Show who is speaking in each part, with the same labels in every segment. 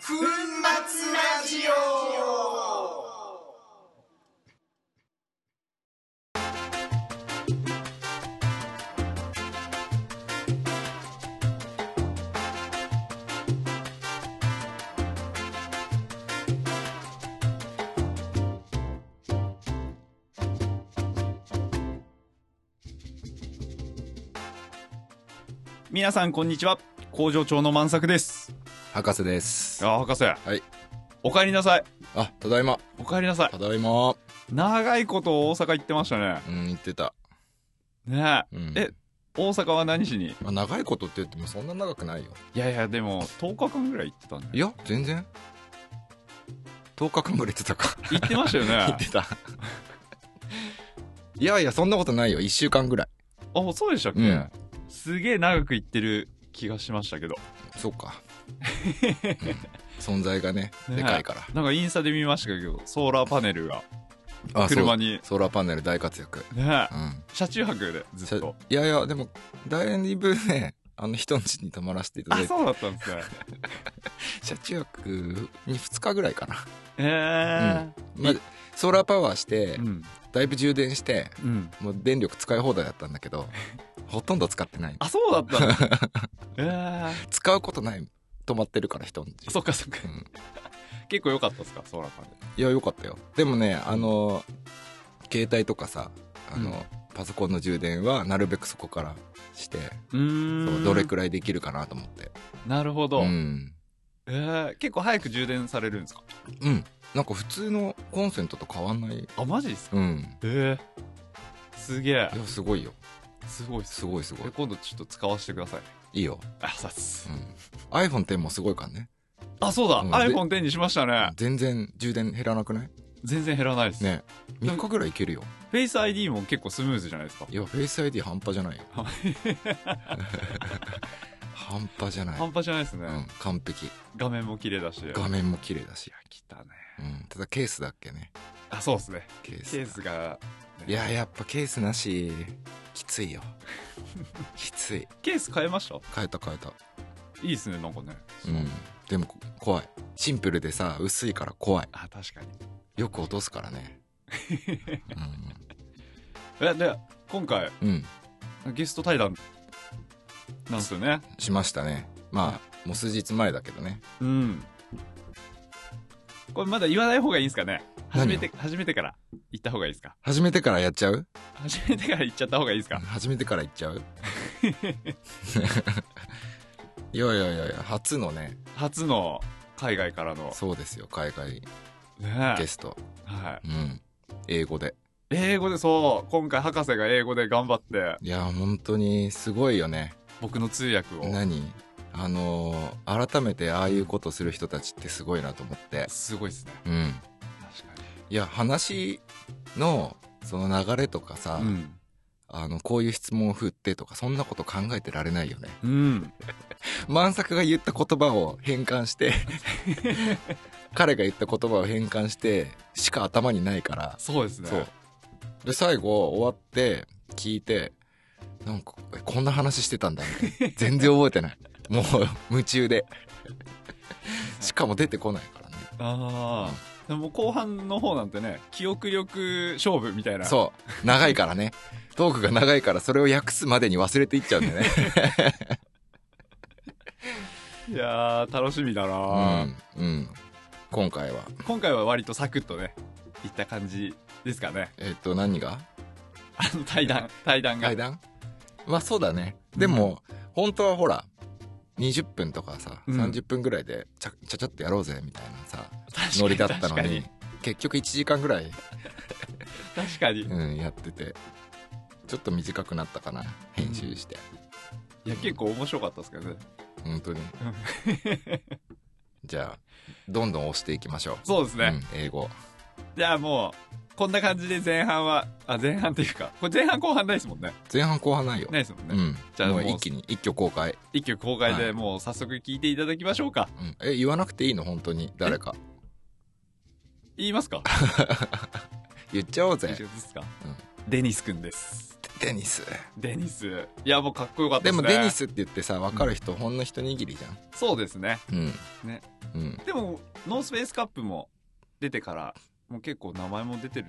Speaker 1: 粉末ラジオ
Speaker 2: 皆さんこんにちは工場長の満作です
Speaker 3: 博士です。
Speaker 2: あ博士はいお帰りなさい
Speaker 3: あ、ただいま。
Speaker 2: お帰りなさ
Speaker 3: ただいま。う
Speaker 2: い長いこと大阪行ってましたね
Speaker 3: ん、言ってた。
Speaker 2: ね
Speaker 3: うん。
Speaker 2: え大阪は何しにい
Speaker 3: まあ、長いことって言ってもそんな長くないよ。
Speaker 2: やいやでも10日間ぐらい行ってたね
Speaker 3: いや、全然。10日間ぐらい言ってたか。
Speaker 2: 行ってましたよ ね
Speaker 3: 言ってた。いやいや、そんなことないよ。1週間ぐらい。
Speaker 2: あそうでしたっけ、
Speaker 3: うん
Speaker 2: すげえ長く行ってる気がしましたけど
Speaker 3: そうか。うん存在が ね、でかいから。
Speaker 2: なんかインスタで見ましたけどソーラーパネルが
Speaker 3: あ、そう
Speaker 2: 車。に
Speaker 3: ソーラーパネル大活躍。
Speaker 2: ね
Speaker 3: うん。
Speaker 2: 車中泊でずっと
Speaker 3: いやいや、でも、だいぶね、あの人ん家に泊まらせていた
Speaker 2: あ
Speaker 3: だいて、
Speaker 2: そうだったん ですね
Speaker 3: 車中泊に2日ぐらいかな。
Speaker 2: ええ
Speaker 3: まあ
Speaker 2: い
Speaker 3: ソーラーパワーして
Speaker 2: ー、う、ん
Speaker 3: だいぶ充電して、
Speaker 2: うん
Speaker 3: もう電力使い放題だったんだ けど、ほとんど使ってない。
Speaker 2: あそうだった んだえー
Speaker 3: 使うことない。止まってるから、人んち。
Speaker 2: そっかそっか、
Speaker 3: うん
Speaker 2: 結構良かったですかソーラーパネ
Speaker 3: いや、よかったよ。でもね、あの、携帯とかさ、あの、
Speaker 2: うん
Speaker 3: パソコンの充電はなるべくそこからして、
Speaker 2: ルう
Speaker 3: そうどれくらいできるかなと思って。
Speaker 2: なるほど、
Speaker 3: うん。
Speaker 2: えー結構早く充電されるんですか
Speaker 3: うん。なんか普通のコンセントと変わんない。
Speaker 2: あマジですか
Speaker 3: うん。
Speaker 2: えー、すげえ
Speaker 3: いや、すごいよ。
Speaker 2: すごいっす
Speaker 3: すごいすご
Speaker 2: え
Speaker 3: い。
Speaker 2: 今度ちょっと使わせてください
Speaker 3: いいよ。
Speaker 2: あさっす
Speaker 3: うん。iPhone X もすごいからね。
Speaker 2: あそうだ、
Speaker 3: うん
Speaker 2: iPhone10 にしましたね
Speaker 3: 全然充電減らなくない
Speaker 2: 全然減らないです、
Speaker 3: ね3日ぐらいいけるよ。
Speaker 2: フェイス ID も結構スムーズじゃないですか
Speaker 3: いや、フェイス ID 半端じゃないよ。
Speaker 2: は
Speaker 3: 半端じゃない。
Speaker 2: 半端じゃないですね、
Speaker 3: うん、完璧。
Speaker 2: 画面も綺麗だし
Speaker 3: 画面も綺麗だし。
Speaker 2: 来たね
Speaker 3: うん、ただケースだっけね。
Speaker 2: あそうですね
Speaker 3: ケース。
Speaker 2: ケースが
Speaker 3: いや、やっぱケースなし、きついよ。 きつい。
Speaker 2: ケース変えました
Speaker 3: 変えた変えた。
Speaker 2: いいですねなんかね、
Speaker 3: うん。でもこ怖い。シンプルでさ、薄いから怖い。
Speaker 2: あ確かに
Speaker 3: よく落とすから ね。うん
Speaker 2: えで今回。
Speaker 3: うん。
Speaker 2: ゲスト対談なんですよね
Speaker 3: しましたね。まあ、もう数日前だけどね。
Speaker 2: うんこれまだ言わない方がいいんですかね
Speaker 3: 何
Speaker 2: 初
Speaker 3: を
Speaker 2: めて初めてから言った方がいいですか
Speaker 3: 始めてからやっちゃう
Speaker 2: 初めてから言っちゃった方がいいですか
Speaker 3: 初めてから行っちゃう いやいやいやいや初のね
Speaker 2: 初の海外からの
Speaker 3: そうですよ海外
Speaker 2: ねえ
Speaker 3: ゲスト、
Speaker 2: はい、
Speaker 3: うん英語で
Speaker 2: 英語でそう今回博士が英語で頑張って
Speaker 3: いや本当にすごいよね
Speaker 2: 僕の通訳を
Speaker 3: 何あのー改めてああいうことする人たちってすごいなと思って
Speaker 2: すごいですね
Speaker 3: うん
Speaker 2: 確か
Speaker 3: いや話のその流れとかさ、
Speaker 2: にうん
Speaker 3: あのこういう質問を振ってとかそんなこと考えてられないよね
Speaker 2: うん
Speaker 3: 満作が言った言葉を変換して 彼が言った言葉を変換してしか頭にないから
Speaker 2: そうですね
Speaker 3: そうで最後終わって聞いてなんかえこんな話してたんだみ たいな全然覚えてないもう夢中でしかも出てこないからね
Speaker 2: ああでも後半の方なんてね記憶力勝負みたいな
Speaker 3: そう長いからねトークが長いからそれを訳すまでに忘れていっちゃうん だよね、
Speaker 2: いやー楽しみだな
Speaker 3: う
Speaker 2: ー、
Speaker 3: んうん、今回は
Speaker 2: 今回は割とサクッとねいった感じですかね
Speaker 3: えっと何が
Speaker 2: あの対談対談が
Speaker 3: 階段まあそうだね。でも、本当はほら、20分とかさ、
Speaker 2: うん
Speaker 3: 30分ぐらいでちゃ、ちゃちゃっとやろうぜみたいなさ、
Speaker 2: 確かに
Speaker 3: ノリだったの
Speaker 2: 確か
Speaker 3: に
Speaker 2: に、
Speaker 3: 結局1時間ぐらい、
Speaker 2: 確かに
Speaker 3: うん、やってて、ちょっと短くなったかな、編集して。
Speaker 2: いや結構面白かったですけどね
Speaker 3: 本当に。じゃあ、どんどん押していきましょう。
Speaker 2: そうですね、
Speaker 3: うん、英語。
Speaker 2: じゃあもうこんな感じで前半はあ前半っていうかこれ前半後半ないですもんね
Speaker 3: 前半後半ないよ。
Speaker 2: ないですもんね、
Speaker 3: うん。
Speaker 2: じゃあ
Speaker 3: も
Speaker 2: もう
Speaker 3: う一気に、一挙公開。
Speaker 2: 一曲公開
Speaker 3: は
Speaker 2: で
Speaker 3: い
Speaker 2: もう早速聞いていただきましょうか
Speaker 3: うん。え、言わなくていいの本当に。誰か。
Speaker 2: 言いますか
Speaker 3: 言っちゃおう
Speaker 2: 一
Speaker 3: ぜ
Speaker 2: 曲。ずつか、
Speaker 3: うん
Speaker 2: デニスくんです
Speaker 3: デニス。
Speaker 2: デニスいやもうかっこよかった
Speaker 3: で
Speaker 2: です
Speaker 3: も
Speaker 2: ね
Speaker 3: デニスって言ってさ分かる人、ほんの一握りじゃん
Speaker 2: そうですね
Speaker 3: うん
Speaker 2: ね
Speaker 3: うん。
Speaker 2: でも、ノースペースカップも出てから、もう結構名前も出てる。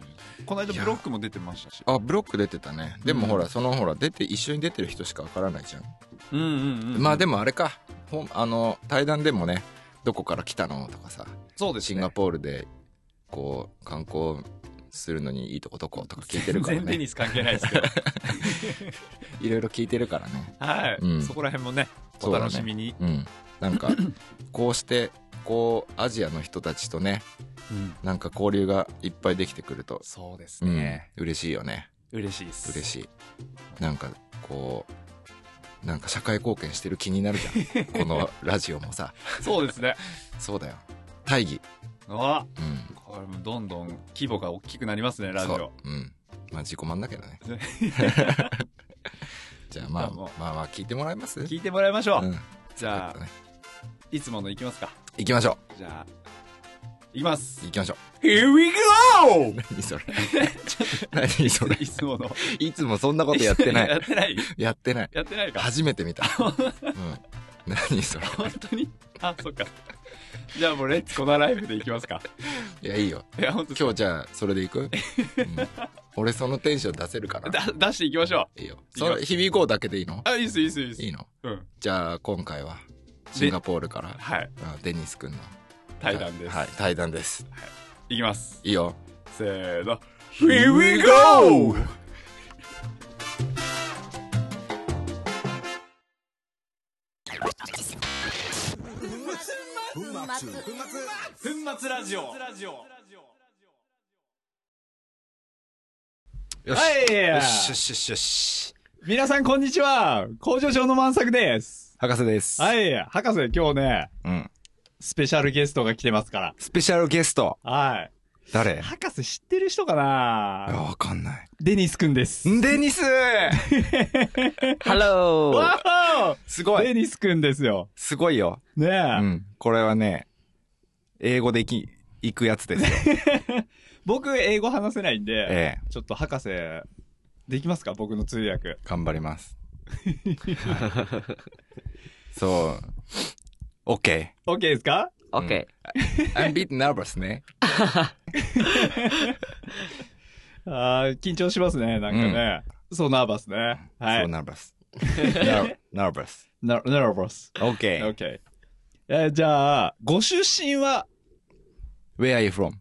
Speaker 2: この間ブロックも出てましたし。
Speaker 3: あ、ブロック出てたね。でも
Speaker 2: うん
Speaker 3: ほら、そのほら、出て、一緒に出てる人しかわからないじゃん。
Speaker 2: うんうんうん。
Speaker 3: まあで
Speaker 2: も、
Speaker 3: もあれか、ほんあの、対談でもね、どこから来たのとかさ、
Speaker 2: そうです
Speaker 3: シ
Speaker 2: ね。
Speaker 3: ンガポールで、こう、観光するのにいいとこどことか聞いてるから
Speaker 2: 全然テニ
Speaker 3: ね。
Speaker 2: ス関係ないですけど。
Speaker 3: いろいろ聞いてるからね。
Speaker 2: はい、
Speaker 3: うん
Speaker 2: そこら辺もね、
Speaker 3: そ
Speaker 2: お
Speaker 3: うだね
Speaker 2: 楽しみに。
Speaker 3: うん。なん か、こうして、こう、アジアの人たちとね、
Speaker 2: うん
Speaker 3: なんか交流がいっぱいできてくると、
Speaker 2: そうです
Speaker 3: うん
Speaker 2: ね。
Speaker 3: 嬉しいよね。
Speaker 2: 嬉しいです。
Speaker 3: 嬉しい。なんか、こう、なんか社会貢献してる気になるじ ゃん。このラジオもさ。
Speaker 2: そうですね。
Speaker 3: そうだよ。大義。
Speaker 2: あ
Speaker 3: うん。
Speaker 2: これもどんどん規模が大きくなりますね、ラジ
Speaker 3: そう
Speaker 2: オ。
Speaker 3: うんまあ自己満だけど ね じゃあ
Speaker 2: ま
Speaker 3: まあ
Speaker 2: あも
Speaker 3: まあまあ聞いてもらいます
Speaker 2: 聞いてもらいましょう。
Speaker 3: うん
Speaker 2: じゃ
Speaker 3: ちょっと
Speaker 2: あ、
Speaker 3: ね
Speaker 2: いつものいきますか。
Speaker 3: 行きましょ
Speaker 2: じゃあ、いきます
Speaker 3: う。行きましょ う
Speaker 2: Here we go!
Speaker 3: 何それ 何それ
Speaker 2: いつもの。
Speaker 3: いつもそんなことやってな
Speaker 2: や
Speaker 3: い
Speaker 2: って ない
Speaker 3: やってない
Speaker 2: やってないか。
Speaker 3: 初めて 見たうん何それ
Speaker 2: 本当にあ、そっか。じゃあもうレッツコナライフでいきますか。
Speaker 3: いやい いよ
Speaker 2: いや、本当
Speaker 3: 今日じゃあそれで行く、うん俺そのテンション出せるか ら
Speaker 2: だ出していきましょ
Speaker 3: いいよそれ響こうだけでいいの
Speaker 2: う。あ、いいっす、いいっす、いいっす。
Speaker 3: いいの
Speaker 2: うん。
Speaker 3: じゃあ今回はシンガポールから
Speaker 2: はい。
Speaker 3: うんデニス君の
Speaker 2: 対談です。
Speaker 3: はい対談です
Speaker 2: いきます。
Speaker 3: いいよ
Speaker 2: せーの。
Speaker 3: Here we go!
Speaker 2: 粉末ラジオ
Speaker 3: よし、
Speaker 2: はい
Speaker 3: よしよしよしよし
Speaker 2: 皆さんこんにちは工場長の満作です
Speaker 3: 博士です
Speaker 2: はい博士今日ね、
Speaker 3: うん
Speaker 2: スペシャルゲストが来てますから。
Speaker 3: スペシャルゲスト
Speaker 2: は
Speaker 3: 誰
Speaker 2: い。博士知ってる人か
Speaker 3: いや
Speaker 2: な
Speaker 3: わかんない
Speaker 2: デニスくんです。
Speaker 3: デニスハロー
Speaker 2: わ
Speaker 3: す
Speaker 2: お
Speaker 3: ごい
Speaker 2: デニスくんですよ。
Speaker 3: すごいよ、
Speaker 2: ねえ。
Speaker 3: うん、これはね英語でき行くやつですよ
Speaker 2: 僕、英語話せないんで、
Speaker 3: ええ
Speaker 2: ちょっと博士、できますか僕の通訳。
Speaker 3: 頑張りますそう OK
Speaker 2: OK ですか
Speaker 4: Okay.
Speaker 3: I'm a bit nervous ね
Speaker 2: あー緊張しますね、なんかね。そう、ナーバスね。は
Speaker 3: So
Speaker 2: い。
Speaker 3: nervous Ner- nervous
Speaker 2: ナーバス。
Speaker 3: OK
Speaker 2: OK。えーじゃあ、ご出身は
Speaker 3: Where are you from?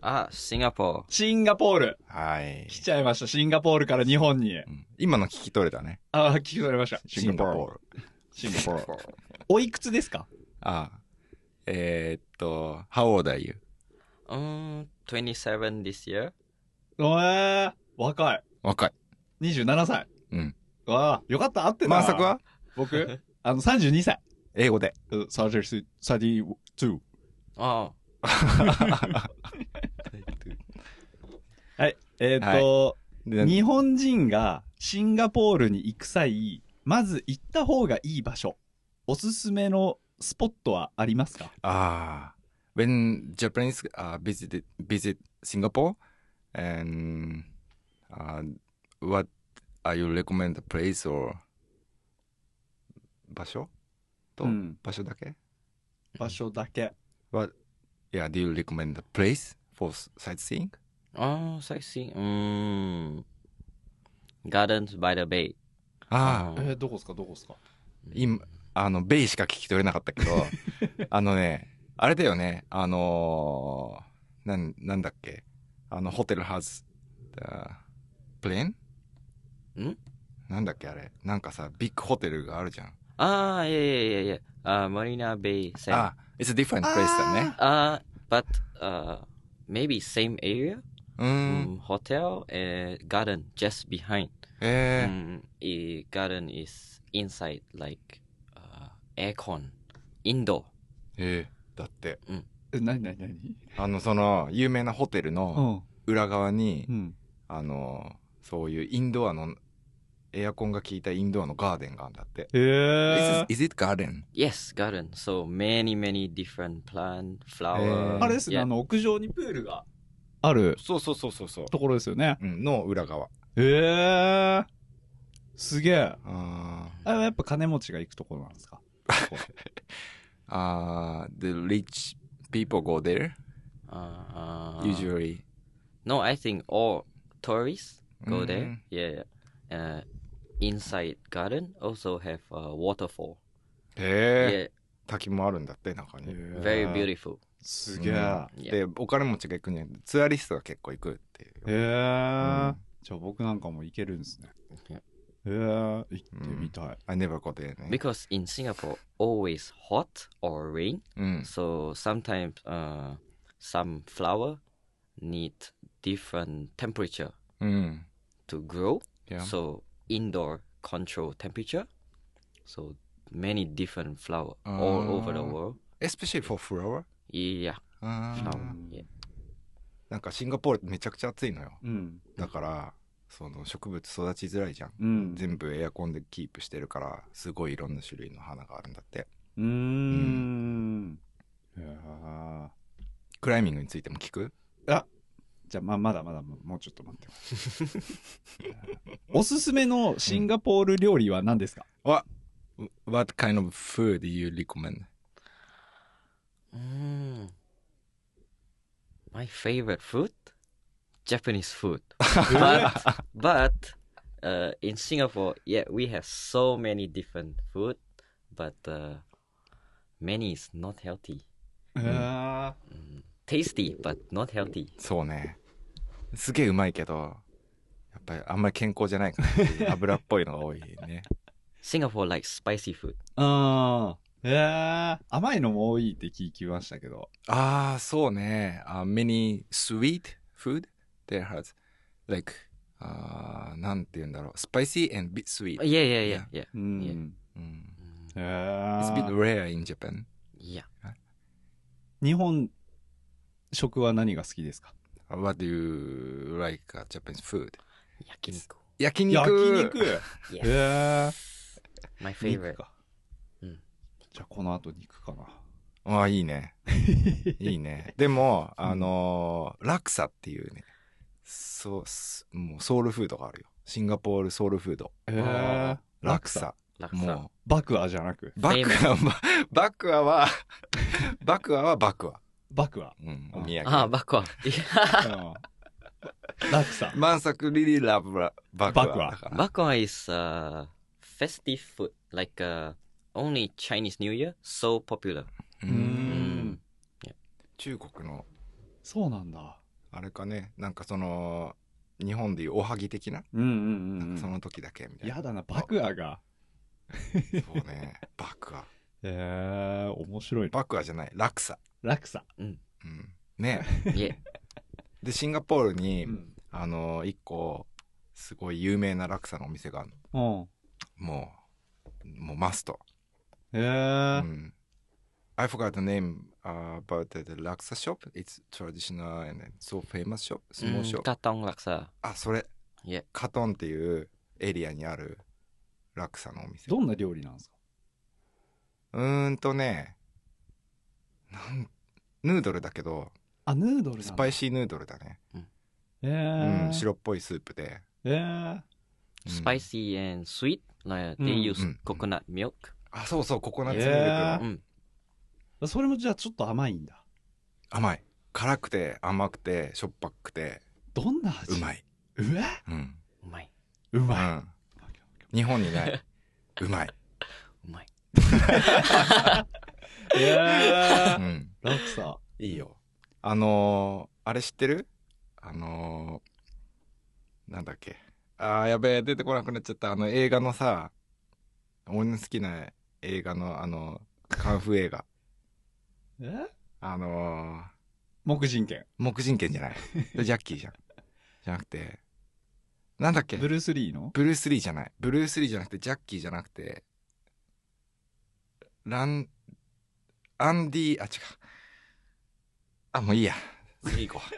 Speaker 4: Ah, Singapore.
Speaker 2: シンガポール。
Speaker 3: はい
Speaker 2: 来ちゃいました。シンガポールから日本に。
Speaker 3: 今の聞き取れたね
Speaker 2: あー聞き取れました。
Speaker 3: シンガポー
Speaker 2: ル。
Speaker 3: ル
Speaker 2: シンガポール。おいくつですか
Speaker 3: ああえー、っと How old are you?
Speaker 4: Um, 27 this year.
Speaker 2: えー、若い。
Speaker 3: 若 い
Speaker 2: 27歳。
Speaker 3: うん。
Speaker 2: わあ、よかった、合ってた。
Speaker 3: 満作は
Speaker 2: 僕あの、32歳。
Speaker 3: 英語で
Speaker 2: うん32 32。
Speaker 4: Oh,
Speaker 2: えっ、と、
Speaker 3: で
Speaker 2: 日本人がシンガポールに行く際、まず行った方がいい場所、おすすめのスポットはありますか
Speaker 3: ああ When Japanese、uh, visit visit Singapore and、uh, what are you recommend the place or 場所と、
Speaker 2: うん
Speaker 3: 場所だけ
Speaker 2: 場所だけ。
Speaker 3: What yeah do you recommend the place for sightseeing?
Speaker 4: oh, sightseeing. Mm. Gardens by the Bay.
Speaker 3: ああ、
Speaker 4: Oh.
Speaker 2: ーどこですかどこですか
Speaker 3: 今あのベイしか聞き取れなかったけど あのねあれだよねあのー、なんなんだっけあのホテルハズプレーン
Speaker 4: ん
Speaker 3: なんだっけあれなんかさビッグホテルがあるじゃん
Speaker 4: Ah, yeah, yeah, yeah, yeah. Uh, Marina Bay. Same.
Speaker 3: あ It's a different place だね
Speaker 4: Uh, but uh, maybe same area.
Speaker 3: うーん
Speaker 4: Mm, hotel and garden just behind.
Speaker 3: え
Speaker 4: Mm, eh, garden is inside, like uh, aircon, indoor.
Speaker 3: ー、えーだって
Speaker 2: え、なになになに
Speaker 3: あのその有名なホテル
Speaker 2: う
Speaker 3: の
Speaker 2: ん。
Speaker 3: 裏側に、
Speaker 2: うん。
Speaker 3: あのーそういうインドアのエアコンが効いたインドアのガーデンがあるんだって、
Speaker 2: へえ
Speaker 3: is, is it garden?
Speaker 4: Yes, garden. So many, many different plant, flower.
Speaker 3: Eh.
Speaker 2: あれですね、
Speaker 4: Yeah.
Speaker 2: あの、屋上にプールがある
Speaker 3: そうそうそうそうそう
Speaker 2: ところですよね。
Speaker 3: うん、の裏側。
Speaker 2: へえすげえ。
Speaker 3: あ
Speaker 2: あやっぱ金持ちが行くところなんですか
Speaker 3: uh, the rich people go there
Speaker 4: Uh, uh,
Speaker 3: usually.
Speaker 4: No, I think all tourists go
Speaker 3: Mm.
Speaker 4: there. Yeah. yeah. Uh, inside garden also have a waterfall.
Speaker 3: へえ。
Speaker 4: Yeah,
Speaker 3: 滝もあるんだって中に。
Speaker 4: very beautiful.
Speaker 2: すげえ。へ
Speaker 4: いや
Speaker 3: でお金持ちが行くにはツアリストが結構行くっていう。
Speaker 2: え
Speaker 3: う
Speaker 2: ー
Speaker 3: ん。
Speaker 2: じゃあ僕なんかも行けるんですね。
Speaker 4: Yeah.
Speaker 2: へえー、行ってみたい。
Speaker 3: I never go there ね。
Speaker 4: Because in Singapore, always hot or rain.
Speaker 3: うん。
Speaker 4: So sometimes uh, some flower need different temperature
Speaker 3: うん。
Speaker 4: to grow.
Speaker 3: Yeah.
Speaker 4: So indoor control temperature. So many different flower all over the
Speaker 3: Ah.
Speaker 4: world.
Speaker 3: Especially for flower?
Speaker 4: Yeah,
Speaker 3: あー
Speaker 4: flower. Yeah.
Speaker 3: なんかシンガポールってめちゃくちゃ暑いのよ。
Speaker 2: うん。
Speaker 3: だから、その植物育ちづらいじゃん。
Speaker 2: うん。
Speaker 3: 全部エアコンでキープしてるから、すごいいろんな種類の花があるんだって。
Speaker 2: うーん。いやー
Speaker 3: クライミングについても聞く
Speaker 2: じゃあ、まあ、まだまだ、もうちょっと待って。 おすすめのシンガポール料理は何ですか
Speaker 3: ?What kind of food you recommend?
Speaker 4: Mm. My favorite food, Japanese food. but but uh, in Singapore, yeah, we have so many different food, but uh, many is not healthy.
Speaker 2: へー
Speaker 4: Tasty, but not healthy.
Speaker 3: そうね。すげえうまいけど、やっぱりあんまり健康じゃないからっていう、油っぽいのが多いね。
Speaker 4: Singapore likes spicy food.
Speaker 2: あー。えー、甘いのも多いって聞きましたけど。
Speaker 3: ああ、そうね。Uh, many sweet food there has like あーなんて言うんだろう。spicy and bit sweet.
Speaker 4: Oh, Yeah, yeah, yeah, yeah. Mm,
Speaker 2: うん。
Speaker 3: うん
Speaker 2: へ
Speaker 3: It's a bit
Speaker 2: ー
Speaker 3: rare in Japan.
Speaker 4: Yeah.
Speaker 2: 日本食は何が好きですか
Speaker 3: What do you like uh, Japanese food?
Speaker 4: Yakiniku.
Speaker 3: 焼肉
Speaker 2: 焼肉へ
Speaker 4: Yes.
Speaker 2: え
Speaker 4: My
Speaker 2: ー。肉
Speaker 4: favorite.
Speaker 2: か。
Speaker 4: うん
Speaker 2: じゃあ、この後肉かな。
Speaker 3: ああ、いいね。いいね。でも、あのーラクサっていうね、そう、すもうソウルフードがあるよ。シンガポールソウルフード。
Speaker 2: へー
Speaker 4: あ。
Speaker 3: ラクサ。
Speaker 4: Laksa.
Speaker 3: も
Speaker 2: バクアじゃなく、
Speaker 3: う、バクアは、バクアは、 バクアはバクア。
Speaker 2: バクア。
Speaker 3: うん、お土産。
Speaker 4: Ah, bakwa. Yeah.
Speaker 2: うんラクサ。
Speaker 3: 満作リリーラブラバク
Speaker 2: バクア
Speaker 3: アだから
Speaker 4: Bakwan is uh, festive food, like uh, only Chinese New Year, so popular.
Speaker 2: う
Speaker 3: う
Speaker 2: ん
Speaker 3: Mm.
Speaker 2: ん。
Speaker 3: 中国の
Speaker 2: そうなんだ。
Speaker 3: あれかねなんかその日本でいうおはぎ的な,、
Speaker 2: うんうん
Speaker 3: なんかそ
Speaker 2: その
Speaker 3: の時だけみたいな
Speaker 2: やだな、バクアが。
Speaker 3: そうねバクア
Speaker 2: えー、面白いな。
Speaker 3: バクアじゃないラクサ、
Speaker 2: ラクサ。
Speaker 3: うん、ね
Speaker 4: Mm. Yeah.
Speaker 3: でシンガポールに、
Speaker 2: うん。
Speaker 3: あの一個すごい有名なラクサのお店があるのもうもうマスト、
Speaker 2: え
Speaker 3: う
Speaker 2: ー、
Speaker 3: ん、I forgot the name、uh, about the, the Laksa shop it's traditional and so famous shop small shop、
Speaker 4: Mm. Katong laksa.
Speaker 3: あそれ
Speaker 4: Yeah.
Speaker 3: カトンっていうエリアにあるラクサのお店
Speaker 2: どんな料理なんですか
Speaker 3: うーんとねなんヌードルだけど
Speaker 2: あ、ヌードルなんだ
Speaker 3: スパイシーヌードルだね、
Speaker 2: え
Speaker 3: うん、
Speaker 2: ー、
Speaker 3: 白っぽいスープで、
Speaker 2: えー、
Speaker 3: うん
Speaker 4: Spicy and sweet. Like they
Speaker 2: Mm.
Speaker 4: use
Speaker 3: Mm. Ah.
Speaker 4: coconut milk.
Speaker 3: あそうそうココナッツミルク
Speaker 2: え
Speaker 3: が
Speaker 2: ー
Speaker 4: Mm.
Speaker 2: それもじゃあちょっと甘いんだ。
Speaker 3: 甘い辛くて甘くてしょっぱくて
Speaker 2: どんな味
Speaker 3: うまい、
Speaker 2: うわ
Speaker 3: うん
Speaker 4: うまい。
Speaker 2: う
Speaker 3: う
Speaker 2: まい。
Speaker 3: ん、日本にない うまい、
Speaker 4: うまい。
Speaker 2: え
Speaker 3: う
Speaker 2: ー、
Speaker 3: ん、
Speaker 2: ラクサ。
Speaker 3: いいよあのー、あれ知ってるあのー、なんだっけあーやべえ出てこなくなっちゃったあの映画のさ俺の好きな映画のあのカンフー映画
Speaker 2: え
Speaker 3: あのー、
Speaker 2: 黙人犬。
Speaker 3: 黙人犬じゃないジャッキーじゃんじゃなくてなんだっけ
Speaker 2: ブ
Speaker 3: ブル
Speaker 2: ルース・リーの
Speaker 3: ース・リーじゃないブルース・リーじゃなくてジャッキーじゃなくてランアンディあ違うあもういいや次行こ う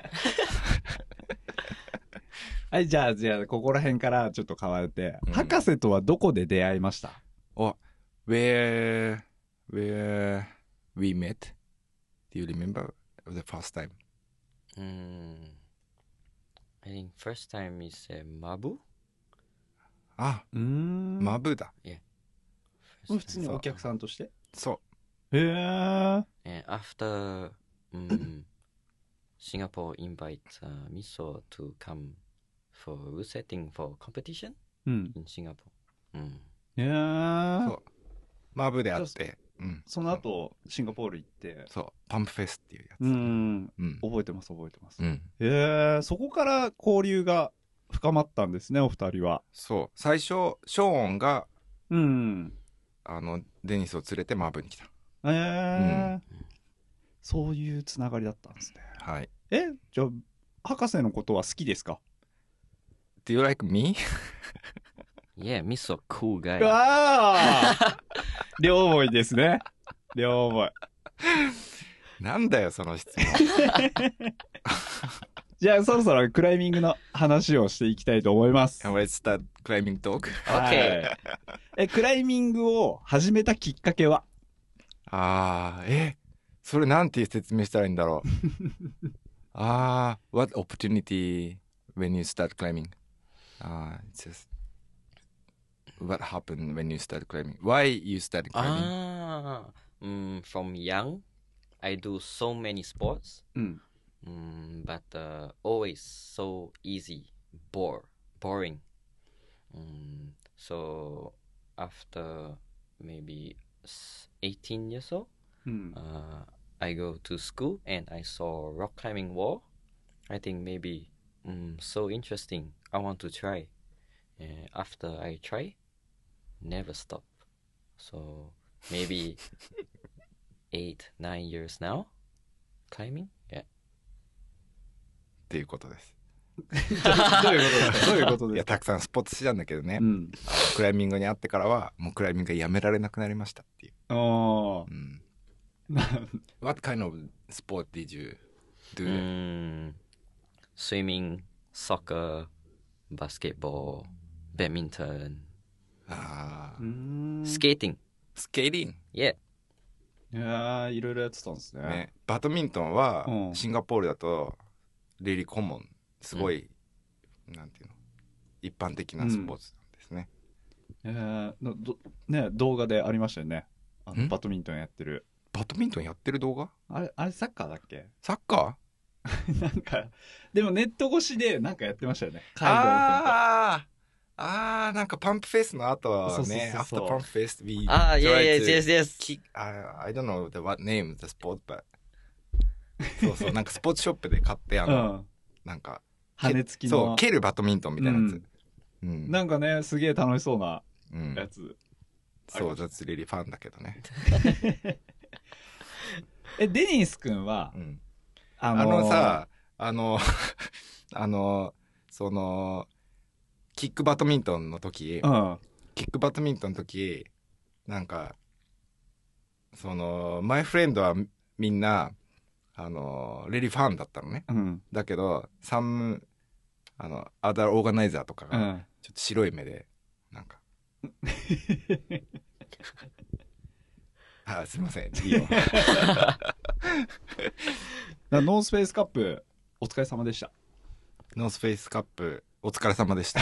Speaker 2: はい、じゃあ、じゃあ、ここら辺からちょっと変わって、
Speaker 3: うん
Speaker 2: 博士とはどこで出会いました
Speaker 3: Oh, where where we met? Do you remember the first time?
Speaker 4: Mm. I think first time is uh, Mabu.
Speaker 3: あ、
Speaker 2: うーん
Speaker 3: マブーだ。
Speaker 4: First
Speaker 2: 普
Speaker 4: time.
Speaker 2: 通にお客さんとして
Speaker 3: そ
Speaker 2: へえ。
Speaker 4: And after um, Singapore invite uh, Miso to come for resetting for competition
Speaker 2: うん。
Speaker 4: in Singapore. Mm.
Speaker 2: へえ
Speaker 3: そう。マブであって、うん、
Speaker 2: その後、シンガポール行って、
Speaker 3: そう、パンプフェスっていうやつ。
Speaker 2: う。ん。
Speaker 3: うん。
Speaker 2: 覚えてます、覚えてます。
Speaker 3: うん、
Speaker 2: へえ、そこから交流が深まったんですね、お二人は。
Speaker 3: そう、最初、ショーンが、
Speaker 2: うん。
Speaker 3: あの、デニスを連れてマブに来た。
Speaker 2: へえ。そういうつながりだったんですね。
Speaker 3: はい。
Speaker 2: え、じゃあ、博士のことは好きですか
Speaker 3: Do you like me?
Speaker 4: Yeah, Miso cool guy.
Speaker 2: ああ 両思いですね。両思い。
Speaker 3: なんだよ、そ の質問。
Speaker 2: じゃあ、そろそろクライミングの話をしていきたいと思います。
Speaker 3: Let's start climbing talk.
Speaker 2: はい
Speaker 4: Okay.
Speaker 2: え、クライミングを始めたきっかけは
Speaker 3: あー、え、それなんて説明したらいいんだろう。 あー、what opportunity when you start climbing? あー、it's just what happened when you start climbing? Why you start climbing?
Speaker 4: Ah, mm, from young, I do so many sports,
Speaker 2: うん。
Speaker 4: mm, but uh, always so easy, bore, boring. Mm, so after maybe s- 18 years old,
Speaker 2: うん。
Speaker 4: uh, I go to school and I saw rock climbing wall. I think maybe mm, so interesting. I want to try. And after I try, never stop. So maybe eight, nine years now, climbing. Yeah.
Speaker 3: っていうことです。
Speaker 2: どういうことどういうこと
Speaker 3: い
Speaker 2: で
Speaker 3: や、
Speaker 2: すか
Speaker 3: たくさんスポーツしてたんだけどね、
Speaker 2: うん。
Speaker 3: クライミングに会ってからは、もうクライミングがやめられなくなりましたっていう。
Speaker 2: あ
Speaker 3: うん
Speaker 2: あ。
Speaker 3: What kind of sport did you do?
Speaker 4: Mm, swimming, soccer, basketball, badminton,
Speaker 3: あ
Speaker 2: う
Speaker 3: ー、
Speaker 2: ん。
Speaker 4: skating.
Speaker 3: スケーリング
Speaker 4: Yeah.
Speaker 2: いやー、いろいろやってたんですね。
Speaker 3: ね、バドミントンは
Speaker 2: うん
Speaker 3: シンガポールだとリリコモンすごい、なんていうの一般的なスポーツなんですね、
Speaker 2: えーのどね動画でありましたよね。あの
Speaker 3: ん
Speaker 2: バドミントンやってる。
Speaker 3: バドミントンやってる動画
Speaker 2: あれ、あれサッカーだっけ
Speaker 3: サッカ
Speaker 2: なんか、でもネット越しでなんかやってましたよね。
Speaker 3: ー
Speaker 2: 海外の
Speaker 3: あーあーなんかパンプフェスの後はね
Speaker 2: そうそうそうそう
Speaker 3: after パンプフェス we
Speaker 4: Ah, yeah,
Speaker 3: tried
Speaker 4: yes,
Speaker 3: to-
Speaker 4: yes, yes.
Speaker 3: I, I don't know the what name the sport but そうそうなんかスポーツショップで買ってあ
Speaker 2: 店舗
Speaker 3: の、
Speaker 2: うん。
Speaker 3: なんか
Speaker 2: 羽根付き
Speaker 3: そう
Speaker 2: の。
Speaker 3: 蹴るバドミントンみたいなやつうん、うん
Speaker 2: なんかね、すげえ楽しそうなやつ。
Speaker 3: そう that's really fun だけどね、
Speaker 2: え、デニス君は
Speaker 3: う、ん
Speaker 2: あ
Speaker 3: あ
Speaker 2: ー
Speaker 3: のさ、あの、 あの、その、キックバドミントンの時、
Speaker 2: うん。
Speaker 3: キックバドミントンの時、なんか、その、マイフレンドはみんな、あの、レリファンだったのね。
Speaker 2: うん。
Speaker 3: だけど、サム、あの、アダーオーガナイザーとか
Speaker 2: う
Speaker 3: が、
Speaker 2: ん。
Speaker 3: ちょっと白い目で、な んか、あ、すいません、いいよ。
Speaker 2: なノースフェイスカップ、お疲れ様でした。
Speaker 3: ノースフェイスカップ、お疲れ様でした。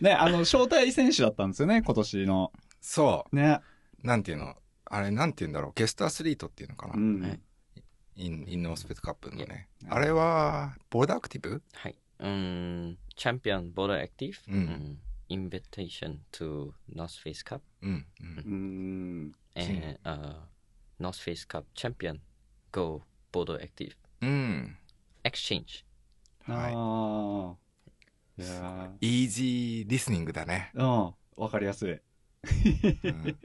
Speaker 2: ね、 あの、招待選手だったんですよね、今年の。
Speaker 3: そ
Speaker 2: ね。
Speaker 3: う、なんていうの、あれ、なんていうんだろう、ゲストアスリートっていうのかな。
Speaker 2: うん。
Speaker 4: はい
Speaker 3: イン、インノースペースカップのね。
Speaker 2: Yeah.
Speaker 3: あれは、ボーダーアクティブ
Speaker 4: Hi. Um, champion border active.
Speaker 3: Mm.
Speaker 4: Um, invitation to North Face Cup
Speaker 3: うん。
Speaker 2: うん。
Speaker 4: and uh, North Face Cup champion go border active
Speaker 3: うん。うん。
Speaker 4: exchange.
Speaker 3: はい
Speaker 2: ああ。い
Speaker 3: すご
Speaker 2: やー
Speaker 3: イージーリスニングだね。
Speaker 2: うん、わかりやすい。
Speaker 3: うん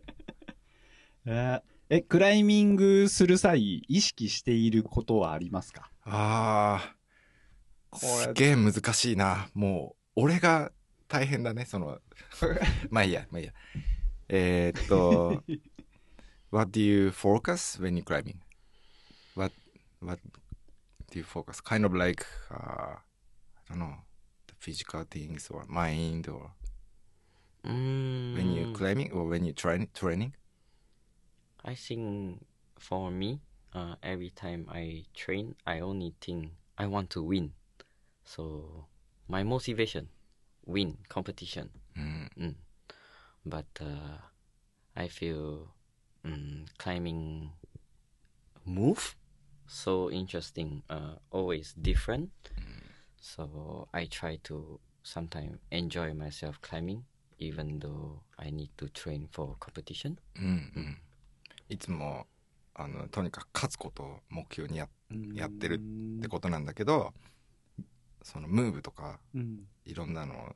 Speaker 2: えーえ、クライミングする際、意識していることはありますか
Speaker 3: ああ。
Speaker 2: これ
Speaker 3: すげえ難しいな。もう、俺が大変だね、その。まあいいや、まあいいや。え ーっと、What do you focus when you climbing? What, what do you focus? Kind of like, uh, I don't know, the physical things or mind or
Speaker 4: Mm,
Speaker 3: when you climbing or when you train, training?
Speaker 4: I think for me, uh, every time I train, I only think I want to win. So my motivation, win competition.
Speaker 3: うん。
Speaker 4: Mm. But uh, I feel mm, climbing move so interesting uh, always different so i try to sometimes enjoy myself climbing even though i need to train for competition
Speaker 3: うんうんいつもあのとにかく勝つことを目標にややってるってことなんだけどそのムーブとか
Speaker 5: うん
Speaker 3: いろんなの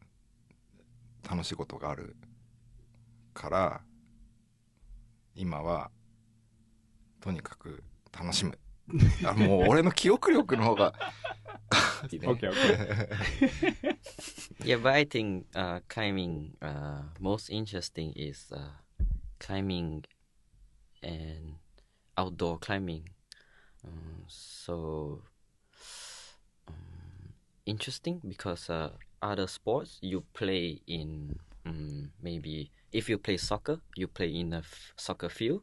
Speaker 3: 楽しいことがあるから今はとにかく楽しむあもう俺の記憶力の方がいいね
Speaker 5: OK OK
Speaker 4: yeah but i think uh, climbing uh, most interesting is uh, climbing and outdoor climbing um, so um, interesting because uh, other sports you play in um, maybe if you play soccer you play in a f- soccer field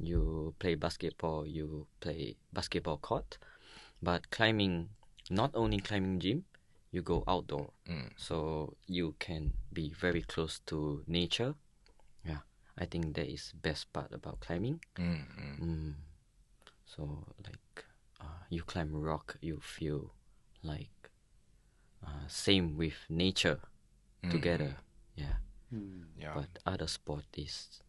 Speaker 4: you play basketball you play basketball court but climbing not only climbing gym you go outdoor
Speaker 3: うん
Speaker 4: so you can be very close to nature yeah i think that is best part about climbing
Speaker 3: うんうん、
Speaker 4: mm. so like uh, you climb rock you feel like uh, same with nature together Mm. yeah
Speaker 3: いや
Speaker 4: but other sport is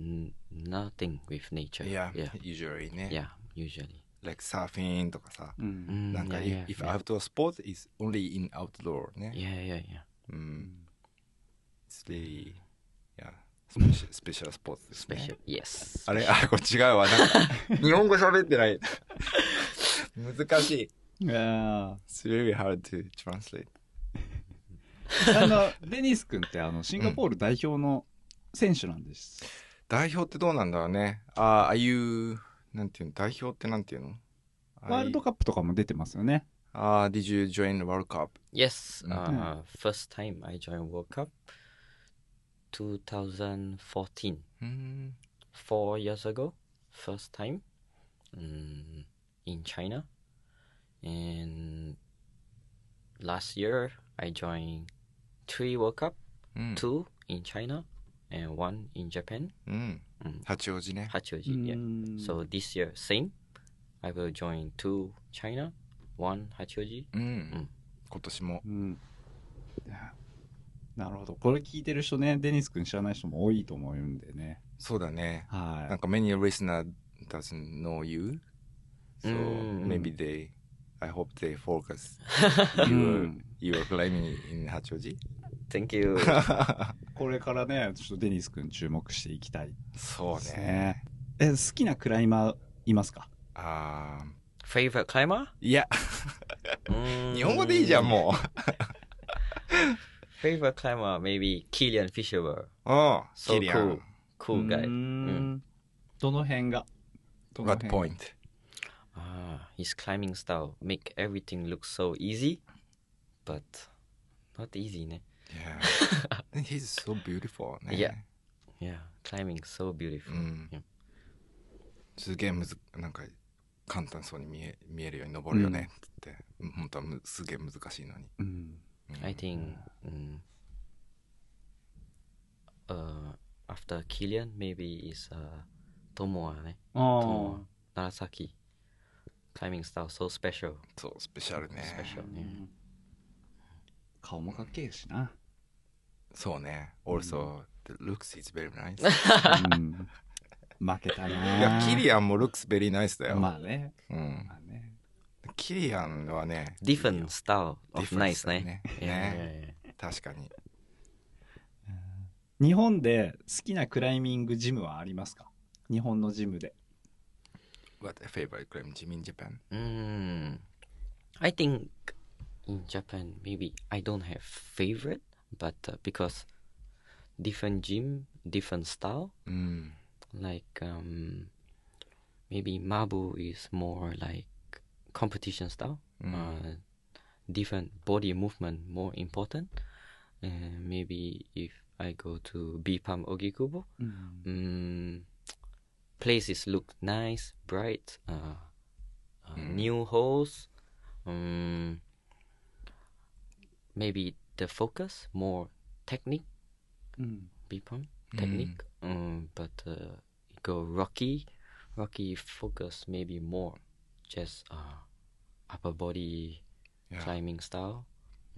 Speaker 4: n- nothing with nature
Speaker 3: いや
Speaker 4: yeah
Speaker 3: usually ね
Speaker 4: yeah usually
Speaker 3: like surfing とかさ、
Speaker 5: うん、
Speaker 4: Mm,
Speaker 3: なんか
Speaker 4: yeah,
Speaker 3: if, if
Speaker 4: yeah,
Speaker 3: outdoor sport is only in outdoor ね、
Speaker 4: yeah yeah yeah
Speaker 3: うん、it's really yeah special special sports ですね
Speaker 4: special yes
Speaker 3: あれ、あれ、これ違うわ。な んか日本語喋ってない。難しい。
Speaker 5: あ
Speaker 3: It's really hard to translate.
Speaker 5: ーあのデニス君ってあのシンガポール代表の選手なんです、
Speaker 3: 代表ってどうなんだろうね。ああ、あいう、なんていうの、代表ってなんていうの
Speaker 5: ワールドカップとかも出てますよね
Speaker 3: ああ、Did you join the World Cup?
Speaker 4: Yes,
Speaker 3: Mm.
Speaker 5: Yeah.
Speaker 4: uh, first time I joined World Cup 2014,
Speaker 3: うーん。
Speaker 4: four years ago, first time mm, in China. And last year I joined three World Cup,
Speaker 3: うん。
Speaker 4: two in China and one in Japan,
Speaker 3: うん
Speaker 4: うん。
Speaker 3: 八王子ね。
Speaker 4: Hachioji. Yeah.
Speaker 2: Mm.
Speaker 5: ん
Speaker 4: So this year, same. I will join two China, one Hachioji.
Speaker 3: うんん。今年も。
Speaker 5: うん、いやなるほどこれ聞いてる人ねデニス君知らない人も多いと思うんでね
Speaker 3: そうだね。
Speaker 5: は
Speaker 3: なんか、many listener doesn't know you.
Speaker 4: う
Speaker 3: So
Speaker 4: ん
Speaker 3: maybe they, I hope they focus
Speaker 5: い、う
Speaker 3: your,
Speaker 5: ん
Speaker 3: your climbing in 八王子。
Speaker 4: Thank you.
Speaker 5: これからねちょっとデニス君注目していきたい
Speaker 3: そう
Speaker 5: です
Speaker 3: ね。
Speaker 5: ねえ好きなクライマーいますか
Speaker 3: ああ、
Speaker 4: Favorite climber? Mm,
Speaker 3: いや、日本語でいいじゃん、もう。
Speaker 4: Favorite climber, maybe Kilian Fisher.
Speaker 3: うん、
Speaker 4: So
Speaker 3: キリア
Speaker 4: cool.
Speaker 3: ン。
Speaker 4: Cool
Speaker 5: う
Speaker 4: guy.
Speaker 5: ーんどの辺がどの
Speaker 3: What
Speaker 5: 辺
Speaker 3: point?
Speaker 4: Ah, his climbing style make everything look so easy, but not easy, ne?
Speaker 3: Yeah. He's so beautiful ね。
Speaker 4: いや Yeah, climbing so beautiful.
Speaker 3: うん
Speaker 4: いや。
Speaker 3: すげえむず、なんか、簡単そうに見え見えるように登るよねってって、本当はむすげえ難しいのに。
Speaker 5: うん、
Speaker 3: うん
Speaker 4: I think mm, uh, after Kilian, maybe is uh, Tomoa, ne?
Speaker 5: ああ
Speaker 4: Tomoa Narasaki. Climbing style so special.
Speaker 3: そう、スペシャルね。
Speaker 4: Special, yeah.
Speaker 5: 顔もかっけえし な、
Speaker 3: そうね。also, the looks is very nice.
Speaker 5: うん負けた
Speaker 3: いや
Speaker 5: な、
Speaker 3: キリアンも looks very nice だよ。
Speaker 5: まあね
Speaker 3: うん
Speaker 5: ま。あね
Speaker 3: キリアンはね、
Speaker 4: Different style of
Speaker 3: different
Speaker 4: nice,
Speaker 3: だ
Speaker 4: ne?
Speaker 3: ね。
Speaker 4: Yeah,
Speaker 3: ね
Speaker 4: yeah, yeah.
Speaker 3: 確かに。
Speaker 5: 日本で好きなクライミングジムはありますか日本のジムで。
Speaker 3: What a favorite climb gym in Japan?
Speaker 4: Mm, I think in Japan maybe I don't have favorite, but uh, because different gym, different style.
Speaker 3: うん。
Speaker 4: Like um, maybe Mabu is more like competition style.
Speaker 3: Mm.
Speaker 4: Uh, different body movement more important. And maybe if I go to Bipam Ogikubo, mm, places look nice, bright, uh, uh, new holes. Um, maybe the focus more technique,
Speaker 5: うん
Speaker 4: Bipom technique. Um, Mm, but uh, go rocky. Rocky focus maybe more just uh, upper body
Speaker 3: Yeah.
Speaker 4: climbing style.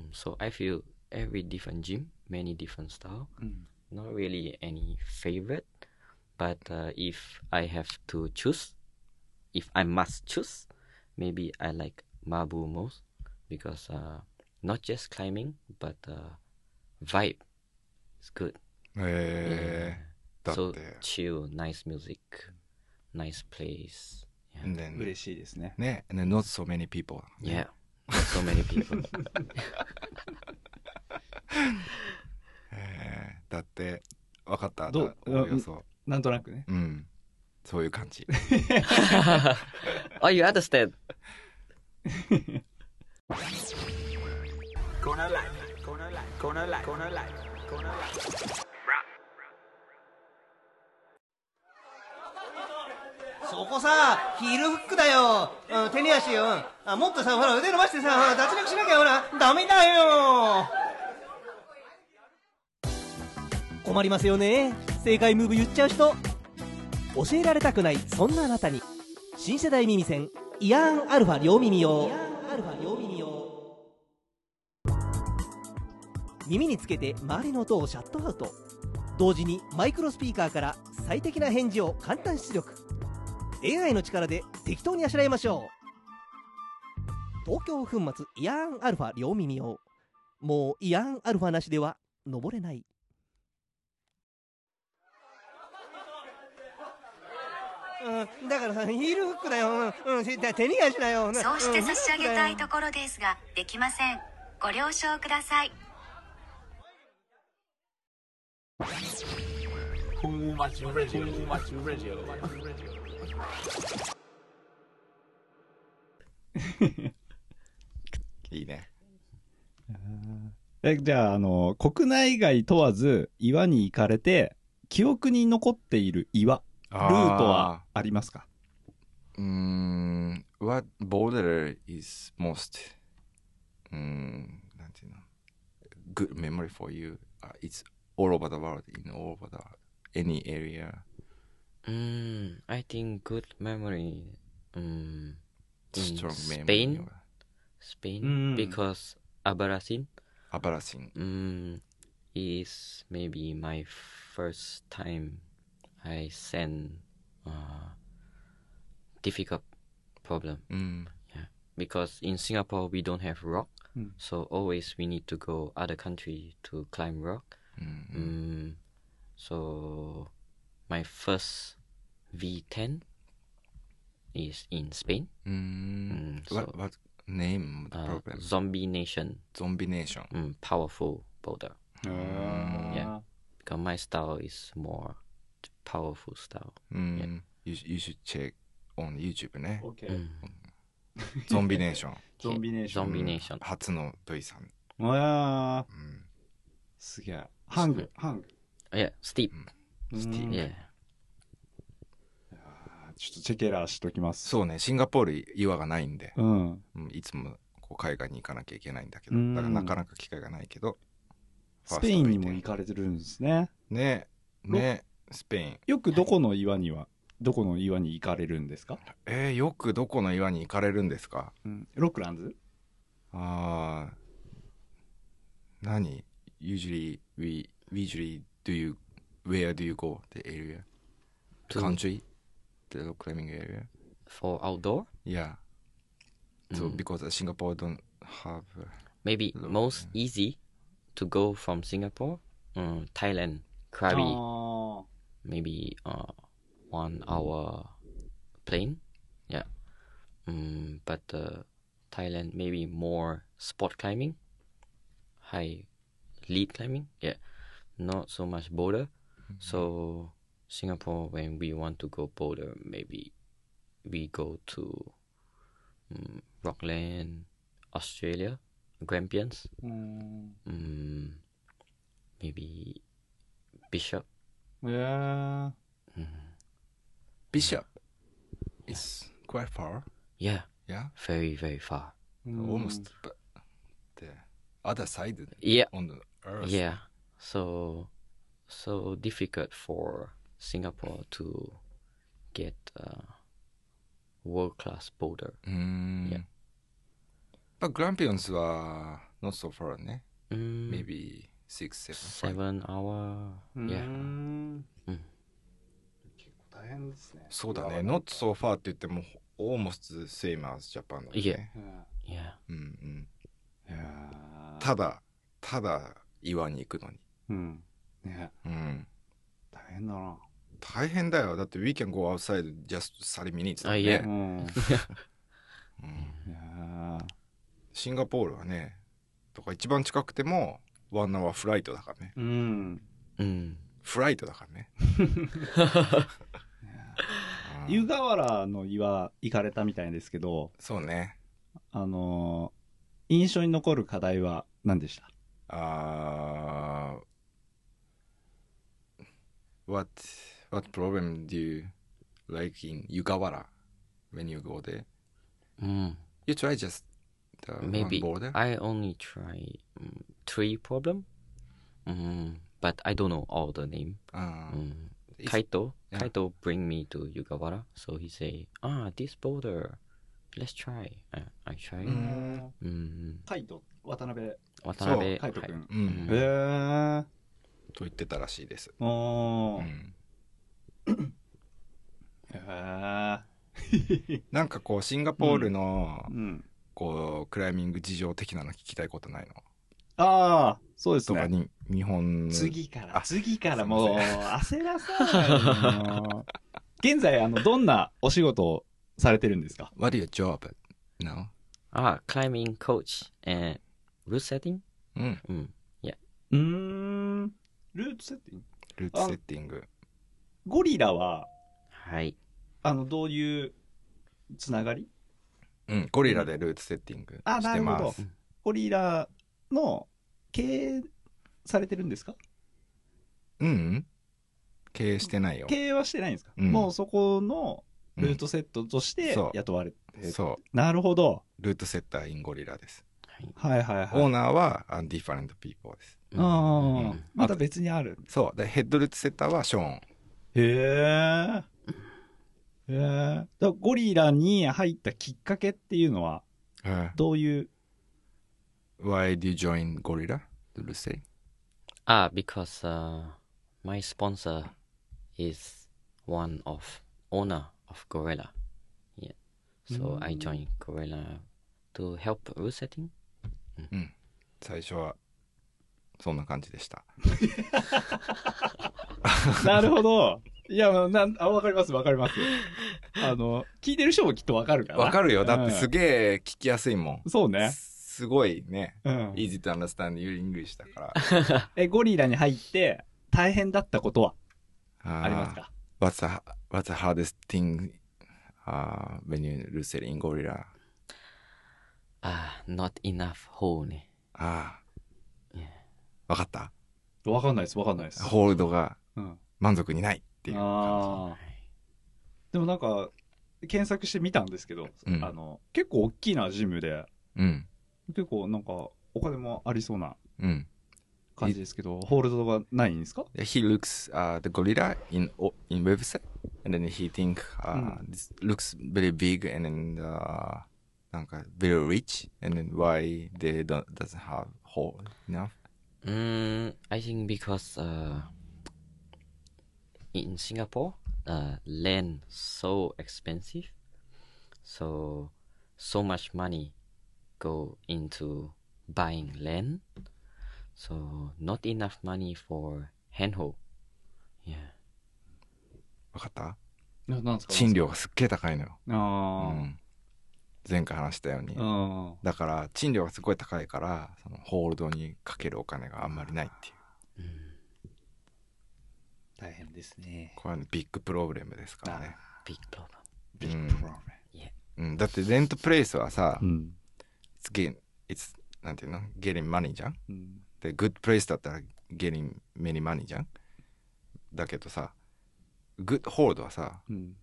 Speaker 4: Mm, So I feel every different gym, many different style. Not really any favorite, but uh, if I have to choose, if I must choose, maybe I like Mabu most because uh, not just climbing but uh, vibe is good.
Speaker 3: Eh, えー、だ
Speaker 4: So
Speaker 3: って、
Speaker 4: chill, nice music, nice place. Yeah.
Speaker 3: ねね
Speaker 5: 嬉しいですね。
Speaker 3: ね、ね not so many people.
Speaker 4: Yeah. So many people.
Speaker 3: えー、だって、わかった。
Speaker 5: どう
Speaker 3: おおよそ。
Speaker 5: なんとなくね。
Speaker 3: うん。そういう感 じ。
Speaker 4: oh, you understand?
Speaker 1: このライフこのライフこのライフこのライフこのライフ
Speaker 6: そこさ、ヒールフックだよ。うん、手に足よ。あ、もっとさ、ほら、腕伸ばしてさ、ほら脱力しなきゃ、ほら、ダメだよ。困りますよね。正解ムーブ言っちゃう人。教えられたくない、そんなあなたに。新世代耳栓、イヤーンアルファ両耳用。イヤーンアルファ両耳用。耳につけて周りの音をシャットアウト。同時にマイクロスピーカーから最適な返事を簡単出力。AI の力で適当にあしらいましょう東京粉末イヤーンアルファ両耳用もうイヤーンアルファなしでは登れないうん、だからさヒールフックだよ、うんうん、手に足だよ
Speaker 7: そうして差し上げたいところですが、できません。ご了承ください。
Speaker 1: Too much radio, too much radio.
Speaker 3: いいね。
Speaker 5: えじゃあ、あの、国内外問わず岩に行かれて、記憶に残っている岩、ルートはありますか
Speaker 3: うーん、what border is most, うーん、なんていうの good memory for you?、it's all over the world, in all over the, any area.
Speaker 4: Mm, I think good memory. Mm, in
Speaker 3: Strong memory.
Speaker 4: Spain, Spain,
Speaker 5: Mm.
Speaker 4: because Abarasin.
Speaker 3: a b a r a s i n
Speaker 4: Mm, is maybe my first time I send uh, difficult problem.
Speaker 3: うん。
Speaker 4: Yeah, because in Singapore we don't have rock,
Speaker 5: Mm.
Speaker 4: so always we need to go other country to climb rock.
Speaker 3: うん。
Speaker 4: Mm, so my first V10 is in Spain.
Speaker 3: うーん。what,
Speaker 4: so-
Speaker 3: what name of the
Speaker 4: Uh,
Speaker 3: program?
Speaker 4: Zombie Nation,
Speaker 3: Zombie Nation.
Speaker 4: mm, powerful boulder.
Speaker 5: うん
Speaker 4: いや Because my style is more powerful style.
Speaker 3: うん。You, you should check on YouTube ね。
Speaker 5: OK。
Speaker 4: Mm.
Speaker 3: ゾンビネーション。
Speaker 5: ゾンビネーション。
Speaker 4: Zombie Nation.
Speaker 3: 初の V さん。
Speaker 5: うわー
Speaker 3: うん。
Speaker 5: すげえ。ハング、ハング。
Speaker 4: Oh, Yeah, steep.
Speaker 5: スティ
Speaker 2: Mm.
Speaker 4: Yeah.
Speaker 5: ちょっとチェケラーしときます。
Speaker 3: そうね、シンガポール岩がないんで、
Speaker 5: うん。
Speaker 3: うんいつもこう海外に行かなきゃいけないんだけど、
Speaker 5: うん
Speaker 3: だからなかなか機会がないけど、
Speaker 5: スペインにも行かれてるんですね。
Speaker 3: ね、ね、スペイン。
Speaker 5: よくどこの岩には、どこの岩に行かれるんですか、
Speaker 3: えー、よくどこの岩に行かれるんですか
Speaker 5: ロックランズ
Speaker 3: あー、何 ?usually, we, we usually do you, where do you go? The area? The
Speaker 4: To-
Speaker 3: country? The rock climbing area?
Speaker 4: For outdoor,
Speaker 3: Yeah. So because uh, Singapore don't have uh,
Speaker 4: maybe most easy to go from Singapore, um, Thailand,
Speaker 2: Oh,
Speaker 4: Krabi,
Speaker 5: あ
Speaker 4: maybe uh, one hour plane. Yeah. Um, but uh, Thailand, maybe more spot climbing, high lead climbing. Yeah. Not so much border. So, Singapore, when we want to go border, maybe we go to um, Rockland, Australia, Grampians.
Speaker 5: ー。うん。
Speaker 4: Um, maybe Bishop.
Speaker 5: えー
Speaker 3: Bishop. It's quite far.
Speaker 4: Yeah.
Speaker 3: Yeah.
Speaker 4: very very far.
Speaker 5: うん
Speaker 3: almost but the other side
Speaker 4: Yeah,
Speaker 3: on the earth.
Speaker 4: yeah. So so difficult for Singapore to get a world class boulder.
Speaker 3: うーん。
Speaker 4: Yeah.
Speaker 3: まあ、グランピオンズは、not so far ね。
Speaker 4: Mm,
Speaker 3: maybe six, seven. five.
Speaker 4: seven hour.
Speaker 2: うー
Speaker 3: Mm.
Speaker 4: Yeah.
Speaker 2: ん
Speaker 4: うん
Speaker 2: 結構大変ですね
Speaker 3: そうだね。not so far って言っても、almost same as Japan だね。
Speaker 4: いえYeah.
Speaker 3: うんうん。
Speaker 2: いやー
Speaker 3: ただ、ただ、岩に行くのに。
Speaker 2: うんね
Speaker 3: うん。
Speaker 2: 大変だな
Speaker 3: 大変だよ。だって、we can go outside just 30 minutes だ
Speaker 4: あ
Speaker 3: ね。
Speaker 4: いえ
Speaker 2: う
Speaker 3: うん
Speaker 2: んいやー
Speaker 3: シンガポールはね、とか一番近くても、ワンナはフライトだからね。
Speaker 2: うん
Speaker 4: Mm.
Speaker 3: フライトだからね。うん
Speaker 2: 湯河原の岩行かれたみたいですけど
Speaker 3: そうね。
Speaker 2: あのー印象に残る課題は何でした
Speaker 3: あー what, what problem do you like in Yugawara when you go there?
Speaker 4: Mm.
Speaker 3: You try just the one
Speaker 4: Maybe
Speaker 3: border?
Speaker 4: I only try mm, three problem. Mm, but I don't know all the name.
Speaker 3: あー
Speaker 4: Mm.
Speaker 3: It's-
Speaker 4: Kaito,
Speaker 3: Ah. yeah.
Speaker 4: Kaito bring me to Yugawara, so he say, ah, this boulder, let's try. Uh, I try.
Speaker 3: う
Speaker 4: Mm.
Speaker 3: ん
Speaker 2: カイト渡辺へ
Speaker 4: Watanabe,
Speaker 2: カイト
Speaker 4: hi.
Speaker 2: 君
Speaker 3: うん
Speaker 2: えー
Speaker 3: と言ってたらしいです。
Speaker 2: お
Speaker 3: う
Speaker 2: ー
Speaker 3: ん
Speaker 2: へー
Speaker 3: なんかこうシンガポールの
Speaker 2: うん
Speaker 3: こうクライミング事情的なの聞きたいことないの
Speaker 2: ああそうです
Speaker 3: とか
Speaker 2: ね
Speaker 3: に日本の
Speaker 2: 次から
Speaker 3: あ
Speaker 2: 次から
Speaker 3: すいません
Speaker 2: もう焦らさないの現在あのどんなお仕事をされてるんですか
Speaker 3: What is your job now?
Speaker 4: Ah, climbing coach and route setting.
Speaker 3: うん、
Speaker 4: Mm.
Speaker 2: うーんルートセッティング
Speaker 3: ルーツセッティング。
Speaker 2: ゴリラは
Speaker 4: Hi.
Speaker 2: あのどういうつながり
Speaker 3: うん、ゴリラでルーツセッティング
Speaker 2: あ
Speaker 3: して
Speaker 2: なる
Speaker 3: ま
Speaker 2: ほ
Speaker 3: す。
Speaker 2: ゴリラの経営されてるんですか
Speaker 3: うん、うん、経営してないよ。
Speaker 2: 経営はしてないんですか、
Speaker 3: うん
Speaker 2: もうそこのルー
Speaker 3: う
Speaker 2: トセットとして
Speaker 3: そう
Speaker 2: 雇われて、
Speaker 3: んそう。
Speaker 2: なるほど
Speaker 3: ルートセッターインゴリラです。
Speaker 2: はいはい
Speaker 3: オー
Speaker 2: はい
Speaker 3: ナーはアンディファレントピーポーです。
Speaker 2: ああ、
Speaker 4: うん
Speaker 2: また別にある
Speaker 3: そう。で、ヘッドルートセッターはショーン。
Speaker 2: へえ。へえ。だからゴリラに入ったきっかけっていうのは、どういう、
Speaker 3: Why do you join Gorilla? Do you say?
Speaker 4: Ah, because uh, my sponsor is one of owner of Gorilla. Yeah. So
Speaker 2: Mm.
Speaker 4: I joined Gorilla to help route setting.
Speaker 3: 最初は、そんな感じでした。
Speaker 2: なるほ ど。いや、まあなんあ、わかります、わかります。あの、聞いてる人もきっとわかるから。
Speaker 3: わかるよ。だって
Speaker 2: うん
Speaker 3: すげえ聞きやすいもん。
Speaker 2: そうね。
Speaker 3: すごいね。
Speaker 2: うん。
Speaker 3: easy to understand your English だ から。
Speaker 2: え、ゴリラに入って、大変だったことはありますか
Speaker 3: What's the, what's the hardest thing、uh, when you l o s e in Gorilla?
Speaker 4: Ah, not enough hole. ね
Speaker 3: ああ
Speaker 4: Yeah.。
Speaker 3: わかった
Speaker 2: わかんないです、わかんないです
Speaker 3: ホールドが
Speaker 2: うん。
Speaker 3: 満足にないっていう感
Speaker 2: ああ。でもなんか、検索してみたんですけど、
Speaker 3: うん
Speaker 2: あの、結構大きなジムで、
Speaker 3: じ。うん。
Speaker 2: 結構なんか、お金もありそうな
Speaker 3: うん。
Speaker 2: 感じですけど、ホールドがないんですか
Speaker 3: He looks uh, the gorilla in o- in website, and then he think uh, this looks very big and then uh, なんか very rich, and then why they don't doesn't have hole enough.
Speaker 4: Mm, I think because uh, in Singapore, uh, land so expensive, so so much money go into buying land, so not enough money for handhold. Yeah.
Speaker 3: わかった？
Speaker 2: ななんです
Speaker 3: 賃料がすっげえ高いのよ。う
Speaker 2: あ
Speaker 3: ん、前回話したように
Speaker 2: あ、う。ん。
Speaker 3: だから賃料がすごい高いからそのホールドにかけるお金があんまりないっていう
Speaker 4: Mm,
Speaker 2: 大変ですね。
Speaker 3: これはねビッグプロブレムですからね。
Speaker 4: big problem.
Speaker 3: う
Speaker 2: ビッ
Speaker 3: ん
Speaker 2: グプロ
Speaker 3: うん、だってレントプレイスはさ、
Speaker 2: ブレム。
Speaker 3: it's getting it's なんていうの getting money じゃん
Speaker 2: うん。
Speaker 3: で good place だったら getting many money じゃんだけどさ good hold はさ
Speaker 2: うん。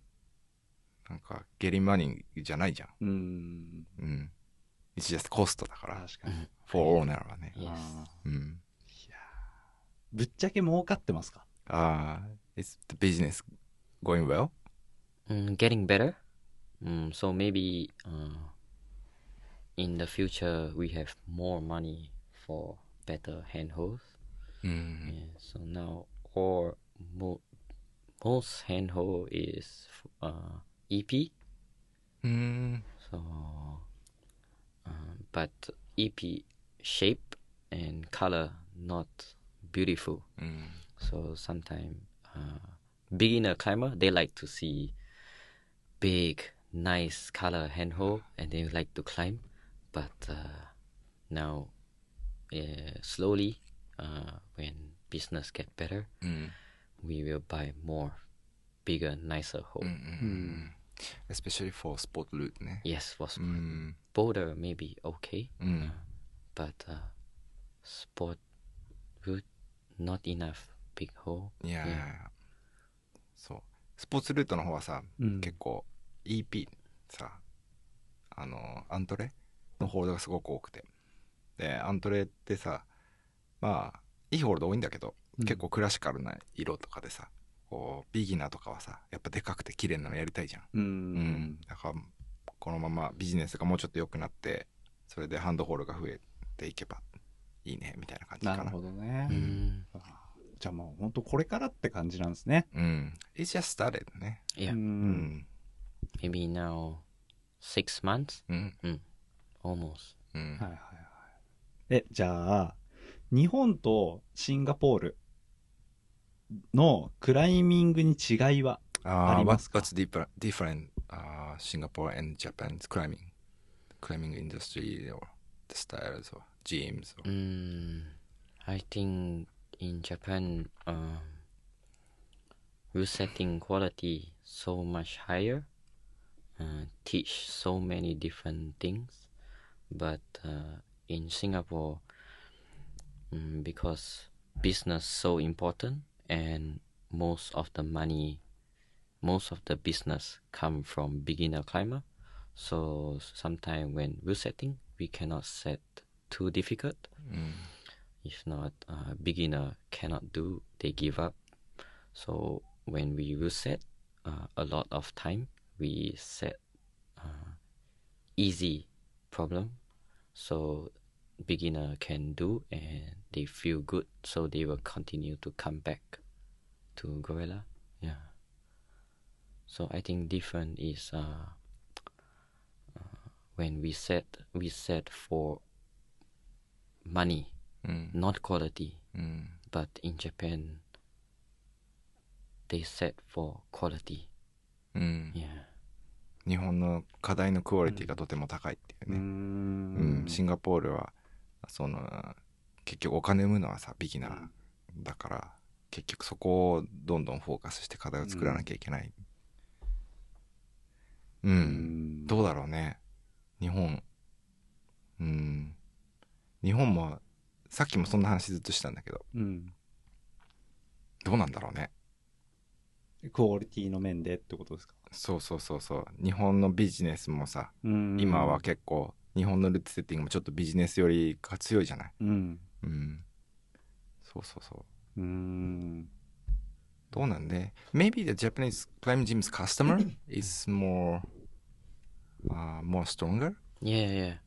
Speaker 3: なんか getting money じゃないじゃん
Speaker 2: うん。
Speaker 3: うん it's just cost だから
Speaker 2: 確かに。
Speaker 3: for owner はね
Speaker 4: Yes.
Speaker 2: あー
Speaker 3: うん
Speaker 2: ぶっちゃけ儲かってますか
Speaker 3: ああ it's the business going well
Speaker 4: Mm, getting better. Mm, so maybe uh, in the future we have more money for better handholds.
Speaker 3: うん。
Speaker 4: Yeah, so now or mo- most handhold is uh, EP.
Speaker 3: うん。
Speaker 4: So, um, but EP shape and color not beautiful.
Speaker 3: うん。
Speaker 4: So sometimes uh, beginner climber they like to see big, nice color handhold, and they like to climb. But uh, now, uh, slowly, uh, when business get better,
Speaker 3: うん。
Speaker 4: we will buy more, bigger, nicer hole.
Speaker 3: Mm. うん。especially for sport route ね。
Speaker 4: Yes, for
Speaker 3: う
Speaker 4: sport.
Speaker 3: ん。
Speaker 4: Boulder maybe okay,
Speaker 3: うん。
Speaker 4: but uh, sport good, not enough big hole.
Speaker 3: いやいやいやそう。スポーツルートの方はさ、
Speaker 5: うん
Speaker 3: 結構 EP さ、あの、アントレのホールドがすごく多くて。で、アントレってさ、まあ、いいホールド多いんだけど、
Speaker 5: うん
Speaker 3: 結構クラシカルな色とかでさ、こう、ビギナーとかはさ、やっぱでかくて綺麗なのやりたいじゃん。
Speaker 5: う
Speaker 3: うんん。だから、このままビジネスがもうちょっと良くなって、それでハンドホールが増えていけばいいね、みたいな感じか
Speaker 5: な
Speaker 3: な。
Speaker 5: るほどね。
Speaker 4: Mm,
Speaker 5: じゃあもう本当これからって感じなんですね。
Speaker 3: うん。It's just started ね。
Speaker 4: yeah,
Speaker 2: Mm.
Speaker 3: う。
Speaker 4: maybe now six months,
Speaker 3: うん。
Speaker 4: almost.
Speaker 3: う
Speaker 5: は
Speaker 3: ん。
Speaker 5: いはいはい。え、じゃあ、日本とシンガポールのクライミングに違いは
Speaker 3: あ
Speaker 5: あります
Speaker 3: what's,
Speaker 5: か
Speaker 3: what's different, different、uh, Singapore and Japan's climbing? Climbing industry or the styles or gyms or...
Speaker 4: Mm, I think in Japan, um, we're setting quality so much higher, uh, teach so many different things, but uh, in Singapore, mm, because business so important and most of the money, most of the business come from beginner climber, so sometimes when we're setting, we cannot set too difficult. If not, uh, beginner cannot do, they give up. So when we will set uh, a lot of time, we set uh, easy problem, so beginner can do and they feel good, so they will continue to come back to gorilla. Yeah. So I think different is uh, when we set we set for money, not quality.
Speaker 3: うん。
Speaker 4: But in Japan, they set for quality.
Speaker 3: うん。
Speaker 4: Yeah.
Speaker 3: 日本の課題のクオリティがとても高いっていうね。
Speaker 5: ん
Speaker 3: うん。シンガポールは、その、結局お金生むのはさ、ビギナーだから、結局そこをどんどんフォーカスして課題を作らなきゃいけない。う
Speaker 5: うんん
Speaker 3: どうだろうね。日本。うん。日本も、さっきもそんな話ずっとしたんだけど、
Speaker 5: うん
Speaker 3: どうなんだろうね。
Speaker 5: クオリティの面でってことですか
Speaker 3: そうそうそうそう。日本のビジネスもさ、今は、結構、日本のルーツセッティングもちょっとビジネスよりが強いじゃない。
Speaker 5: うん。
Speaker 3: うん。そうそうそう。
Speaker 5: うん。
Speaker 3: どうなんで Maybe the Japanese climb gym's customer is more, uh, more stronger?
Speaker 4: Yeah, yeah.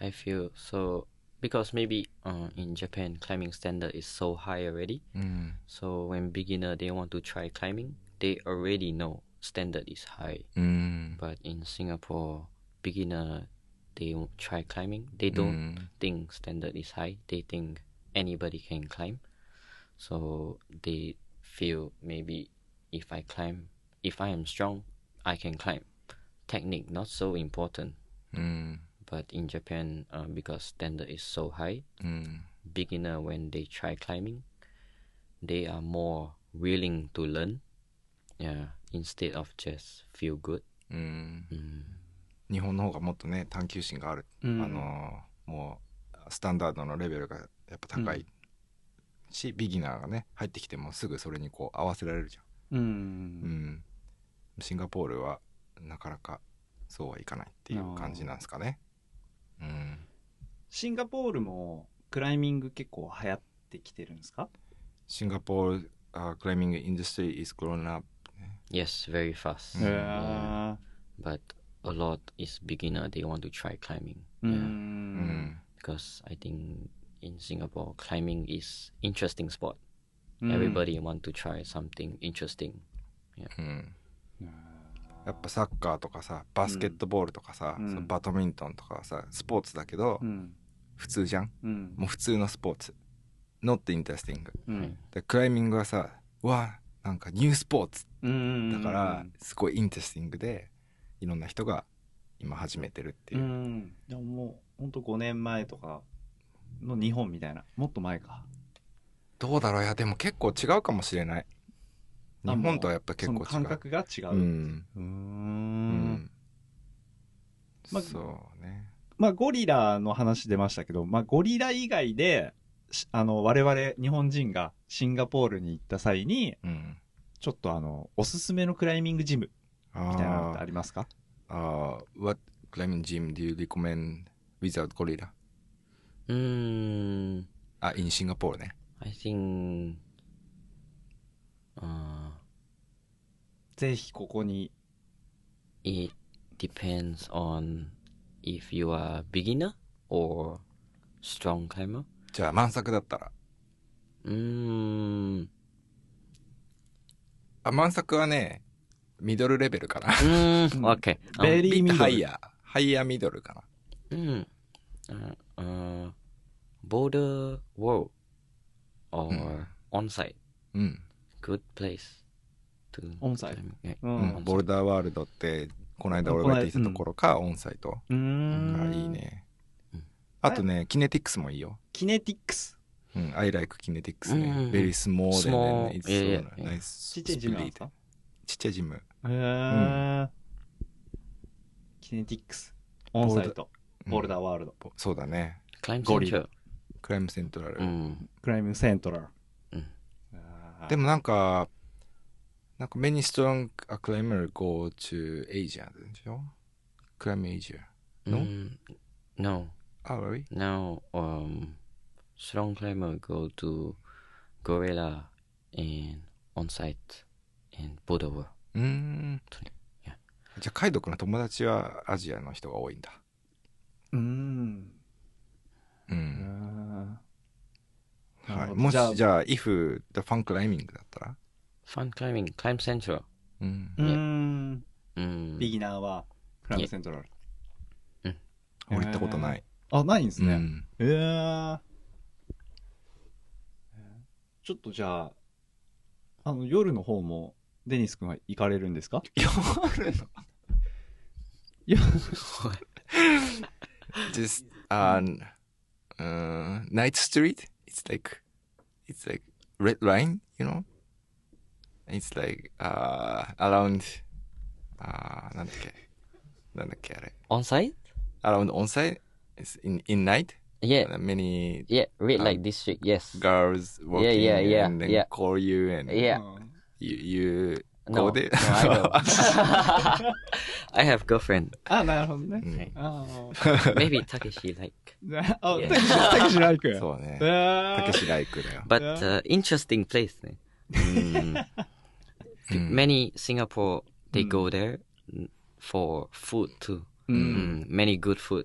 Speaker 4: I feel so because maybe uh, in Japan climbing standard is so high already.
Speaker 3: うん。
Speaker 4: So when beginner they want to try climbing, they already know standard is high.
Speaker 3: うん。
Speaker 4: But in Singapore, beginner they won't try climbing. They don't
Speaker 3: Mm.
Speaker 4: think standard is high. They think anybody can climb. So they feel maybe if I climb, if I am strong, I can climb. Technique not so important.
Speaker 3: うん。
Speaker 4: But in Japan, uh, because standard is so high,
Speaker 3: うん。
Speaker 4: beginner when they try climbing, they are more willing to learn. Yeah, instead of just feel good.
Speaker 3: うん。
Speaker 4: Mm.
Speaker 3: 日本の方がもっとね探求心がある、あのーもうスタンダードのレベルがやっぱ高いし、ビギナーがね入ってきてもすぐそれにこう合わせられるじ
Speaker 5: う。
Speaker 3: ゃん、うんん、シンガポールはなかなかそうはいかないっていう感じなんですかねうん
Speaker 5: シンガポールもクライミング結構流行ってきてるんですか
Speaker 3: シンガポール、uh, climbing industry is grown up
Speaker 4: Yes, very fast.
Speaker 2: へー
Speaker 4: But a lot is beginner. They want to try climbing.
Speaker 2: う
Speaker 4: Yeah.
Speaker 3: うんん
Speaker 4: because I think in Singapore climbing is interesting sport.
Speaker 2: うん
Speaker 4: Everybody want to try something interesting.
Speaker 3: うんやっぱサッカーとかさバスケットボールとかさ、
Speaker 2: うん
Speaker 3: そのバドミントンとかさスポーツだけど、
Speaker 2: うん
Speaker 3: 普通じゃん
Speaker 2: うん
Speaker 3: もう普通のスポーツ not interesting
Speaker 2: うん
Speaker 3: でクライミングはさうわなんかニュースポーツ
Speaker 2: うん
Speaker 3: だからすごいインテスティングでいろんな人が今始めてるっていうう、
Speaker 2: んでももうほんと5年前とかの日本みたいなもっと前か
Speaker 3: どうだろういやでも結構違うかもしれない
Speaker 2: あ
Speaker 3: 日本とはやっぱ結
Speaker 2: そ
Speaker 3: 構
Speaker 2: の
Speaker 3: 違う
Speaker 2: 感覚が違う
Speaker 3: う、ん、
Speaker 2: うー
Speaker 3: うん
Speaker 2: んまあ
Speaker 3: そうね
Speaker 2: まあゴリラの話出ましたけど、まあ、ゴリラ以外でしあの我々日本人がシンガポールに行った際に
Speaker 3: うん
Speaker 2: ちょっとあのおすすめのクライミングジム
Speaker 3: あ
Speaker 2: みたいなのってあ
Speaker 3: ー
Speaker 2: りますか
Speaker 3: あー What climbing gym do you recommend without gorilla?
Speaker 4: Mm,
Speaker 3: あ in Singapore ね
Speaker 4: I think. Uh,
Speaker 2: ぜひここに
Speaker 4: it depends on if you are beginner or strong climber.
Speaker 3: じゃあ満作だったら
Speaker 4: Mm,
Speaker 3: あ満作はねミドルレベルかな
Speaker 4: mm, okay.
Speaker 2: ベ
Speaker 4: Um,
Speaker 2: リ ーミドル
Speaker 3: ハイヤーハイヤーミドルかな
Speaker 4: mm, uh, uh, border world or
Speaker 3: Mm.
Speaker 4: on site.
Speaker 3: うん、
Speaker 4: good place to
Speaker 2: On-site.
Speaker 4: climb. Yeah.
Speaker 2: う
Speaker 3: うんん、ボルダーワールドってこの間俺が行ってきたところか、オンサイト
Speaker 2: うー
Speaker 3: が
Speaker 2: ん
Speaker 3: いいね、
Speaker 4: うん
Speaker 3: あとねキネティックスもいいよ
Speaker 2: キネティックス
Speaker 3: うん、I like kinetics
Speaker 4: うんうんう
Speaker 3: ね
Speaker 4: ん。
Speaker 3: Very small
Speaker 4: Small
Speaker 3: and then it's
Speaker 4: yeah,
Speaker 3: so
Speaker 4: yeah, yeah.
Speaker 3: nice
Speaker 2: ちっちゃいジムなんですか
Speaker 3: split ちっちゃいジム。
Speaker 2: へーキネティックスオンサイトボルダーワールド
Speaker 3: うんそうだね。
Speaker 4: Climb
Speaker 2: Gorilla.
Speaker 4: center.
Speaker 3: クライムセントラル。
Speaker 4: Mm.
Speaker 2: クライムセントラル
Speaker 4: うん
Speaker 2: あー
Speaker 3: でもなんか、なんか many strong a climber go to Asia でしょ ?Climb Asia. No?
Speaker 4: Mm, no.
Speaker 3: Ah, really?
Speaker 4: Now, um, strong climber go to gorilla and on site and border world.
Speaker 3: うーん
Speaker 4: いや。
Speaker 3: じゃあカイドくんの友達はアジアの人が多いんだ。
Speaker 2: うーん
Speaker 3: う。
Speaker 2: うんんなる
Speaker 3: はい、
Speaker 2: ほど
Speaker 3: も
Speaker 2: じゃあ
Speaker 3: し、じゃあ、if the fun climbing だったら
Speaker 4: Fun climbing, climb central.
Speaker 3: うん。
Speaker 2: うーん
Speaker 4: Mm.
Speaker 2: ビギナーはクライムセントラル
Speaker 3: 俺行ったことない。
Speaker 2: あないんです
Speaker 3: う
Speaker 2: ね
Speaker 3: ん
Speaker 2: えーちょっとじゃああの夜の方もデニス君は行かれるんですか
Speaker 3: 夜の
Speaker 2: いや
Speaker 3: just um uh, night street it's like it's like red line you know it's like uh around uh なんだっけなんだっけあれ
Speaker 4: On site?
Speaker 3: around on site it's in in night
Speaker 4: Yeah.
Speaker 3: and many
Speaker 4: Yeah. Red
Speaker 3: Um,
Speaker 4: light district. Yes.
Speaker 3: girls walking
Speaker 4: yeah, yeah,
Speaker 3: and then
Speaker 4: yeah.
Speaker 3: call you and
Speaker 4: Yeah.
Speaker 3: you you
Speaker 4: No.
Speaker 3: go there
Speaker 4: no, I don't. I have girlfriend.
Speaker 2: あなるほど
Speaker 3: う
Speaker 2: ね
Speaker 3: ん
Speaker 2: あー
Speaker 4: Maybe Takeshi like.
Speaker 2: ねあ、
Speaker 4: Yeah.
Speaker 2: たけし、たけしライク。
Speaker 3: そうねた
Speaker 2: え
Speaker 3: けしライクだよ
Speaker 4: But
Speaker 2: Yeah.
Speaker 4: uh, interesting place. eh? Mm.
Speaker 3: うん
Speaker 4: Many Singapore
Speaker 2: Mm.
Speaker 4: they go there mm, for food too.
Speaker 2: う
Speaker 4: Mm, many good food.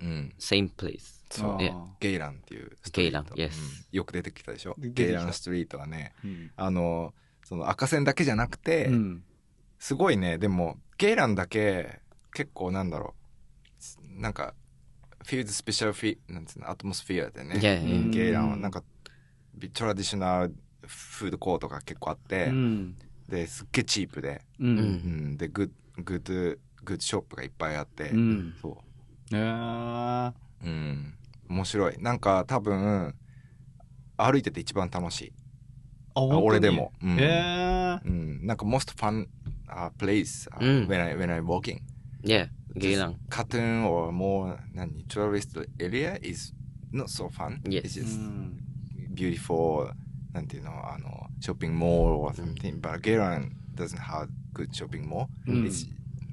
Speaker 3: うん、
Speaker 4: Same place.
Speaker 3: そう
Speaker 2: あー
Speaker 4: Yeah.
Speaker 3: ゲイランっていうストリート。
Speaker 4: ゲイラン Yes
Speaker 3: うんよく出てきたでしょ。
Speaker 2: 出てきた
Speaker 3: ゲイランストリートはね、
Speaker 2: うん
Speaker 3: あの、その赤線だけじゃなくて、
Speaker 2: うん
Speaker 3: すごいね、でも、ゲイランだけ、結構なんだろう、なんか、フィールドスペシャルフィ、なんつうの、アトモスフィアでね、
Speaker 4: Yeah, yeah.
Speaker 3: in ゲイランは
Speaker 2: うん
Speaker 3: なんか、トラディショナルフードコートが結構あって、
Speaker 2: うん
Speaker 3: で、すっげえチープで、
Speaker 2: う
Speaker 4: うん。
Speaker 3: うんん、で、グッ、グッド、グッドショップがいっぱいあって、
Speaker 2: うん
Speaker 3: そ
Speaker 2: え
Speaker 3: う。
Speaker 2: ー
Speaker 3: うん。面白い。なんか多分、歩いてて一番楽しい。
Speaker 2: あ本当に
Speaker 3: 俺でも。うん。
Speaker 2: えー
Speaker 3: うん、なんか most fun、uh, place、uh,
Speaker 4: うん
Speaker 3: when I, when I walking.
Speaker 4: Yeah, Geylang.
Speaker 3: Cartoon or more, 何 tourist area is not so fun.
Speaker 4: Yes.
Speaker 3: It's
Speaker 2: う
Speaker 3: just
Speaker 2: ん
Speaker 3: beautiful, なんていうの、あの、shopping mall or something. But Geylang doesn't have good shopping mall.
Speaker 2: うん
Speaker 3: It's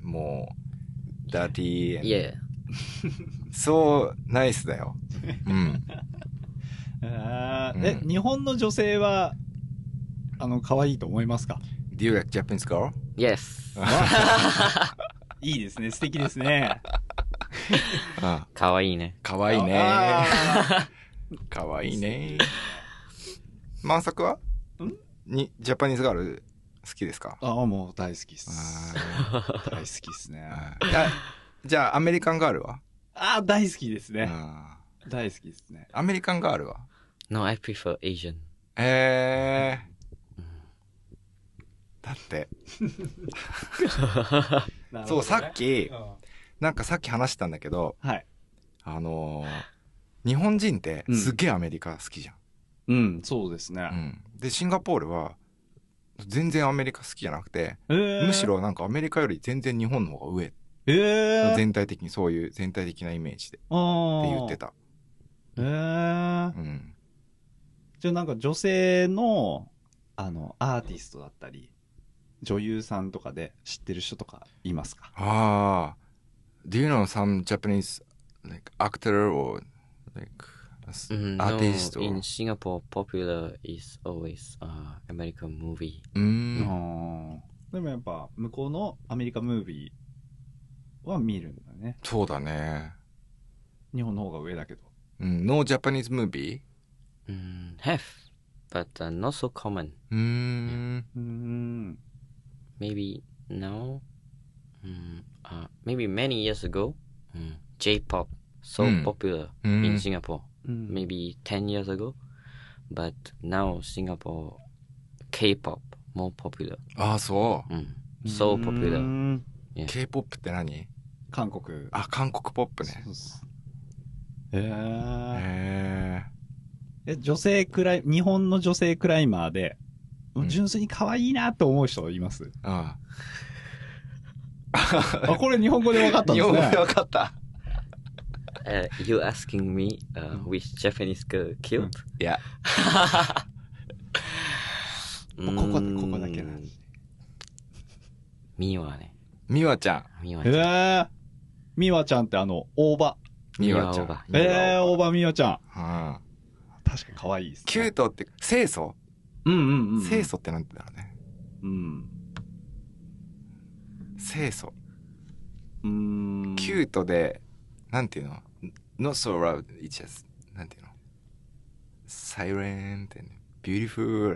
Speaker 3: more dirty and
Speaker 4: Yeah.
Speaker 3: so nice だよ。うん。
Speaker 2: えー
Speaker 3: うん
Speaker 2: え日本の女性はあの可愛いと思いますか
Speaker 3: Do you like Japanese girl?
Speaker 4: Yes.
Speaker 2: いいですね。素敵ですね。
Speaker 3: あ
Speaker 4: かわいいね。
Speaker 3: かわいいね。かわいいね。満作は
Speaker 2: ん
Speaker 3: に、ジャパニーズガール好きですか
Speaker 2: ああ、もう大好きっ
Speaker 3: あ
Speaker 2: す。大好きっすね。
Speaker 3: ーうんあじゃあ、アメリカンガールは
Speaker 2: ああ、大好きですね。
Speaker 3: あ
Speaker 2: 大好きですね。
Speaker 3: ーアメリカンガールは
Speaker 4: No, I prefer Asian.
Speaker 3: えー。だって、そう、さっき、なんかさっき話したんだけど、
Speaker 2: はい。
Speaker 3: あのー日本人って
Speaker 2: うん
Speaker 3: すげえアメリカ好きじゃん。
Speaker 2: うん、そうですね
Speaker 3: う。んで、シンガポールは、全然アメリカ好きじゃなくて、
Speaker 2: えー
Speaker 3: むし。ろなんかアメリカより全然日本の方が上。
Speaker 2: えー。
Speaker 3: 全体的にそういう全体的なイメージでって
Speaker 2: って
Speaker 3: 言って。た。
Speaker 2: えー
Speaker 3: う。ん。
Speaker 2: じゃあなんか女性の、あの、アーティストだったり、女優さんとかで知ってる人とかいますか
Speaker 3: ああ。Do you know some Japanese like actor or like s-
Speaker 4: Mm,
Speaker 3: artist
Speaker 4: no,
Speaker 3: or?
Speaker 4: in Singapore, popular is always uh, American movie.
Speaker 2: う
Speaker 3: うー。
Speaker 2: んん。でもやっぱ、向こうのアメリカムービーは見るんだね。
Speaker 3: そうだね。
Speaker 2: 日本の方が上だけど。
Speaker 3: うん。No Japanese movie?
Speaker 4: Mm, have, but uh, not so common.
Speaker 3: うーん。
Speaker 2: うーん。
Speaker 4: Maybe now, mm, uh, maybe many years ago, mm, J-pop so
Speaker 3: Mm.
Speaker 4: popular in
Speaker 3: Mm.
Speaker 4: Singapore.
Speaker 2: うん。
Speaker 4: Maybe ten years ago, but now Singapore K-pop more popular.
Speaker 3: ああ、そう。
Speaker 4: Mm,
Speaker 3: Hmm.
Speaker 4: so
Speaker 2: うー
Speaker 4: popular.
Speaker 2: ん
Speaker 3: K-POP って何
Speaker 2: 韓国。
Speaker 3: あ、韓国ポップね
Speaker 2: そう。っす。えー、
Speaker 3: へ
Speaker 2: え、女性クライ、日本の女性クライマーで、
Speaker 3: うん
Speaker 2: 純粋に可愛いなと思う人います、
Speaker 3: え。あ
Speaker 2: あ、これ日本語で分かった
Speaker 3: あ。
Speaker 2: ん
Speaker 3: 日
Speaker 2: です
Speaker 3: 本語
Speaker 2: ね。
Speaker 3: で分かった。
Speaker 4: Uh, you asking me uh,
Speaker 3: Hmm.
Speaker 4: which Japanese girl killed?
Speaker 3: いや。Hmm. Oh,
Speaker 2: こここ
Speaker 4: Hmm,
Speaker 2: こだけなんで
Speaker 4: ミワね。
Speaker 3: ミワちゃん。
Speaker 4: ミワ
Speaker 2: えー、みわちゃんってあの、大葉。
Speaker 3: ミワちゃん
Speaker 4: ミワ。
Speaker 3: ミワ
Speaker 2: えー、大葉みわちゃん。
Speaker 3: うん。
Speaker 2: 確かに可愛いです、ね。
Speaker 3: キュートって、清楚
Speaker 2: うんうんうん。
Speaker 3: 清楚ってなんて言うんだろうね。
Speaker 2: うん。
Speaker 3: 清楚。
Speaker 2: うーん。
Speaker 3: キュートで、なんていうの ?not so loud, it's just, なんていうの ?silent and beautiful.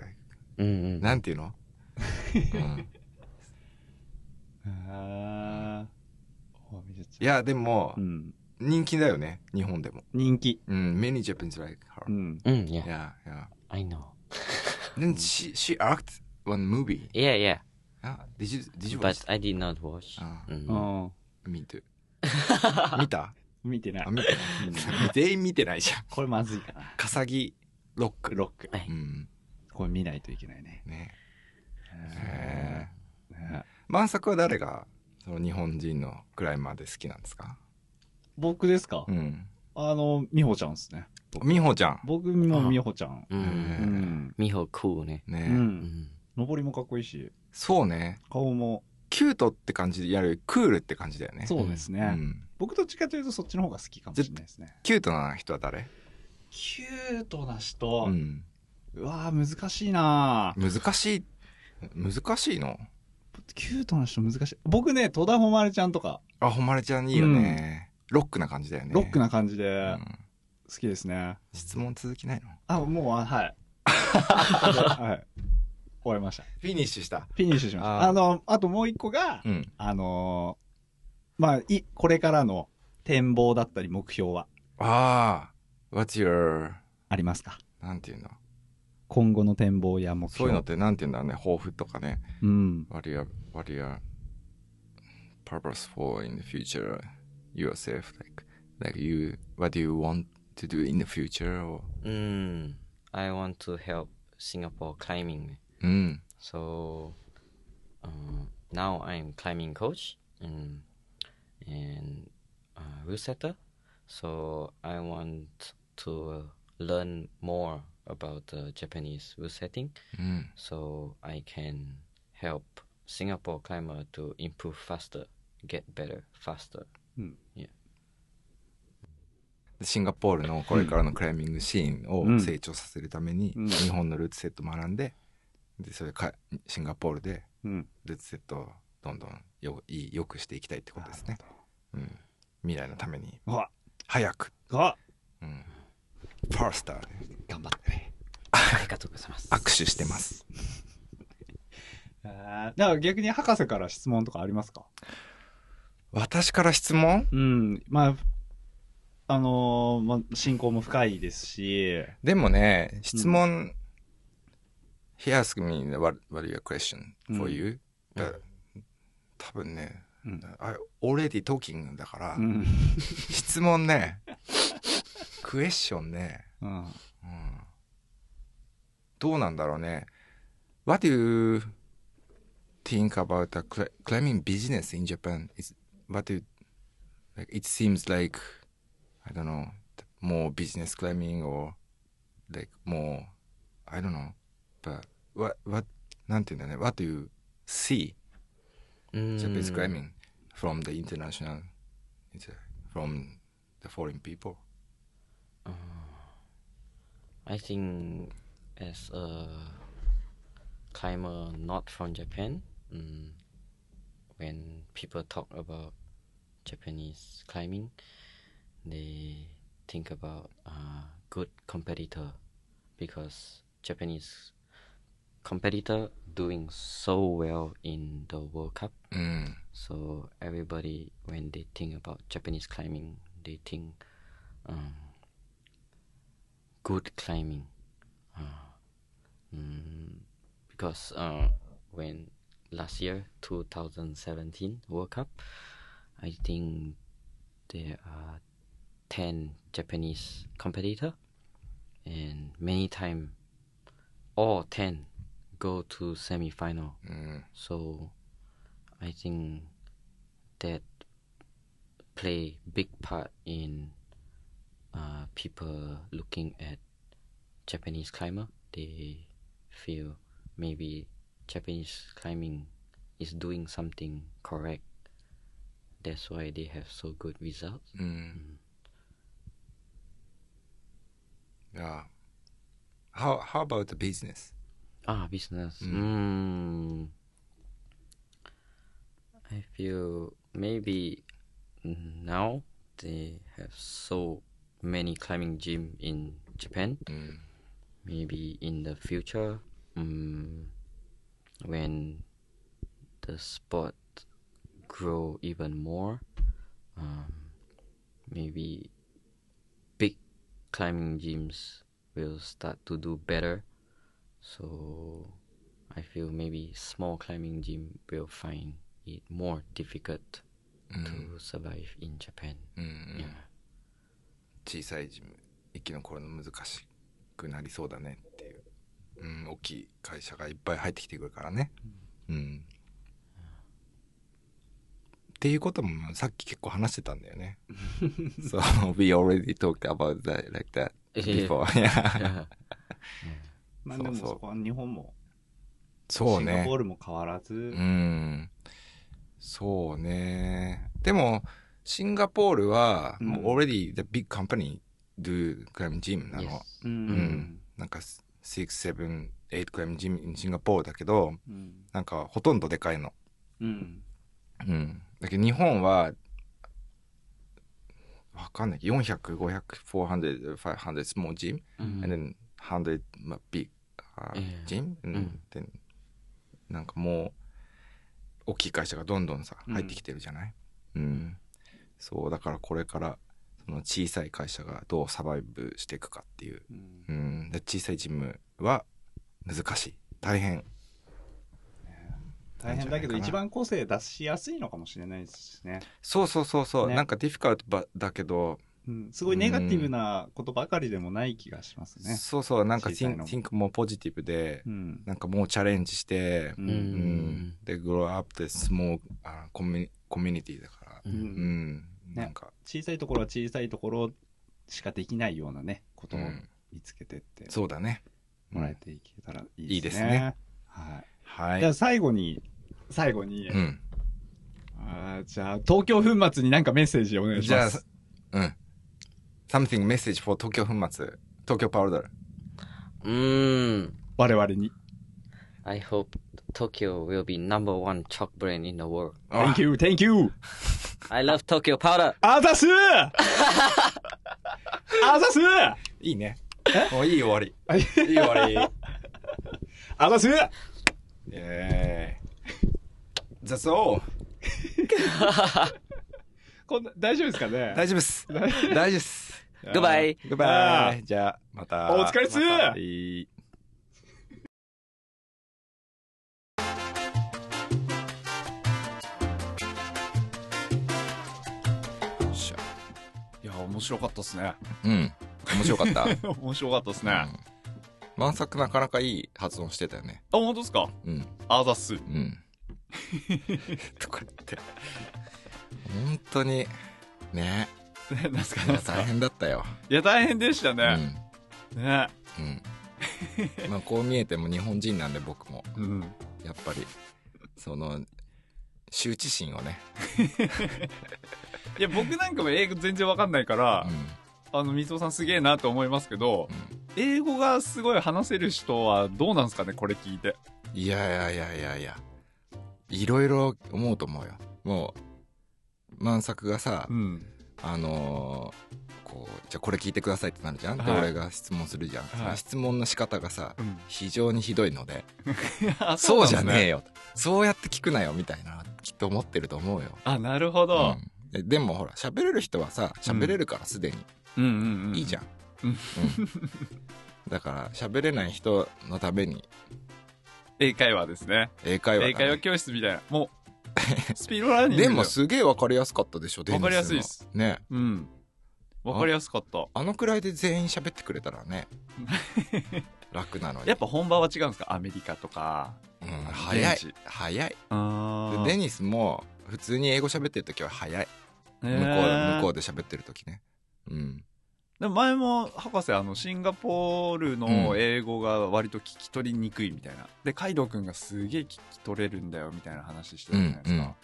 Speaker 4: うんうん。
Speaker 3: なんてい うの、うん
Speaker 2: あー大葉みわちゃん。
Speaker 3: いや、でも
Speaker 2: う、ん。
Speaker 3: 人気だよね。日本でも。
Speaker 2: 人気。
Speaker 3: うん、many Japanese like
Speaker 2: う
Speaker 3: her.
Speaker 2: ん。
Speaker 4: うん、yeah,
Speaker 3: Yeah,
Speaker 4: Mm,
Speaker 3: yeah.
Speaker 4: I know.
Speaker 3: Then she, she act one movie.
Speaker 4: Yeah, yeah,
Speaker 3: Ah, did you, did you
Speaker 4: but
Speaker 3: watch? Ah. Oh.
Speaker 4: I did not watch. Mm.
Speaker 3: あ
Speaker 4: うん
Speaker 2: うん。
Speaker 3: me too. 見た
Speaker 2: 見てない
Speaker 3: あ、。見てない。全 員見てないじゃん。
Speaker 2: これまずいかな。
Speaker 3: カサギロッ ク。
Speaker 2: ロック。
Speaker 4: Eh,
Speaker 3: うん。
Speaker 2: これ見ないといけないね。
Speaker 3: ね。
Speaker 2: えね
Speaker 3: 満作は誰がその日本人のクライマーで好きなんですか
Speaker 2: 僕ですか、
Speaker 3: うん。
Speaker 2: あの、みほちゃんですね。
Speaker 3: 美穂ちゃん。
Speaker 2: 僕もみほちゃん。
Speaker 4: う。
Speaker 2: うんん。
Speaker 4: ミホコーね。
Speaker 2: う
Speaker 3: ね、
Speaker 2: ん。
Speaker 4: ん。
Speaker 2: 登りもかっこいいし、
Speaker 3: そうね。
Speaker 2: 顔も。
Speaker 3: キュートって感じでやるよりクールって感じだよね。
Speaker 2: そうです
Speaker 3: う
Speaker 2: ね。
Speaker 3: ん。
Speaker 2: 僕どっちかというとそっちの方が好きかもしれないですね。
Speaker 3: キュートな人は誰
Speaker 2: キュートな人。
Speaker 3: う。
Speaker 2: うんわー難しいなー
Speaker 3: 難しい。難しいの
Speaker 2: キュートな人難しい。僕ね、戸田誉ちゃんとか、
Speaker 3: あ、ほまれちゃんいいよね、ロックな感じだよね。
Speaker 2: ロック
Speaker 3: な、
Speaker 2: な感じで
Speaker 3: うん。
Speaker 2: 好きですね。
Speaker 3: 質問続きないの
Speaker 2: あ、もう、 あはい。はい。終わりました。
Speaker 3: フィニッシュした。
Speaker 2: フィニッシュしまし
Speaker 3: あ
Speaker 2: た。
Speaker 3: ー
Speaker 2: あの、あともう一個が、
Speaker 3: うん。
Speaker 2: あのーまあ、い、これからの展望だったり目標は
Speaker 3: ああ。What's your,
Speaker 2: ありますか
Speaker 3: なんていうの
Speaker 2: 今後の展望や目
Speaker 3: そうい
Speaker 2: 標。
Speaker 3: うのってなんていうんだろうね。抱負とかね。
Speaker 2: うん。
Speaker 3: What are your, what are your purpose for in the future yourself? Like, like you, what do you want to do in the future? Or,
Speaker 4: うん。I want to help Singapore climbing.
Speaker 3: うん。
Speaker 4: So uh, now I'm climbing coach and and uh, rule setter. So I want to learn more about the Japanese rule setting,
Speaker 3: うん。
Speaker 4: so I can help Singapore climber to improve faster, get better faster.
Speaker 3: シンガポールのこれからのクライミングシー
Speaker 2: う
Speaker 3: ンを
Speaker 2: ん
Speaker 3: 成長させるために、
Speaker 2: うん
Speaker 3: 日本のルーツセット学んで、で、それか、シンガポールで
Speaker 5: うん。
Speaker 3: ルツセットをどんどんよいい良くしていきたいってことですね、うん、未来のために
Speaker 5: あ、
Speaker 3: 早く、
Speaker 5: あ、
Speaker 3: うん、ファースターで
Speaker 5: 頑張ってね。
Speaker 4: ありがとうございます。
Speaker 3: 握手してます
Speaker 5: あーだから逆に博士から質問とかありますか
Speaker 3: 私から質問
Speaker 5: うん。まあ、あのーまあ、進行も深いですし、
Speaker 3: でもね質問、He asked me what, what your question
Speaker 5: う
Speaker 3: for
Speaker 5: ん
Speaker 3: you、But 多分ね、
Speaker 5: うん。
Speaker 3: I already talking だから、
Speaker 5: うん。
Speaker 3: 質問ね クエスチョンね
Speaker 5: うん。
Speaker 3: うんどうなんだろうね。What do you think about the cl- climbing business in Japan? Is what do you, like? It seems like I don't know more business climbing or like more I don't know. But what what なんていうんだね。What do you see
Speaker 4: うん、
Speaker 3: Japanese climbing from the international it's, uh, from the foreign people?
Speaker 4: I think as a climber not from Japan, mm, when people talk about Japanese climbing, they think about uh, good competitor because Japanese competitor doing so well in the World Cup.
Speaker 3: うん。
Speaker 4: So everybody, when they think about Japanese climbing, they think um, good climbing. Uh, mm, because uh, when last year, 2017 World Cup, I think there are 10 Japanese competitor and many time all 10 go to semi-final.
Speaker 3: うん。
Speaker 4: So I think that play big part in uh, people looking at Japanese climber. They feel maybe Japanese climbing is doing something correct. That's why they have so good results.
Speaker 3: うん。Yeah. How how about the business?
Speaker 4: Ah, business.
Speaker 3: Mm.
Speaker 4: Mm. I feel maybe now they have so many climbing gym in Japan.
Speaker 3: うん。
Speaker 4: Maybe in the future, mm, when the sport grow even more, um, maybe big climbing gyms will start to do better. So I feel maybe small climbing gym will find it more difficult to
Speaker 3: Mm.
Speaker 4: survive in Japan.
Speaker 3: うん
Speaker 4: Yeah.
Speaker 3: 小さいジム生き残るの難しくなりそうだねっていう、うん、大きい会社がいっぱい入ってきてくるからね。うん。っていうこともさっき結構話してたんだよ ね。so we already talked about that like that before. Yeah.
Speaker 4: Yeah.
Speaker 5: まあ
Speaker 3: そう
Speaker 5: でも
Speaker 3: そう
Speaker 5: そこは日本も、
Speaker 3: そう
Speaker 5: シン
Speaker 3: ね
Speaker 5: ガポ。ールも変わらず、
Speaker 3: うん。そうね。でも、シンガポールは、
Speaker 5: うん
Speaker 3: もう already the big company do climb gym なの。
Speaker 4: yes.
Speaker 5: うん
Speaker 3: うんなんか、6、7、8 climb gym in シンガポールだけど、
Speaker 5: うん
Speaker 3: なんかほとんどでかいの。
Speaker 5: うん
Speaker 3: うん。だけど日本は、わかんない。400、500、400、500 small gym、
Speaker 4: Mm.
Speaker 3: and then 100、まあ、big、uh,
Speaker 4: ええ
Speaker 3: gym、うん
Speaker 4: うん
Speaker 3: で、なんかもう、大きい会社がどんどんさ、
Speaker 5: うん
Speaker 3: 入ってきてるじゃない、うん、そう、だからこれから、その小さい会社がどうサバイブしていくかっていう。
Speaker 5: うん
Speaker 3: うん。で小さいジムは難しい。大変。
Speaker 5: 大変だけど
Speaker 3: なんじ
Speaker 5: 一
Speaker 3: ゃな
Speaker 5: 番個性出しやすいのかもしれないですしね、
Speaker 3: そうそうそうそう、
Speaker 5: ね
Speaker 3: なんかディフィカルトばだけど、
Speaker 5: うん、すごいネガティブなことばかりでもない気がしますね
Speaker 3: そうそうなんか
Speaker 5: 小さい
Speaker 3: think,
Speaker 5: の
Speaker 3: think もポジティブで、
Speaker 5: うん
Speaker 3: なんかもうチャレンジして、
Speaker 5: う
Speaker 4: うんん
Speaker 3: うんで grow up で small あコミュコミュニティだから
Speaker 5: う
Speaker 4: うんん
Speaker 3: うん、なんか、
Speaker 5: 小さいところは小さいところしかできないようなねこと
Speaker 3: う
Speaker 5: を
Speaker 3: ん、
Speaker 5: 見つけてって
Speaker 3: そうだね
Speaker 5: もらえていけたら
Speaker 3: い
Speaker 5: い
Speaker 3: い
Speaker 5: い
Speaker 3: で
Speaker 5: ですす
Speaker 3: ね
Speaker 5: ね。は
Speaker 3: はい
Speaker 5: い。じゃあ最後に、最後に
Speaker 3: う、ん、
Speaker 5: あーじゃあ東京粉末になんかメッセージお願いし
Speaker 3: じゃ
Speaker 5: ま
Speaker 3: あ
Speaker 5: す。
Speaker 3: うん something message for 東京粉末東京パウダー
Speaker 4: Mm.
Speaker 5: 我々に。
Speaker 4: I hope Tokyo will be number one chalk brand in the world.
Speaker 5: Thank you, thank you!
Speaker 4: I love Tokyo powder.
Speaker 5: あざす ーあざすー
Speaker 3: いいね。もういい終わり。いい終わ り。
Speaker 5: あざすー
Speaker 3: イェーイ。That's all.
Speaker 5: こんな、大丈夫ですかね
Speaker 3: 大丈夫です。大丈夫です。
Speaker 4: Goodbye.
Speaker 3: Goodbye. じゃあ、また。
Speaker 5: お疲れっす
Speaker 3: またいいよっしゃ
Speaker 2: いや、面白かったっすね。
Speaker 3: うん。面白か った。
Speaker 2: 面白かったっすね。あ、
Speaker 3: 満作なかなかいい発音してたよね。
Speaker 2: 本当っすか
Speaker 3: うん。
Speaker 2: あざ っす。
Speaker 3: うん。 とか言って。本当に、ね。
Speaker 2: ね、なんすか、
Speaker 3: い
Speaker 2: なん
Speaker 3: や
Speaker 2: すか。
Speaker 3: 大変だったよ。
Speaker 2: いや、大変でした
Speaker 3: う
Speaker 2: ね。
Speaker 3: ん。
Speaker 2: ね。
Speaker 3: うん。まあ、こう見えても日本人なんで僕も。
Speaker 2: うん。
Speaker 3: やっぱり、その、羞恥心をね。
Speaker 2: いや、僕なんかも英語全然わかんないから
Speaker 3: う、ん。
Speaker 2: あの、みつおさんすげえなと思いますけど、英語がすごい話せる人はどうなんすかね、これ聞いて。
Speaker 3: いやいやいやいやいや。いろいろ思うと思うよ。もう、満作がさ、
Speaker 2: ん。
Speaker 3: あのーこう、じゃあこれ聞いてくださいってなるじゃん。で、
Speaker 2: はい
Speaker 3: 俺が質問するじゃん。
Speaker 2: はい
Speaker 3: その質問の仕方がさ、
Speaker 2: うん
Speaker 3: 非常にひどいので、
Speaker 2: あ
Speaker 3: そうじゃねえ
Speaker 2: え。
Speaker 3: よ。そうやって聞くなよ、みたいな、きっと思ってると思うよ。
Speaker 2: あ、なるほど。
Speaker 3: うんででもほら、喋れる人はさ、喋れるからすでに。
Speaker 2: うんうんうん。
Speaker 3: いいじゃん。
Speaker 2: う
Speaker 3: うんん、だから、喋れない人のために、
Speaker 2: 英会話ですね。
Speaker 3: 英会話だね、
Speaker 2: 英会話教室みたいな。も う、スピードラーニング。
Speaker 3: でも、すげえわかりやすかったでしょ、デニスの
Speaker 2: わかりやすいです。
Speaker 3: ね。
Speaker 2: うん。わかりやすかった。
Speaker 3: あのくらいで全員喋ってくれたら ね、楽なのに。
Speaker 2: やっぱ本場は違うんですかアメリカとか。
Speaker 3: うん、早い
Speaker 2: 現地。
Speaker 3: 早い。
Speaker 2: あー
Speaker 3: でデニスも、普通に英語喋ってるときは早い。向こう、向こうで喋ってるときね。うん。
Speaker 2: でも前も博士あのシンガポールの英語が割と聞き取りにくいみたいな、でカイドウ君がすげえ聞き取れるんだよみたいな話してたじゃないですか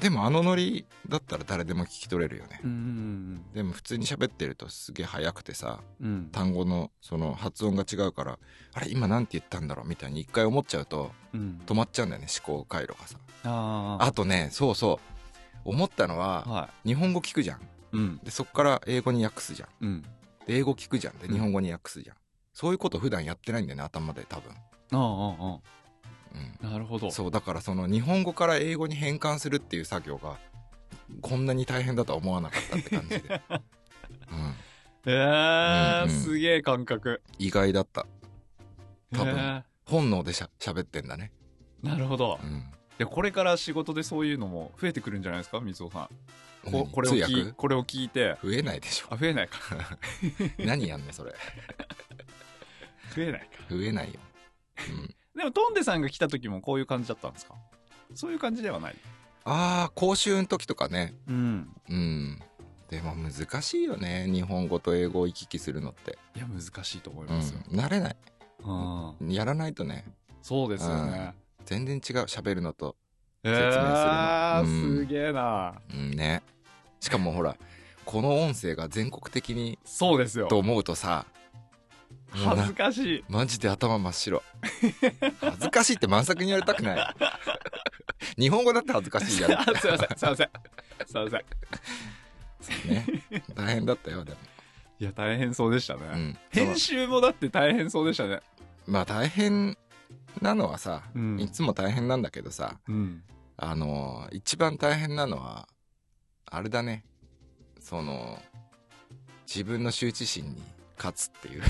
Speaker 3: でもあのノリだったら誰でも聞き取れるよね。
Speaker 2: うんうん
Speaker 3: でも普通に喋ってるとすげえ早くてさ、
Speaker 2: うんうん
Speaker 3: 単語のその発音が違うからあれ今なんて言ったんだろうみたいに一回思っちゃうと
Speaker 2: うん
Speaker 3: 止まっちゃうんだよね思考回路がさ
Speaker 2: あ
Speaker 3: あとねそうそう思ったの
Speaker 2: あ
Speaker 3: は
Speaker 2: は
Speaker 3: 日本語聞くじゃん
Speaker 2: いうん
Speaker 3: でそっから英語に訳すじゃん
Speaker 2: うん
Speaker 3: で英語聞くじゃんで
Speaker 2: うん
Speaker 3: 日本語に訳すじゃん、そういうこと普段やってないんだよね頭で多分、
Speaker 2: あああ
Speaker 3: う
Speaker 2: あなるほど
Speaker 3: ん、そうだからその日本語から英語に変換するっていう作業がこんなに大変だとは思わなかったって感じ で、うん、
Speaker 2: えー
Speaker 3: うんうん
Speaker 2: すげえ感覚
Speaker 3: 意外だった多分
Speaker 2: えー
Speaker 3: 本能でしゃ喋ってんだね、
Speaker 2: なるほど
Speaker 3: うん、
Speaker 2: でこれから仕事でそういうのも増えてくるんじゃないですか水尾さんこ
Speaker 3: 何
Speaker 2: これを
Speaker 3: 通
Speaker 2: 聞い
Speaker 3: 訳
Speaker 2: これを聞いて
Speaker 3: 増えないで しょ
Speaker 2: あ増えないか
Speaker 3: 何やんのそれ
Speaker 2: 増えないか
Speaker 3: 増 えないよ、うん、
Speaker 2: でもトンデさんが来た時もこういう感じだったんですかそういう感じではない
Speaker 3: ああ講習の時とかね
Speaker 2: うん
Speaker 3: うんでも難しいよね日本語と英語を行き来するのって、
Speaker 2: いや難しいと思い
Speaker 3: うん
Speaker 2: ますよ、、
Speaker 3: 慣れない
Speaker 2: うん
Speaker 3: やらないとね
Speaker 2: そうですよね、
Speaker 3: 全然違う喋るのと、
Speaker 2: え
Speaker 3: 説明するの
Speaker 2: ー
Speaker 3: うん
Speaker 2: すげえな
Speaker 3: うん、ねしかもほらこの音声が全国的に
Speaker 2: そうですよ
Speaker 3: と思うとさもう
Speaker 2: 恥
Speaker 3: な
Speaker 2: ずかし い
Speaker 3: マジで頭真っ白恥ずかしいって満作に言われたくない日本語だって恥ずかしいじゃん
Speaker 2: あすいませんすいませんすいません
Speaker 3: ね大変だったよでも、
Speaker 2: いや大変そうでしたね、
Speaker 3: うん、
Speaker 2: 編集もだって大変そうでしたね
Speaker 3: まあ大変なのはさ、
Speaker 2: うん
Speaker 3: いつも大変なんだけどさ、
Speaker 2: うん
Speaker 3: あのー一番大変なのは、あれだね。その、自分の羞恥心に勝つっていう。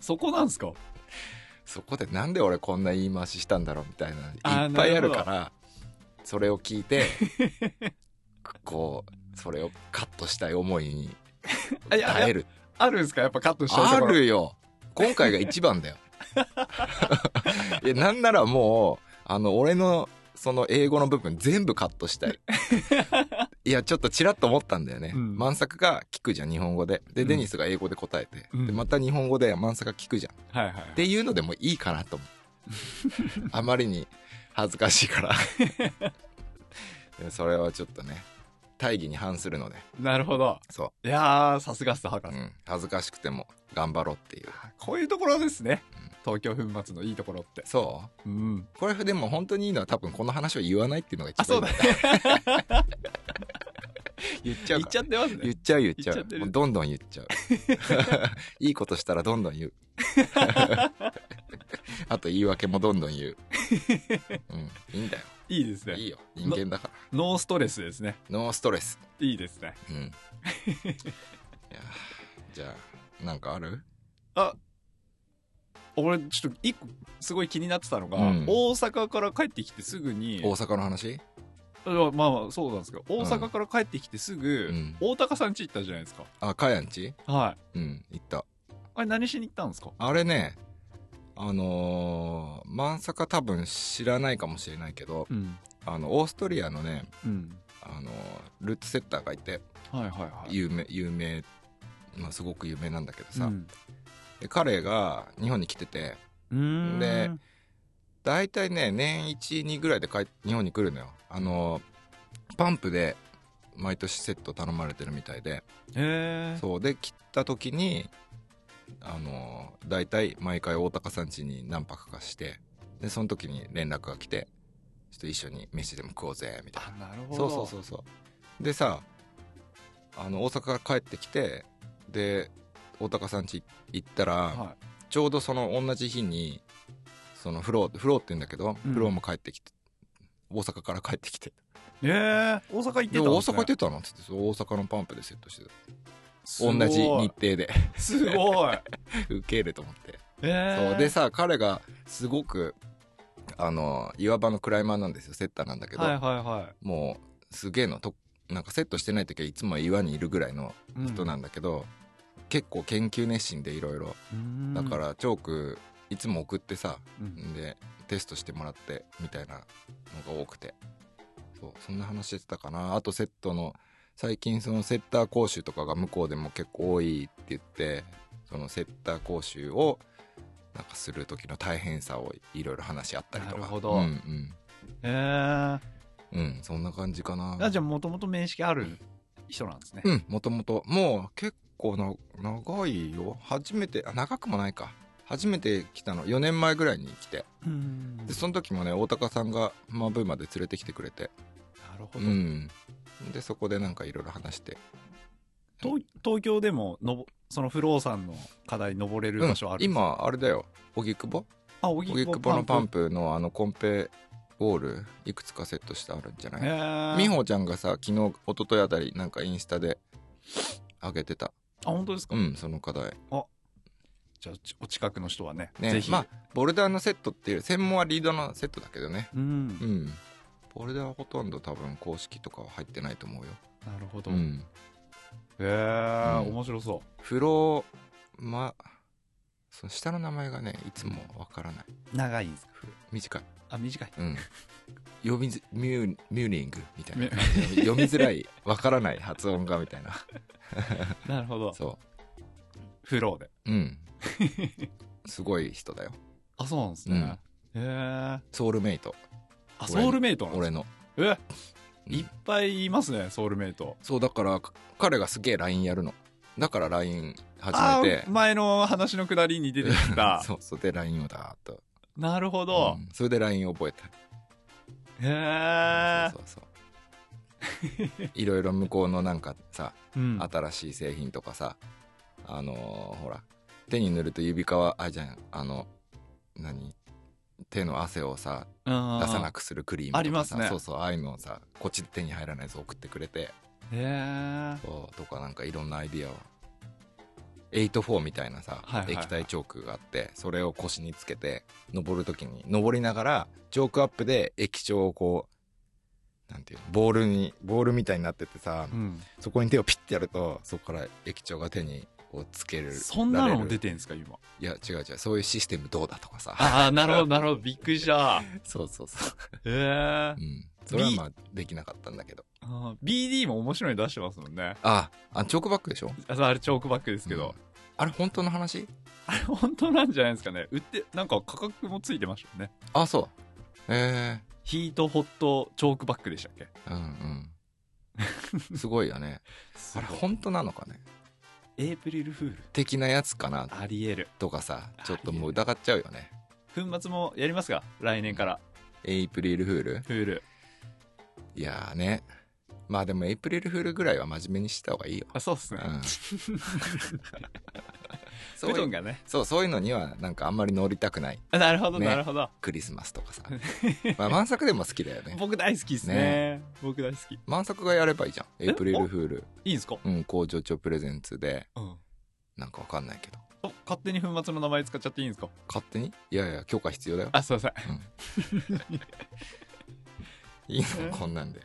Speaker 2: そこなんすか
Speaker 3: そこでなんで俺こんな言い回ししたんだろうみたい
Speaker 2: あー
Speaker 3: な、いっぱいあるから、それを聞いて、 こう、それをカットしたい思いに
Speaker 2: あいや
Speaker 3: 耐
Speaker 2: い
Speaker 3: え
Speaker 2: や
Speaker 3: る。
Speaker 2: あるんすかやっぱカットしたい
Speaker 3: あ
Speaker 2: ところ
Speaker 3: るよ今回が一 番だよ。いや、なんならもう、あの、俺の、その英語の部分全部カットし たい。いや、ちょっとチラッと思ったんだよね。
Speaker 2: うん
Speaker 3: 満作が聞くじゃん、日本語で。で、
Speaker 2: うん
Speaker 3: デニスが英語で答えて。
Speaker 2: うん
Speaker 3: で、また日本語で満作が聞くじゃん。っ
Speaker 2: はいはい
Speaker 3: ていうのでもいいかなと 思う。あまりに恥ずかしいから。でそれはちょっとね、大義に反するので、
Speaker 2: なるほど
Speaker 3: そ
Speaker 2: いやーさすがっす博
Speaker 3: う。う
Speaker 2: 士、
Speaker 3: ん。恥ずかしくても頑張ろうっていう。
Speaker 2: こういうところですね東京粉末のいいところって
Speaker 3: そ
Speaker 2: うん
Speaker 3: うこれでも本当にいいのは多分この話を言わないっていうのが一
Speaker 2: あ
Speaker 3: 番
Speaker 2: そうだ
Speaker 3: いい
Speaker 2: ね
Speaker 3: 言っちゃ
Speaker 2: 言
Speaker 3: う
Speaker 2: っ
Speaker 3: から
Speaker 2: ちゃってます
Speaker 3: 言
Speaker 2: ね
Speaker 3: っちゃう言っちゃ
Speaker 2: 言っちゃって
Speaker 3: う
Speaker 2: る
Speaker 3: もうどんどん言っ ちゃういいことしたらどんどん言うあと言い訳もどんどん言う、うん、いいんだよ
Speaker 2: いいです
Speaker 3: い
Speaker 2: ね
Speaker 3: いよ人間だから
Speaker 2: ノーストレスですね
Speaker 3: ノーストレス
Speaker 2: いいですね
Speaker 3: うんいやじゃあなんかある
Speaker 2: 俺ちょっと一個すごい気になってたのが、
Speaker 3: うん
Speaker 2: 大阪から帰ってきてすぐに
Speaker 3: 大阪の話
Speaker 2: あまあまあそうなんですけど大阪から帰ってきてすぐ、
Speaker 3: うん
Speaker 2: 大高さん家行ったじゃないですか
Speaker 3: あかやんち
Speaker 2: はい
Speaker 3: うん行った
Speaker 2: あれ何しに行ったんですか
Speaker 3: あれねあのー、まさか多分知らないかもしれないけど
Speaker 2: うん
Speaker 3: あのオーストリアのね
Speaker 2: うん
Speaker 3: あのールーツセッターがいて
Speaker 2: はいはいはい
Speaker 3: 有名有名、まあ、すごく有名なんだけどさ、
Speaker 2: うん
Speaker 3: で彼が日本に来てて
Speaker 2: うん
Speaker 3: で大体ね年12ぐらいで帰っ日本に来るのよあのパンプで毎年セット頼まれてるみたいで
Speaker 2: へえ
Speaker 3: そうで来た時にあの大体毎回大高さん家に何泊かしてでその時に連絡が来てちょっと一緒に飯でも食おうぜみたいな
Speaker 2: あなるほ
Speaker 3: そ
Speaker 2: ど
Speaker 3: うそうそううそうでさあの大阪から帰ってきてで大高さん家行ったら、
Speaker 2: は
Speaker 3: ちょうどその同じ日にそのフローフローって言うんだけど、
Speaker 2: うん
Speaker 3: フローも帰ってきて大阪から帰ってきて
Speaker 2: い、ええ大阪行ってた
Speaker 3: で
Speaker 2: んですね
Speaker 3: 大阪行ってたのって言ってそう大阪のパンプでセットしてた
Speaker 2: す
Speaker 3: 同
Speaker 2: ごい
Speaker 3: じ日程で
Speaker 2: すごい
Speaker 3: 受け入れと思って、
Speaker 2: ええ
Speaker 3: そうでさ彼がすごくあの岩場のクライマーなんですよセッターなんだけど、
Speaker 2: はいはいは
Speaker 3: もうすげえのとなんかセットしてない時はいつも岩にいるぐらいの
Speaker 2: い、うん
Speaker 3: 人なんだけど、結構研究熱心でいろいろ
Speaker 2: うん
Speaker 3: だからチョークいつも送ってさ、
Speaker 2: うん
Speaker 3: でテストしてもらってみたいなのが多くてそうそんな話してたかなあとセットの最近そのセッター講習とかが向こうでも結構多いって言ってそのセッター講習をなんかする時の大変さをいろいろ話し合ったりとか
Speaker 2: なるほど
Speaker 3: うんうん
Speaker 2: ええ
Speaker 3: うんそんな感じかな
Speaker 2: あじゃあもともと面識ある人なんですね、
Speaker 3: うんもともともう結構な長いよ初めてあ長くもないか初めて来たの4年前ぐらいに来て
Speaker 2: うんな
Speaker 3: でその時もね大高さんがマブーまで連れてきてくれて
Speaker 2: るほど、
Speaker 3: うん、でそこでなんかいろいろ話して
Speaker 2: 東東京でものぼその不老さんの課題登れる場所ある、
Speaker 3: うん今あれだよ荻窪
Speaker 2: あ荻
Speaker 3: 荻
Speaker 2: 窪
Speaker 3: 窪のパン
Speaker 2: プ
Speaker 3: プのあのコンペウォールいくつかセットしてあるんじゃない
Speaker 2: へ
Speaker 3: 美
Speaker 2: え
Speaker 3: 穂ちゃんがさ昨日一昨日あたりなんかインスタで上げてた
Speaker 2: あ本当ですか、
Speaker 3: うんその課題
Speaker 2: じゃあちお近くの人はね
Speaker 3: ね
Speaker 2: ぜひ、
Speaker 3: まあボルダーのセットっていう専門はリードのセットだけどね
Speaker 2: うん
Speaker 3: うんボルダーはほとんど多分公式とかは入ってないと思うよ
Speaker 2: なるほ
Speaker 3: う
Speaker 2: ど、
Speaker 3: ん
Speaker 2: へえ、
Speaker 3: うん
Speaker 2: 面白そう
Speaker 3: フローまその下の名前がねいつもわからない
Speaker 2: 長いんですか
Speaker 3: フロ短い
Speaker 2: あ短 い
Speaker 3: うん。読みず、ミュー、ミューリングみたいな感じで。読みづらい、わからない発音がみたいな。
Speaker 2: なるほど
Speaker 3: そ
Speaker 2: フローで
Speaker 3: う。うん。すごい人だよ。
Speaker 2: あそうなんですね、へえ
Speaker 3: ソウルメイト。
Speaker 2: あ
Speaker 3: 俺
Speaker 2: ソウルメイトなんで
Speaker 3: 俺
Speaker 2: す
Speaker 3: の。
Speaker 2: え
Speaker 3: うん
Speaker 2: いっぱいいますねソウルメイト
Speaker 3: そう、だから、か彼がすげえ LINE やるの。だから LINE
Speaker 2: あ
Speaker 3: 始めて
Speaker 2: ー。前の話のくだりに出てきた
Speaker 3: そう、そうで LINE をだーっと。
Speaker 2: なるほど
Speaker 3: う、んそれで LINE 覚えた。
Speaker 2: へえ
Speaker 3: そうそうそう。いろいろ向こうのなんかさ、
Speaker 2: うん
Speaker 3: 新しい製品とかさあのーほら手に塗ると指皮あじゃんあの何手の汗をさ
Speaker 2: 出
Speaker 3: 出さな
Speaker 2: く
Speaker 3: くするクリームとかさ
Speaker 2: ありますね
Speaker 3: そうそうああいうのをさこっちで手に入らないやつ送ってくれて
Speaker 2: へえ
Speaker 3: そうとかなんかいろんなアイディアを84みたいなさ、
Speaker 2: はいはいはい
Speaker 3: 液体チョークがあってそれを腰につけて登る時に登りながらチョークアップで液晶をこうなんていうのボールにボールみたいになっててさ、
Speaker 2: うん
Speaker 3: そこに手をピッてやるとそこから液晶が手にこうつける
Speaker 2: そんなのも出
Speaker 3: て
Speaker 2: てんですか今
Speaker 3: いや違う違うそういうシステムどうだとかさ
Speaker 2: ああなるほどなるほどびっくりした
Speaker 3: そうそうそ
Speaker 2: へ
Speaker 3: う、
Speaker 2: え
Speaker 3: うん、それはまあできなかったんだけど
Speaker 2: あー BD も面白いの出してますもんね
Speaker 3: ああチョークバッグでしょ
Speaker 2: あそうあれチョークバッグですけ
Speaker 3: うん
Speaker 2: ど、
Speaker 3: あれ本当の話
Speaker 2: あれ本当なんじゃないですかね売ってなんか価格もついてましたよね
Speaker 3: あそうえ
Speaker 2: ヒートホットチョークバッグでしたっけ
Speaker 3: えー、うんうんすごいよねあれ本当なのかね
Speaker 2: エイプリルフール
Speaker 3: 的なやつかな
Speaker 2: ありえる
Speaker 3: とかさちょっともう疑っちゃうよね
Speaker 2: 粉末もやりますか来年から
Speaker 3: エイプリルフール
Speaker 2: フール
Speaker 3: いやーねまあでもエイプリルフールぐらいは真面目にした方がいいよ、
Speaker 2: あそうっす
Speaker 3: う
Speaker 2: ね、
Speaker 3: ん、そう
Speaker 2: 布
Speaker 3: い
Speaker 2: 団
Speaker 3: う
Speaker 2: がね
Speaker 3: そうそういうのにはなんかあんまり乗りたくない
Speaker 2: あなるほど、
Speaker 3: ね
Speaker 2: なるほど
Speaker 3: クリスマスとかさまあ満作でも好きだよね
Speaker 2: 僕大好きですね
Speaker 3: ね
Speaker 2: 僕大好きい
Speaker 3: 満作がやればいいじゃんエイプリルフール
Speaker 2: いんですか、
Speaker 3: うん工場長プレゼンツで
Speaker 2: うん、
Speaker 3: なんかわかんないけど
Speaker 2: お勝手に粉末の名前使っちゃっていいんですか
Speaker 3: 勝手にいやいや許可必要だよ
Speaker 2: あすいません
Speaker 3: いいのこんなんで。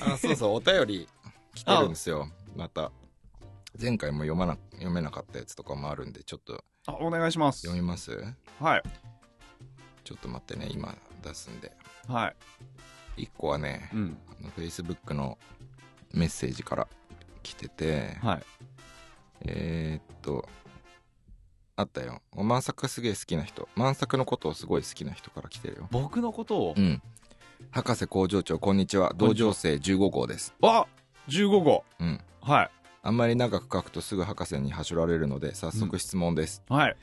Speaker 3: あそうそう、お便り来てるんですよ。また。前回も読まな、読めなかったやつとかもあるんで、ちょっと
Speaker 2: あお願いします
Speaker 3: 読みます
Speaker 2: はい
Speaker 3: ちょっと待ってね、今出すんで。
Speaker 2: はい
Speaker 3: 一個はね
Speaker 2: う、ん
Speaker 3: あの Facebook のメッセージから来てて、
Speaker 2: はい
Speaker 3: えーっと、あったよ。お満作すげえ好きな人。満作のことをすごい好きな人から来てるよ。
Speaker 2: 僕のことを
Speaker 3: うん。博士工場長、こんにちは。
Speaker 2: こん
Speaker 3: 同
Speaker 2: にちは
Speaker 3: 情生15号です。
Speaker 2: あ15号
Speaker 3: うん。
Speaker 2: はい
Speaker 3: あんまり長く書くとすぐ博士に走られるので早速質問です、
Speaker 2: はい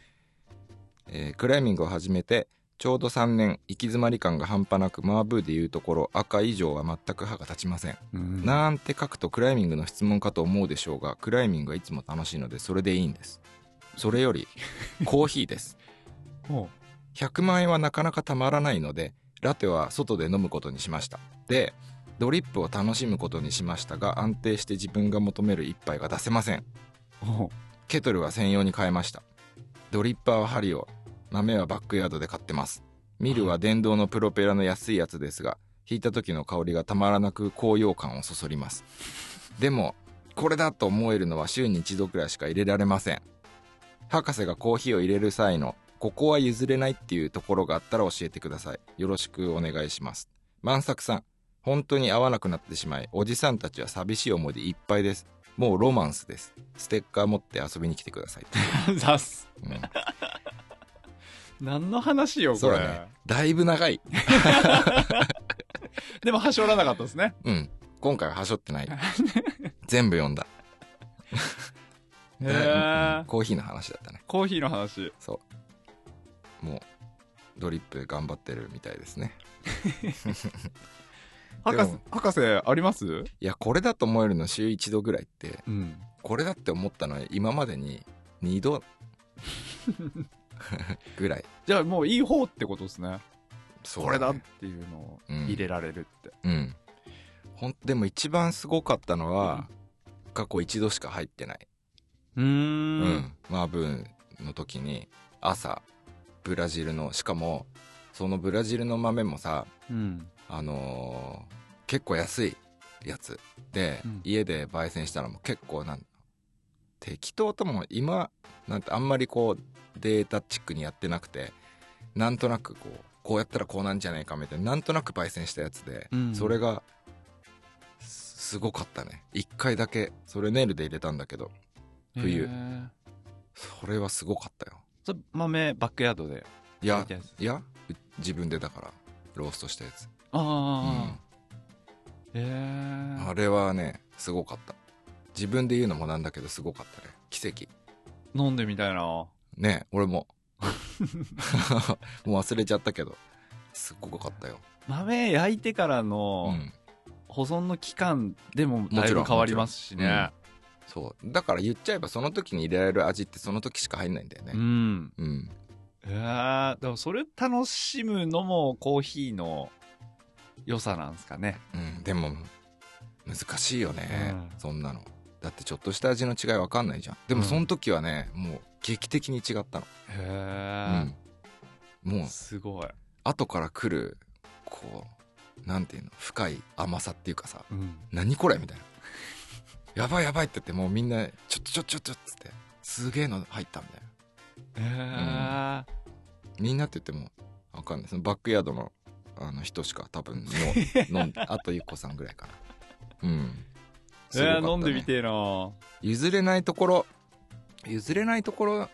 Speaker 3: えークライミングを始めてちょうど3年行き詰まり感が半端なくマーブーで言うところ赤以上は全く歯が立ちません、
Speaker 2: な
Speaker 3: なんて書くとクライミングの質問かと思うでしょうがクライミングはいつも楽しいのでそれでいいんですそれよりコーヒーです
Speaker 2: お
Speaker 3: 100万円はなかなかたまらないのでラテは外で飲むことにしましたでドリップを楽しむことにしましたが安定して自分が求める一杯が出せません
Speaker 2: お
Speaker 3: ケトルは専用に変えましたドリッパーは針を豆はバックヤードで買ってますミルは電動のプロペラの安いやつですが引いた時の香りがたまらなく高揚感をそそりますでもこれだと思えるのは週に一度くらいしか入れられません博士がコーヒーを入れる際のここは譲れないっていうところがあったら教えてくださいよろしくお願いします万作さん本当に会わなくなってしまいおじさんたちは寂しい思いでいっぱいですもうロマンスですステッカー持って遊びに来てください。
Speaker 2: ざっす
Speaker 3: うん
Speaker 2: 何の話よ
Speaker 3: そ
Speaker 2: こ
Speaker 3: う
Speaker 2: れ、
Speaker 3: だね。だいぶ長い。
Speaker 2: でも端折らなかったですね
Speaker 3: うん。今回ははしょってない。全部読んだ。
Speaker 2: へえ
Speaker 3: うんコーヒーの話だったね。
Speaker 2: コーヒーの話
Speaker 3: もう、ドリップ頑張ってるみたいですね。
Speaker 2: 博
Speaker 3: で
Speaker 2: 士
Speaker 3: も
Speaker 2: 博士あります
Speaker 3: いや、これだと思えるの週一度ぐらいって、
Speaker 2: うん
Speaker 3: これだって思ったのは今までに2度 ぐらい。
Speaker 2: じゃあもういい方ってことですね
Speaker 3: そ
Speaker 2: これだっ
Speaker 3: ね
Speaker 2: ていうのを
Speaker 3: うん
Speaker 2: 入れられるって、
Speaker 3: うん。ほん、でも一番すごかったのは、過去一度しか入ってない。
Speaker 2: うーん
Speaker 3: うん、マーブーンの時に朝ブラジルのしかもそのブラジルの豆もさ
Speaker 2: うん。
Speaker 3: あのー結構安いやつで、
Speaker 2: うん
Speaker 3: 家で焙煎したのも結構なん適当とも今なんてあんまりこうデータチックにやってなくてなんとなくこうこうやったらこうなんじゃないかみたいななんとなく焙煎したやつで、
Speaker 2: うん
Speaker 3: それがすすごかったね一回だけそれネイルで入れたんだけど冬
Speaker 2: へー
Speaker 3: それはすごかったよ
Speaker 2: それ豆バックヤードで
Speaker 3: いや
Speaker 2: 焼いたやつ
Speaker 3: いやう自分でだからローストしたやつ、
Speaker 2: ああ、へ
Speaker 3: う
Speaker 2: え
Speaker 3: んあれはねすごかった自分で言うのもなんだけどすごかったね奇跡
Speaker 2: 飲んでみたいな
Speaker 3: ねえ 俺ももう忘れちゃったけどすっごかったよ、
Speaker 2: 豆焼いてから
Speaker 3: う
Speaker 2: の
Speaker 3: ん、
Speaker 2: 保存の期間でもだ
Speaker 3: も
Speaker 2: い
Speaker 3: ちろ
Speaker 2: ぶ
Speaker 3: ん
Speaker 2: 変わりますしね
Speaker 3: そうだから言っちゃえばその時に入れられる味ってその時しか入んないんだよ
Speaker 2: う
Speaker 3: ね
Speaker 2: ん
Speaker 3: うん、
Speaker 2: へえでもそれ楽しむのもコーヒーの良さなんですかね
Speaker 3: うん、でも難しいよ
Speaker 2: う
Speaker 3: ね、
Speaker 2: ん
Speaker 3: そんなのだってちょっとした味の違いわかんないじゃんでも
Speaker 2: うん
Speaker 3: その時はね、もう劇的に違ったの、
Speaker 2: へ
Speaker 3: う
Speaker 2: え
Speaker 3: ん、もう
Speaker 2: すごい、
Speaker 3: 後から来るこうなんていうの深い甘さっていうかさ
Speaker 2: うん、
Speaker 3: 「何これ」みたいな 「やばいやばい」って言ってもうみんな「ちょっとちょっとちょっと」っつって「すげえの入った」みたい
Speaker 2: へ
Speaker 3: な
Speaker 2: え
Speaker 3: みんなって言ってもわかんないそのバックヤードのあの人しか多分の 飲んであとゆっこさんぐらいかなうん
Speaker 2: え
Speaker 3: すご
Speaker 2: ー
Speaker 3: かったね
Speaker 2: 飲んでみてえな
Speaker 3: 譲れないところ譲れないところっ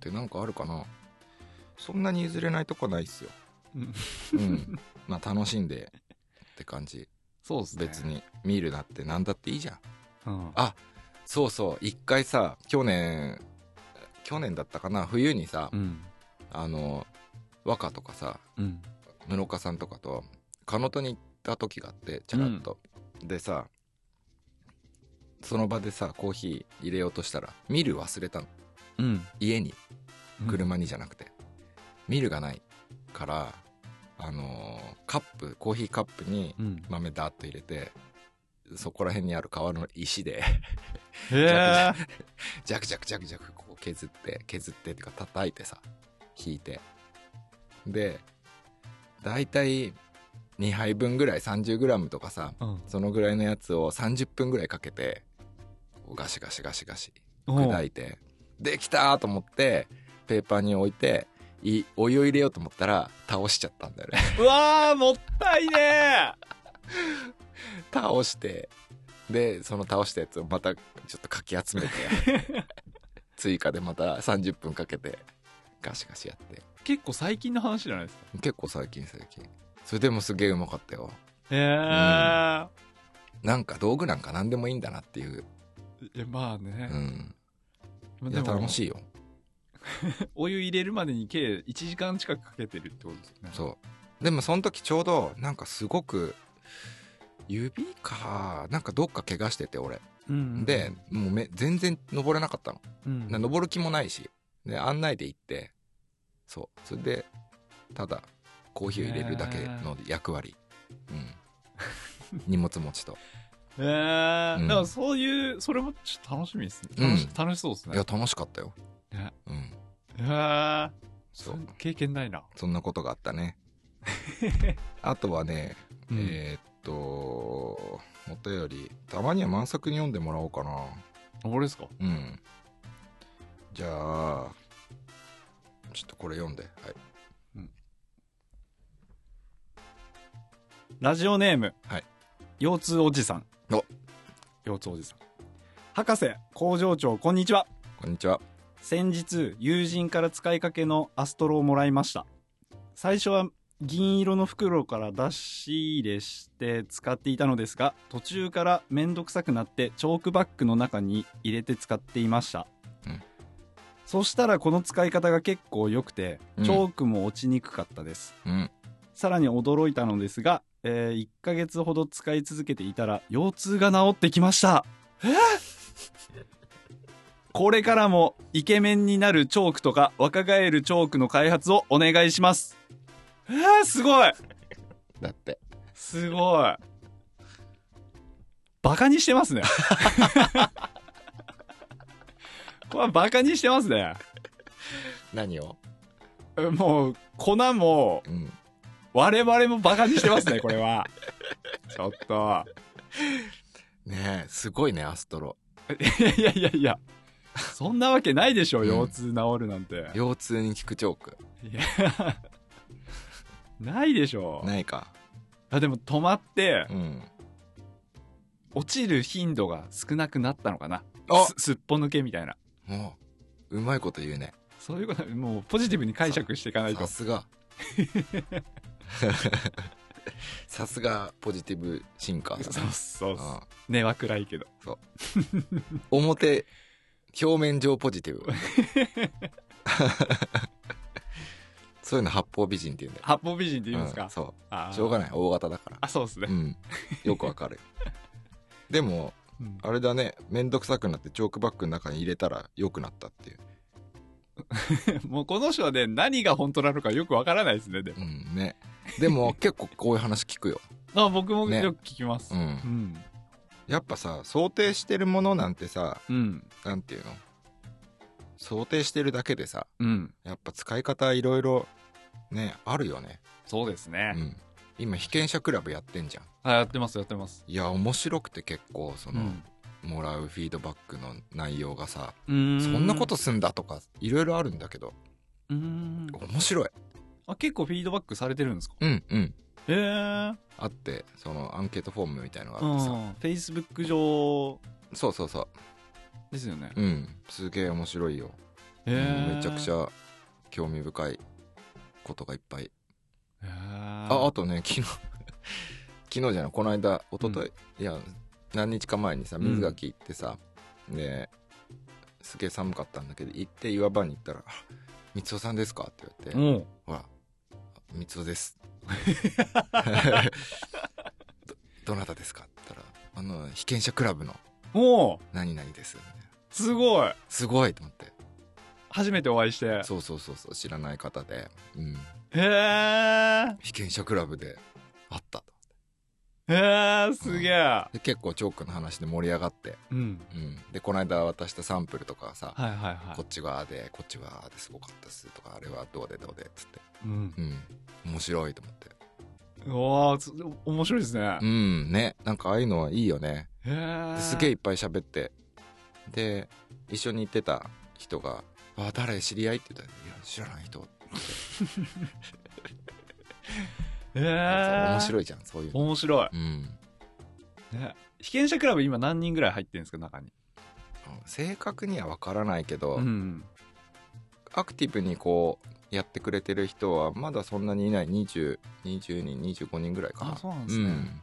Speaker 3: てなんかあるかなそんなに譲れないとこないっすよ
Speaker 2: うん
Speaker 3: うんまあ楽しんでって感じ
Speaker 2: そうですね
Speaker 3: 別、にミールだって何だっていいじゃん
Speaker 2: うん、
Speaker 3: あそうそう一回さ去年去年だったかな冬にさ、
Speaker 2: うん
Speaker 3: あの和歌とかさ
Speaker 2: うん
Speaker 3: 室岡さんとかと鹿野戸に行った時があってチャラッと、でさその場でさコーヒー入れようとしたらミル忘れたの
Speaker 2: うん
Speaker 3: 家に
Speaker 2: うん
Speaker 3: 車にじゃなくて、ミルがないからあのーカップコーヒーカップに
Speaker 2: うん
Speaker 3: 豆ダーッと入れてそこら辺にある川の石で
Speaker 2: へえ
Speaker 3: ジャクジャクジャクジャクこう削って削ってっていうか叩いてさ引いてで大体2杯分ぐらい 30g とかさ
Speaker 2: うん
Speaker 3: そのぐらいのやつを30分ぐらいかけてこうガシガシガシガシ砕いてできたと思ってペーパーに置いていお湯を入れようと思ったら倒しちゃったんだよね
Speaker 2: うわーもったいね
Speaker 3: 倒してでその倒したやつをまたちょっとかき集めて 追加でまた30分かけてガシガシやって
Speaker 2: ー結構最近の話じゃないですか
Speaker 3: 結構最近最近それでもすげえうまかったよ
Speaker 2: へえ
Speaker 3: なんか道具なんか何でもいいんだなっていう、
Speaker 2: いやまあね
Speaker 3: う、ん、い
Speaker 2: で
Speaker 3: や
Speaker 2: も
Speaker 3: 楽しいよ
Speaker 2: お湯入れるまでに計1時間近くかけてるってことですね
Speaker 3: そうでもその時ちょうどなんかすごく指かなんかどっか怪我してて俺
Speaker 2: う、ん
Speaker 3: で、もうめ全然登れなかったの。
Speaker 2: うん
Speaker 3: な登る気もないし。で、案内で行って、そう。それで、ただ、コーヒーを入れるだけの役割。うん。 荷物持ち と。
Speaker 2: えー
Speaker 3: うん
Speaker 2: だからそういうそれもちょっと楽しみですね楽し,、
Speaker 3: うん
Speaker 2: 楽しそうです
Speaker 3: いや、
Speaker 2: ね
Speaker 3: 楽しかったよ
Speaker 2: ね。
Speaker 3: うん。
Speaker 2: へー
Speaker 3: そ
Speaker 2: そ
Speaker 3: う
Speaker 2: ん経験ないな
Speaker 3: そんなことがあっ たね。あとはね、
Speaker 2: うん
Speaker 3: えーっと、お便り、たまには満作に読んでもらおうかな。
Speaker 2: 俺ですか
Speaker 3: うん。じゃあ、ちょっとこれ読んで。はい。
Speaker 2: ラジオネーム、
Speaker 3: はい
Speaker 2: 腰痛おじさん
Speaker 3: お
Speaker 2: 腰痛おじさん博士工場長こんにちは
Speaker 3: こんにちは。
Speaker 2: 先日友人から使いかけのアストロをもらいました最初は銀色の袋から出し入れして使っていたのですが途中から面倒くさくなってチョークバッグの中に入れて使っていました、
Speaker 3: うん
Speaker 2: そしたらこの使い方が結構良くて
Speaker 3: うん
Speaker 2: チョークも落ちにくかったです、
Speaker 3: うん。
Speaker 2: さらに驚いたのですが、え1ヶ月ほど使い続けていたら腰痛が治ってきました これからもイケメンになるチョークとか若返るチョークの開発をお願いしますえー、すごい
Speaker 3: だって。
Speaker 2: すごいバカにして ますねこれはバカにしてますね
Speaker 3: 何を
Speaker 2: えもう粉も
Speaker 3: うん。
Speaker 2: 我々もバカにしてますねこれ はちょっと
Speaker 3: ねえ、すごいね、アストロ。
Speaker 2: いやいやいやいや。そんなわけないでしょ、
Speaker 3: うん
Speaker 2: 腰痛治るなんて。
Speaker 3: 腰痛に効くチョーク。
Speaker 2: いやないでしょ。
Speaker 3: ないか。
Speaker 2: あでも止まって
Speaker 3: う、ん。
Speaker 2: 落ちる頻度が少なくなったのかな。
Speaker 3: あ
Speaker 2: すすっぽ抜けみたいな。
Speaker 3: もう、うまいこと言うね。
Speaker 2: そういうこと、もうポジティブに解釈していかないと
Speaker 3: さ。す が。さすが、ポジティブシンカー
Speaker 2: そ
Speaker 3: だ
Speaker 2: うそう
Speaker 3: な。うん
Speaker 2: そう。根は暗いけど。
Speaker 3: 表、表面上ポ ジティブ。そういうの八方美人って言うんだよ。
Speaker 2: 八方美人って言います
Speaker 3: う
Speaker 2: か
Speaker 3: ん。そ
Speaker 2: あー
Speaker 3: う。しょうがない。大型だから。
Speaker 2: あ、そうですね
Speaker 3: う。ん。よくわかる。でも、
Speaker 2: うん
Speaker 3: あれだね。めんどくさくなってチョークバッグの中に入れたら良くなったっていう。
Speaker 2: もうこの人はね、何が本当なのかよくわからないですね、でも。
Speaker 3: うんね。でも 結構こういう話聞くよ。
Speaker 2: あ、僕も
Speaker 3: ね
Speaker 2: よく聞きます。
Speaker 3: う。
Speaker 2: うんん。
Speaker 3: やっぱさ、想定してるものなんてさ、
Speaker 2: うん。
Speaker 3: なんていうの想定してるだけでさ、
Speaker 2: うん。
Speaker 3: やっぱ使い方いろいろ、ね、あるよね。
Speaker 2: そうですね
Speaker 3: う。ん。今、被験者クラブやってんじゃん。
Speaker 2: あ、やってます、やってます。
Speaker 3: いや、面白くて結構、その、
Speaker 2: うん
Speaker 3: もらうフィードバックの内容がさ、
Speaker 2: そん
Speaker 3: そんなことすんだとか、いろいろあるんだけど、
Speaker 2: うーん
Speaker 3: 面白い。
Speaker 2: あ結構フィードバックされてるんですか
Speaker 3: うん、うん。
Speaker 2: へえー、
Speaker 3: あって、そのアンケートフォームみたいのが
Speaker 2: う
Speaker 3: あって
Speaker 2: ん
Speaker 3: さ、
Speaker 2: フェイスブック上
Speaker 3: そうそうそ
Speaker 2: ですよね
Speaker 3: う。うん。すげえ面白いよ。
Speaker 2: へえ
Speaker 3: めちゃくち
Speaker 2: ゃ
Speaker 3: ゃ興味深いことがいっぱいあ
Speaker 2: あ
Speaker 3: あとね昨日 昨日じゃないこの間一昨日、いや何日か前にさ
Speaker 2: ん
Speaker 3: 水垣行ってさ、ですげえ寒かったんだけど行って岩場に行ったらあ「三夫さんですか?」って言われて
Speaker 2: う、ん
Speaker 3: ほら、三つです。 ど、どなたですかって言ったら、あの、被験者クラブの
Speaker 2: おお
Speaker 3: 何々です。
Speaker 2: すごい
Speaker 3: すごいと思って。
Speaker 2: 初めてお会いして
Speaker 3: そうそうそうそう、知らない方で、うん。
Speaker 2: へえ
Speaker 3: 被験者クラブで会ったと。
Speaker 2: へえすげえ
Speaker 3: で、結構チョークの話で盛り上がって、
Speaker 2: うん
Speaker 3: うん。で、この間渡したサンプルとかさ、
Speaker 2: はいはいは
Speaker 3: こっち側で、こっち側ですごかったっすとか、あれはどうでどうでっつって、
Speaker 2: いうん
Speaker 3: うん。面白いと思って。
Speaker 2: おお面白いですね
Speaker 3: うん、ね。なんかああいうのはいいよね。
Speaker 2: へえ
Speaker 3: ですげえいっぱい喋ってで一緒に行ってた人が「あ誰知り合い?」って言ったら「いや知らない人」
Speaker 2: へえ
Speaker 3: 面白いじゃんそういうの
Speaker 2: 面白い
Speaker 3: うん
Speaker 2: ね被験者クラブ今何人ぐらい入ってるんですか中に
Speaker 3: 正確には分からないけど、
Speaker 2: うん
Speaker 3: アクティブにこうやってくれてる人はまだそんなにいない2020人25人ぐらいかな
Speaker 2: あそうなんですね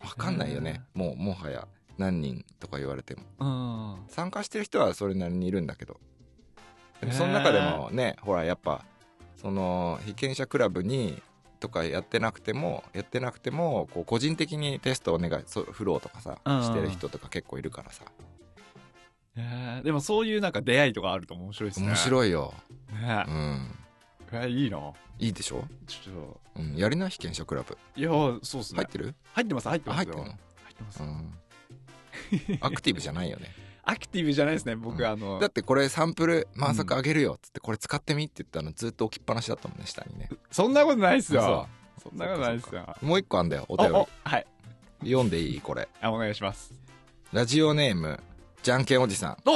Speaker 3: 分かんないよねもうもはや何人とか言われても
Speaker 2: うんは
Speaker 3: 参加してる人はそれなりにいるんだけどでもその中でもねほらやっぱその被験者クラブにとかやってなくてもやってなくてもこう個人的にテストお願いそうフローとかさ
Speaker 2: うんうん
Speaker 3: してる人とか結構いるからさ
Speaker 2: へえでもそういうなんか出会いとかあると面白いですね
Speaker 3: 面白いよ、
Speaker 2: いね
Speaker 3: うん、
Speaker 2: えいいない
Speaker 3: いでしょ、
Speaker 2: ちょ
Speaker 3: うん、やりな被験者クラブ
Speaker 2: っといやそうですね
Speaker 3: 入ってる、
Speaker 2: 入ってます入って
Speaker 3: あ
Speaker 2: ます
Speaker 3: 入っ
Speaker 2: よ
Speaker 3: てる
Speaker 2: 入
Speaker 3: の、
Speaker 2: ってます
Speaker 3: うんアクティブじゃないよね
Speaker 2: アクティブじゃないですね僕、
Speaker 3: うん
Speaker 2: あの
Speaker 3: だってこれサンプル満足あげるよっつってこれ使ってみって言ったのずっと置きっぱなしだったもんね下にね
Speaker 2: そんなことないっす
Speaker 3: そう
Speaker 2: よそんなことないっすよ
Speaker 3: もう一個あんだよお
Speaker 2: お
Speaker 3: 便
Speaker 2: おはい
Speaker 3: り読んでいいこれ
Speaker 2: あお願いします
Speaker 3: ラジオネームじゃんけんおじさん
Speaker 2: どう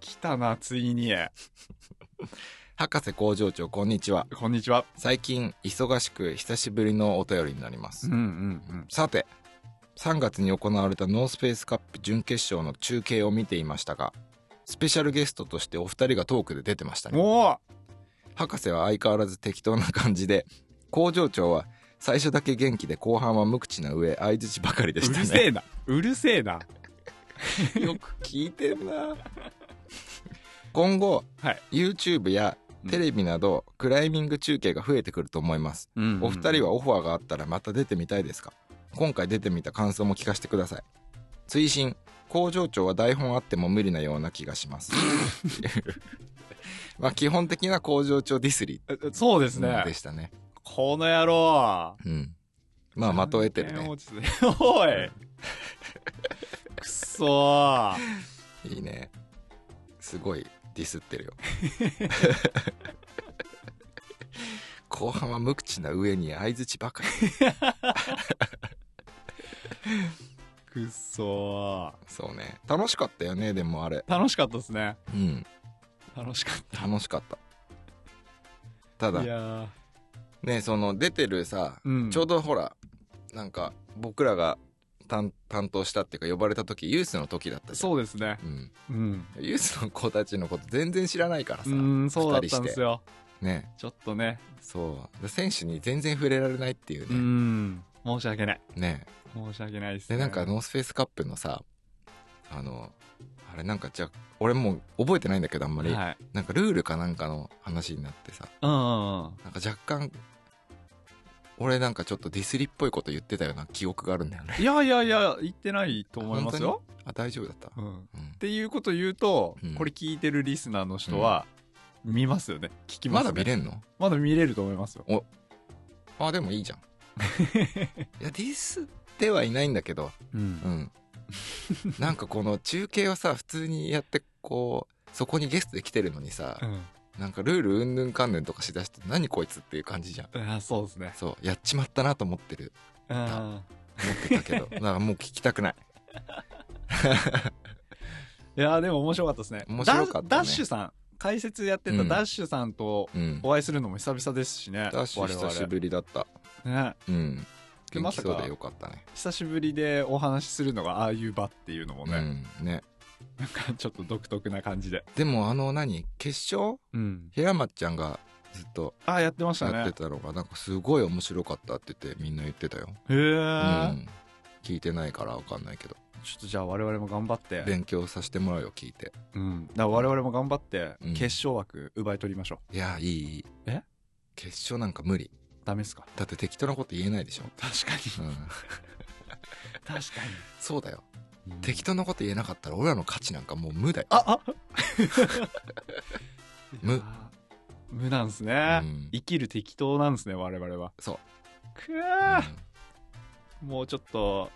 Speaker 2: 来たなついに
Speaker 3: 博士工場長こんにちは
Speaker 2: こんにちは
Speaker 3: 最近忙しく久しぶりのお便りになります、
Speaker 2: ん
Speaker 3: さて3月に行われたノースペースカップ準決勝の中継を見ていましたがスペシャルゲストとしてお二人がトークで出てましたね
Speaker 2: おお
Speaker 3: 博士は相変わらず適当な感じで工場長は最初だけ元気で後半は無口な上相槌ばかりで
Speaker 2: う
Speaker 3: したね
Speaker 2: るせえなうるせえな
Speaker 3: よく聞いてんな 今後、
Speaker 2: はい
Speaker 3: YouTube や
Speaker 2: うん
Speaker 3: テレビなど、クライミング中継が増えてくると思います、お二人はオファーがあったらまた出てみたいですか今回出てみた感想も聞かせてください追伸工場長は台本あっても無理なような気がし ますまあ基本的な工場長ディスリ
Speaker 2: えそうですね
Speaker 3: でしたね
Speaker 2: この野郎
Speaker 3: うんまあまとえてる
Speaker 2: 全然
Speaker 3: ね
Speaker 2: 落ちてるお いくそー
Speaker 3: いいねすごいディスって るよ後半は無口な上に相槌ばかり
Speaker 2: くっそ
Speaker 3: そうね楽しかったよねでもあれ
Speaker 2: ー楽しかったですね
Speaker 3: うん
Speaker 2: 楽しかっ
Speaker 3: 楽しかったた
Speaker 2: た
Speaker 3: だ
Speaker 2: いやー
Speaker 3: ねその出てるさ、
Speaker 2: うん
Speaker 3: ちょうどほらなんか僕らが担担当したっていうか呼ばれた時ユースの時だったじゃん
Speaker 2: そうですね
Speaker 3: うん、
Speaker 2: うん
Speaker 3: ユースの子たちのこと全然知らないから
Speaker 2: う
Speaker 3: さ
Speaker 2: んそうだったんですよ
Speaker 3: ね
Speaker 2: ちょっとね
Speaker 3: そうで選手に全然触れられないっていう
Speaker 2: う
Speaker 3: ね、
Speaker 2: ん申し訳ない
Speaker 3: ね
Speaker 2: 申し訳ないです
Speaker 3: で
Speaker 2: ね
Speaker 3: なんかノースフェイスカップのさあのあれなんかじゃあ俺もう覚えてないんだけどあんまり、
Speaker 2: はい
Speaker 3: なんかルールかなんかの話になってさ
Speaker 2: うんうんうん
Speaker 3: なんか若干俺なんかちょっとディスリっぽいこと言ってたような記憶があるんだよね
Speaker 2: いやいやいや言ってないと思いますよ、
Speaker 3: あ大丈夫だった、
Speaker 2: うん、っ
Speaker 3: うん
Speaker 2: ていうこと言うと、
Speaker 3: うん
Speaker 2: これ聞いてるリスナーの人は見ますよね聞きま
Speaker 3: ますだ
Speaker 2: よね
Speaker 3: 見れんの
Speaker 2: まだ見れると思いますよ
Speaker 3: あでもいいじ ゃんいやディスってはいないんだけど
Speaker 2: うん
Speaker 3: う、ん なんかこの中継をさ普通にやってこうそこにゲストで来てるのにさ、
Speaker 2: うん
Speaker 3: なんかルールうんぬんかんぬんとかしだして何こいつっていう感じじゃん
Speaker 2: あーそうですね。
Speaker 3: そうやっちまったなと思ってる
Speaker 2: うん
Speaker 3: 思ってたけど なんかもう聞きたくない
Speaker 2: いやーでも面白かったですね。
Speaker 3: 面白かったね
Speaker 2: ダダッシュさん、解説やってた
Speaker 3: うん
Speaker 2: ダッシュさんと
Speaker 3: うん
Speaker 2: お会いするのも久々ですしね。
Speaker 3: ダッシュ久しぶりだった
Speaker 2: り。ね。
Speaker 3: うん
Speaker 2: で
Speaker 3: 元
Speaker 2: ま
Speaker 3: 気
Speaker 2: さか
Speaker 3: そうでよかったね
Speaker 2: 久しぶりでお話しするのがああいう場っていうのもね、
Speaker 3: うんね
Speaker 2: なんか ちょっと独特な感じで。
Speaker 3: でもあの何決勝
Speaker 2: うん。
Speaker 3: 平松ちゃんがずっと
Speaker 2: ああ、やってました
Speaker 3: やって
Speaker 2: ね。
Speaker 3: たのがなんかすごい面白かったって言ってみんな言ってたよ
Speaker 2: へ
Speaker 3: う
Speaker 2: え、
Speaker 3: ん聞いてないからわかんないけど
Speaker 2: ちょっとじゃあ我々も頑張って、
Speaker 3: 勉強させてもらうよ聞いて
Speaker 2: うん、だから我々も頑張って
Speaker 3: うん
Speaker 2: 決勝枠奪い取りましょ
Speaker 3: いやいいいい
Speaker 2: え
Speaker 3: 決勝なんか無理
Speaker 2: う、ダメ ですか
Speaker 3: だって適当なこと言えないでしょ、
Speaker 2: 確かに
Speaker 3: うん、
Speaker 2: 確か
Speaker 3: そうだよ
Speaker 2: に、 うん
Speaker 3: 適当なこと言えなかったら俺らの価値なんかもう無だよあ 無
Speaker 2: あー無なんすね、
Speaker 3: うん
Speaker 2: 生きる適当なんですね我々は
Speaker 3: そう
Speaker 2: く
Speaker 3: うん
Speaker 2: わー、もうちょっと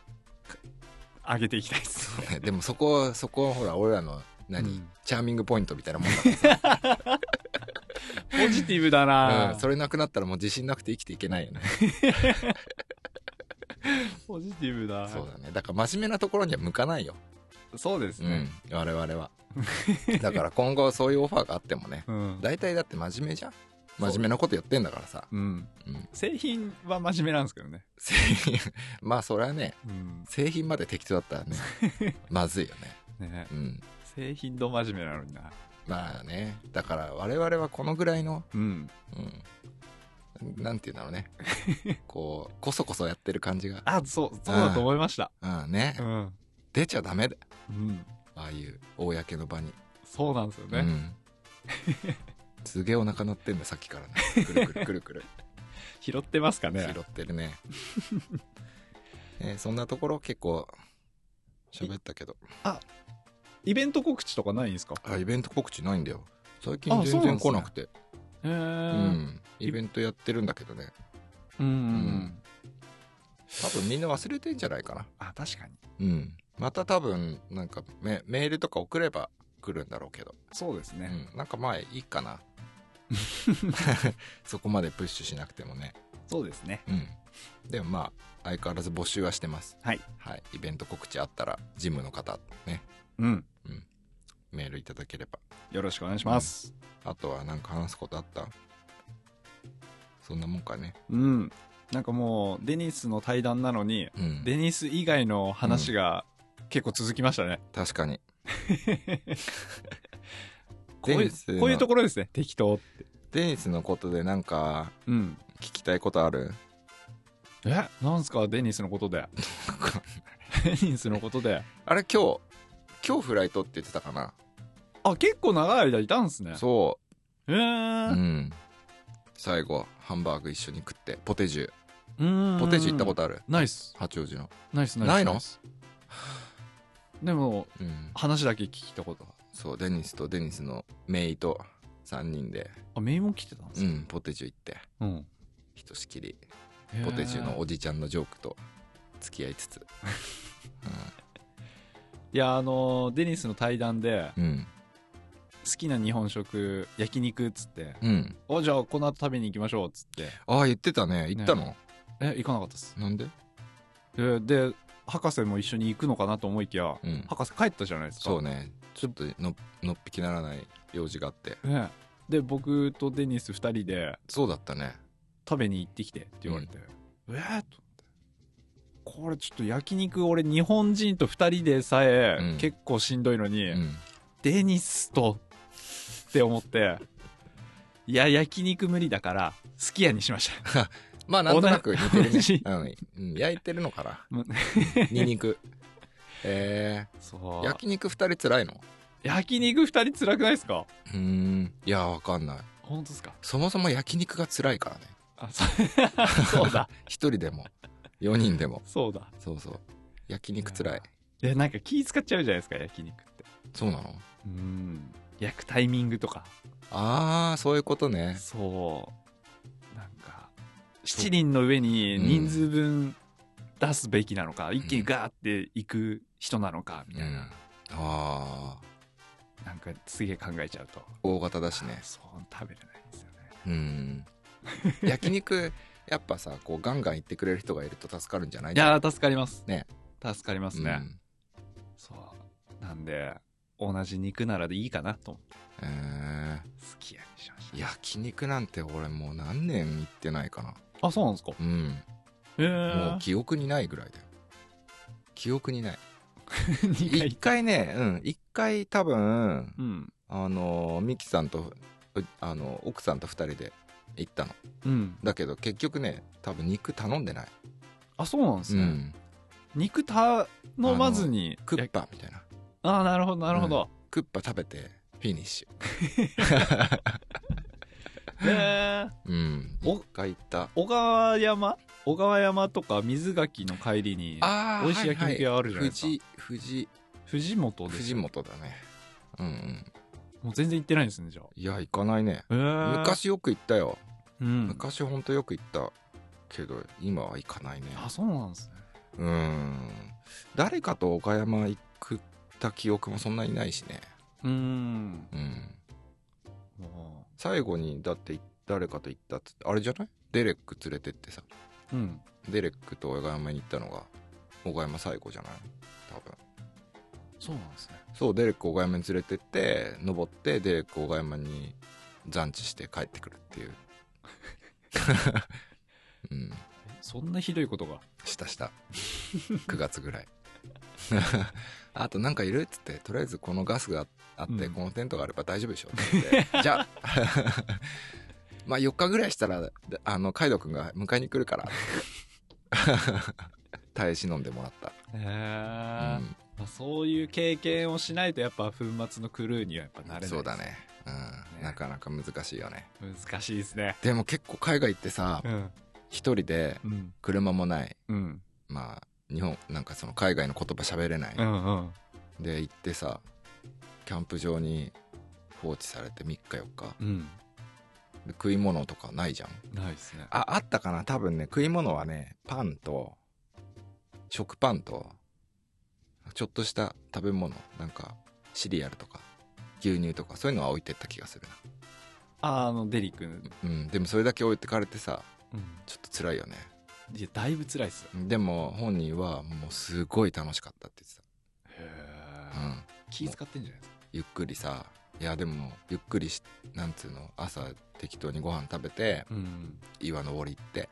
Speaker 2: か上げていきたいっす
Speaker 3: ねでもそこそこはほら俺らの何、
Speaker 2: うん
Speaker 3: チャーミングポイントみたいなもんだ
Speaker 2: ポジティブだ
Speaker 3: から、
Speaker 2: な、
Speaker 3: うんそれなくなったらもう自信なくて生きていけないよね
Speaker 2: ポジティブだ
Speaker 3: そうだねだから真面目なところには向かないよ、
Speaker 2: そうですね、
Speaker 3: うん我 々はだから今後そういうオファーがあってもね
Speaker 2: うん
Speaker 3: 大体だって真面目じゃん真面目なことやってんだからさ
Speaker 2: うん
Speaker 3: うん
Speaker 2: 製品は真面目なんですけどね、
Speaker 3: 製品 まあそれはね
Speaker 2: うん
Speaker 3: 製品まで適当だったらね まずいよね
Speaker 2: ね
Speaker 3: うん
Speaker 2: 製品ど真面目なのにな
Speaker 3: まあねだから我々はこのぐらいの
Speaker 2: うん
Speaker 3: うんなんて言うんだろうね こうこそこそやってる感じが
Speaker 2: あそうそうだと思いました
Speaker 3: うんね、
Speaker 2: うん、
Speaker 3: 出ちゃダメだ
Speaker 2: うん、
Speaker 3: ああいう公の場に、
Speaker 2: そうなんですよね、
Speaker 3: うんすげえお腹鳴ってんださっきからねくるくるくるくる
Speaker 2: 拾ってますか ね
Speaker 3: 拾ってるねえーそんなところ結構喋ったけど
Speaker 2: イベント告知とかないんですか
Speaker 3: あイベント告知ないんだよ最
Speaker 2: あ
Speaker 3: 近
Speaker 2: そ
Speaker 3: 全
Speaker 2: うなん
Speaker 3: 然
Speaker 2: ですね
Speaker 3: 来なくて
Speaker 2: へえ
Speaker 3: う
Speaker 2: うん
Speaker 3: んイベントやってるんだけどね
Speaker 2: うん、
Speaker 3: ん多分みんな忘れてんじゃないかな
Speaker 2: あ確かに
Speaker 3: うんまた多分なんかメメールとか送れば来るんだろうけど、
Speaker 2: そうですね、
Speaker 3: うん、なんかまあいいか なそこまでプッシュしなくてもね
Speaker 2: そうですね
Speaker 3: うんでもまあ相変わらず募集はしてます
Speaker 2: はい、
Speaker 3: はい、イベント告知あったらジムの方ね
Speaker 2: うん
Speaker 3: メールいただければ
Speaker 2: よろしくお願いします
Speaker 3: あとはなんか話すことあったそんなもんかね
Speaker 2: うん、なんかもうデニスの対談なのに
Speaker 3: うん
Speaker 2: デニス以外の話が結構続きましたね、
Speaker 3: 確かに
Speaker 2: こうい
Speaker 3: デニス
Speaker 2: う
Speaker 3: の
Speaker 2: こういうところですね適当
Speaker 3: デニスのことでなんか
Speaker 2: うん
Speaker 3: 聞きたいことある
Speaker 2: えなんすかデニスのこと でデニスのことで
Speaker 3: あれ今日今日フライトって言ってたかな
Speaker 2: あ結構長い間いたんすね
Speaker 3: そ
Speaker 2: へえ
Speaker 3: ううん最後ハンバーグ一緒に食ってポテジュ
Speaker 2: うん
Speaker 3: ポテジュ行ったことある
Speaker 2: ないっす
Speaker 3: 八王子の
Speaker 2: ないっす
Speaker 3: ないの
Speaker 2: っすでも
Speaker 3: うん
Speaker 2: 話だけ聞いたこと
Speaker 3: そうデニスとデニスのメイと3人で
Speaker 2: あメイも来てたんで
Speaker 3: う
Speaker 2: すか
Speaker 3: んポテジュ行って
Speaker 2: うん
Speaker 3: ひとしきりポテジュのおじちゃんのジョークと付き合いつつ
Speaker 2: いやあのーデニスの対談で
Speaker 3: うん
Speaker 2: 好きな日本食焼肉っつって
Speaker 3: うん、うん、
Speaker 2: 「おじゃあこの後食べに行きましょう」っつって
Speaker 3: ああ言ってたね行ったの、
Speaker 2: え行かなかったっす
Speaker 3: なんで
Speaker 2: でで博士も一緒に行くのかなと思いきや、
Speaker 3: うん
Speaker 2: 博士帰ったじゃないですか
Speaker 3: そうねちょっとののっぴきならない用事があって
Speaker 2: ねで僕とデニス2人で
Speaker 3: そうだったね
Speaker 2: 食べに行ってきてって言われて、えー、と思ってこれちょっと焼肉俺日本人と2人でさえ
Speaker 3: うん
Speaker 2: 結構しんどいのに、
Speaker 3: うん
Speaker 2: デニスとって思っていや焼肉無理だからすき家にしました
Speaker 3: まあなんとなく似てる
Speaker 2: 同じ
Speaker 3: ね、うんうん、焼いてるのかな
Speaker 2: もう
Speaker 3: にんにく え
Speaker 2: そ
Speaker 3: ー、
Speaker 2: う
Speaker 3: 焼肉2人つらいの
Speaker 2: 焼肉2人辛くないですか
Speaker 3: うーんいやわかんない
Speaker 2: 本当ですか
Speaker 3: そもそも焼肉が辛いからね
Speaker 2: あそうそう だ
Speaker 3: 1人でも4人でも
Speaker 2: そうだ
Speaker 3: そうそう焼肉辛い
Speaker 2: いやなんか気使っちゃうじゃないですか焼肉って
Speaker 3: そうなの
Speaker 2: うん焼くタイミングとか
Speaker 3: ああそういうことね
Speaker 2: そうなんか7人の上に人数分出すべきなのか、一気にガーっていく人なのかみたいな、
Speaker 3: ああ
Speaker 2: なんかすげえ考えちゃうと
Speaker 3: 大型だしね
Speaker 2: そう食べれないんですよね
Speaker 3: うん焼肉やっぱさこうガンガン行ってくれる人がいると助かるんじゃない
Speaker 2: いやー助かります
Speaker 3: ね
Speaker 2: 助かりますね、そうなんで同じ肉ならでいいかなと思って
Speaker 3: うんえ
Speaker 2: すき家にしまし
Speaker 3: ー
Speaker 2: た
Speaker 3: 焼肉なんて俺もう何年行ってないかな
Speaker 2: あそうなんですか
Speaker 3: うん
Speaker 2: へえ
Speaker 3: も う記憶にないぐらいだよ記憶にない
Speaker 2: 2回
Speaker 3: 一回ねうん一回多分
Speaker 2: うん
Speaker 3: あのミキさんとうあの奥さんと二人で行ったの
Speaker 2: うん
Speaker 3: だけど結局ね多分肉頼んでない
Speaker 2: あそうなんですね、
Speaker 3: うん
Speaker 2: 肉頼まずに
Speaker 3: クッパみたいな
Speaker 2: ああなるほどなるほど、
Speaker 3: クッパ食べてフィニッシ
Speaker 2: えー
Speaker 3: ュうん
Speaker 2: お
Speaker 3: 一回行った
Speaker 2: 小川山小川山とか水垣の帰りに
Speaker 3: あー
Speaker 2: 美味しい焼肉屋あるじゃないですか
Speaker 3: はいはい富士
Speaker 2: 藤本
Speaker 3: 富
Speaker 2: で
Speaker 3: 士
Speaker 2: す
Speaker 3: 藤本だねうんうん
Speaker 2: もう全然行ってないんですねじゃあ
Speaker 3: いや行かないね
Speaker 2: えー、
Speaker 3: 昔よく行ったよ
Speaker 2: うん
Speaker 3: 昔ほんとよく行ったけど今は行かないね
Speaker 2: あそうなんですね
Speaker 3: うん誰かと岡山行った記憶もそんなにないしね
Speaker 2: うん
Speaker 3: うん
Speaker 2: も
Speaker 3: 最後にだって誰かと行ったっつってあれじゃないデレック連れてってさ
Speaker 2: ううん
Speaker 3: デレックと岡山に行ったのが岡山最後じゃない多分
Speaker 2: そうなんですね
Speaker 3: そうデレック岡山に連れてって登ってデレック岡山に残地して帰ってくるっ ていううん
Speaker 2: えそんなひどいことが
Speaker 3: したした 9月ぐらい あとなんかいるっつってとりあえずこのガスがあって、
Speaker 2: うん
Speaker 3: このテントがあれば大丈夫でしょって 言ってじゃあ まあ4日ぐらいしたらあのカイドウ君が迎えに来るから 耐え忍んでもらっ
Speaker 2: へえ
Speaker 3: た、うん
Speaker 2: まあ、そういう経験をしないとやっぱ粉末のクルーにはやっぱなれないです
Speaker 3: そうだね,、うん、
Speaker 2: ね
Speaker 3: なかなか難しいよね
Speaker 2: 難しいですね
Speaker 3: でも結構海外行ってさ
Speaker 2: うん
Speaker 3: 一人で
Speaker 2: うん
Speaker 3: 車もない
Speaker 2: うん
Speaker 3: まあ日本なんかその海外の言葉喋れない、
Speaker 2: うんうん
Speaker 3: で行ってさキャンプ場に放置されて3日4日
Speaker 2: うん
Speaker 3: で食い物とかないじゃん
Speaker 2: ないですね
Speaker 3: ああったかな多分ね食い物はねパンと食パンとちょっとした食べ物なんかシリアルとか牛乳とかそういうのは置いてった気がする
Speaker 2: ああのデリ君、
Speaker 3: なうんでもそれだけ置いてかれてさ
Speaker 2: うん、
Speaker 3: ちょっと辛いよね
Speaker 2: いやだいぶ辛いですよ
Speaker 3: でも本人はもうすごい楽しかったって言
Speaker 2: へ
Speaker 3: ってた、うん、
Speaker 2: 気使ってんじゃないですか
Speaker 3: ゆっくりさいやでもゆっくりしなんつうの朝適当にご飯食べて
Speaker 2: うん
Speaker 3: 岩登り行って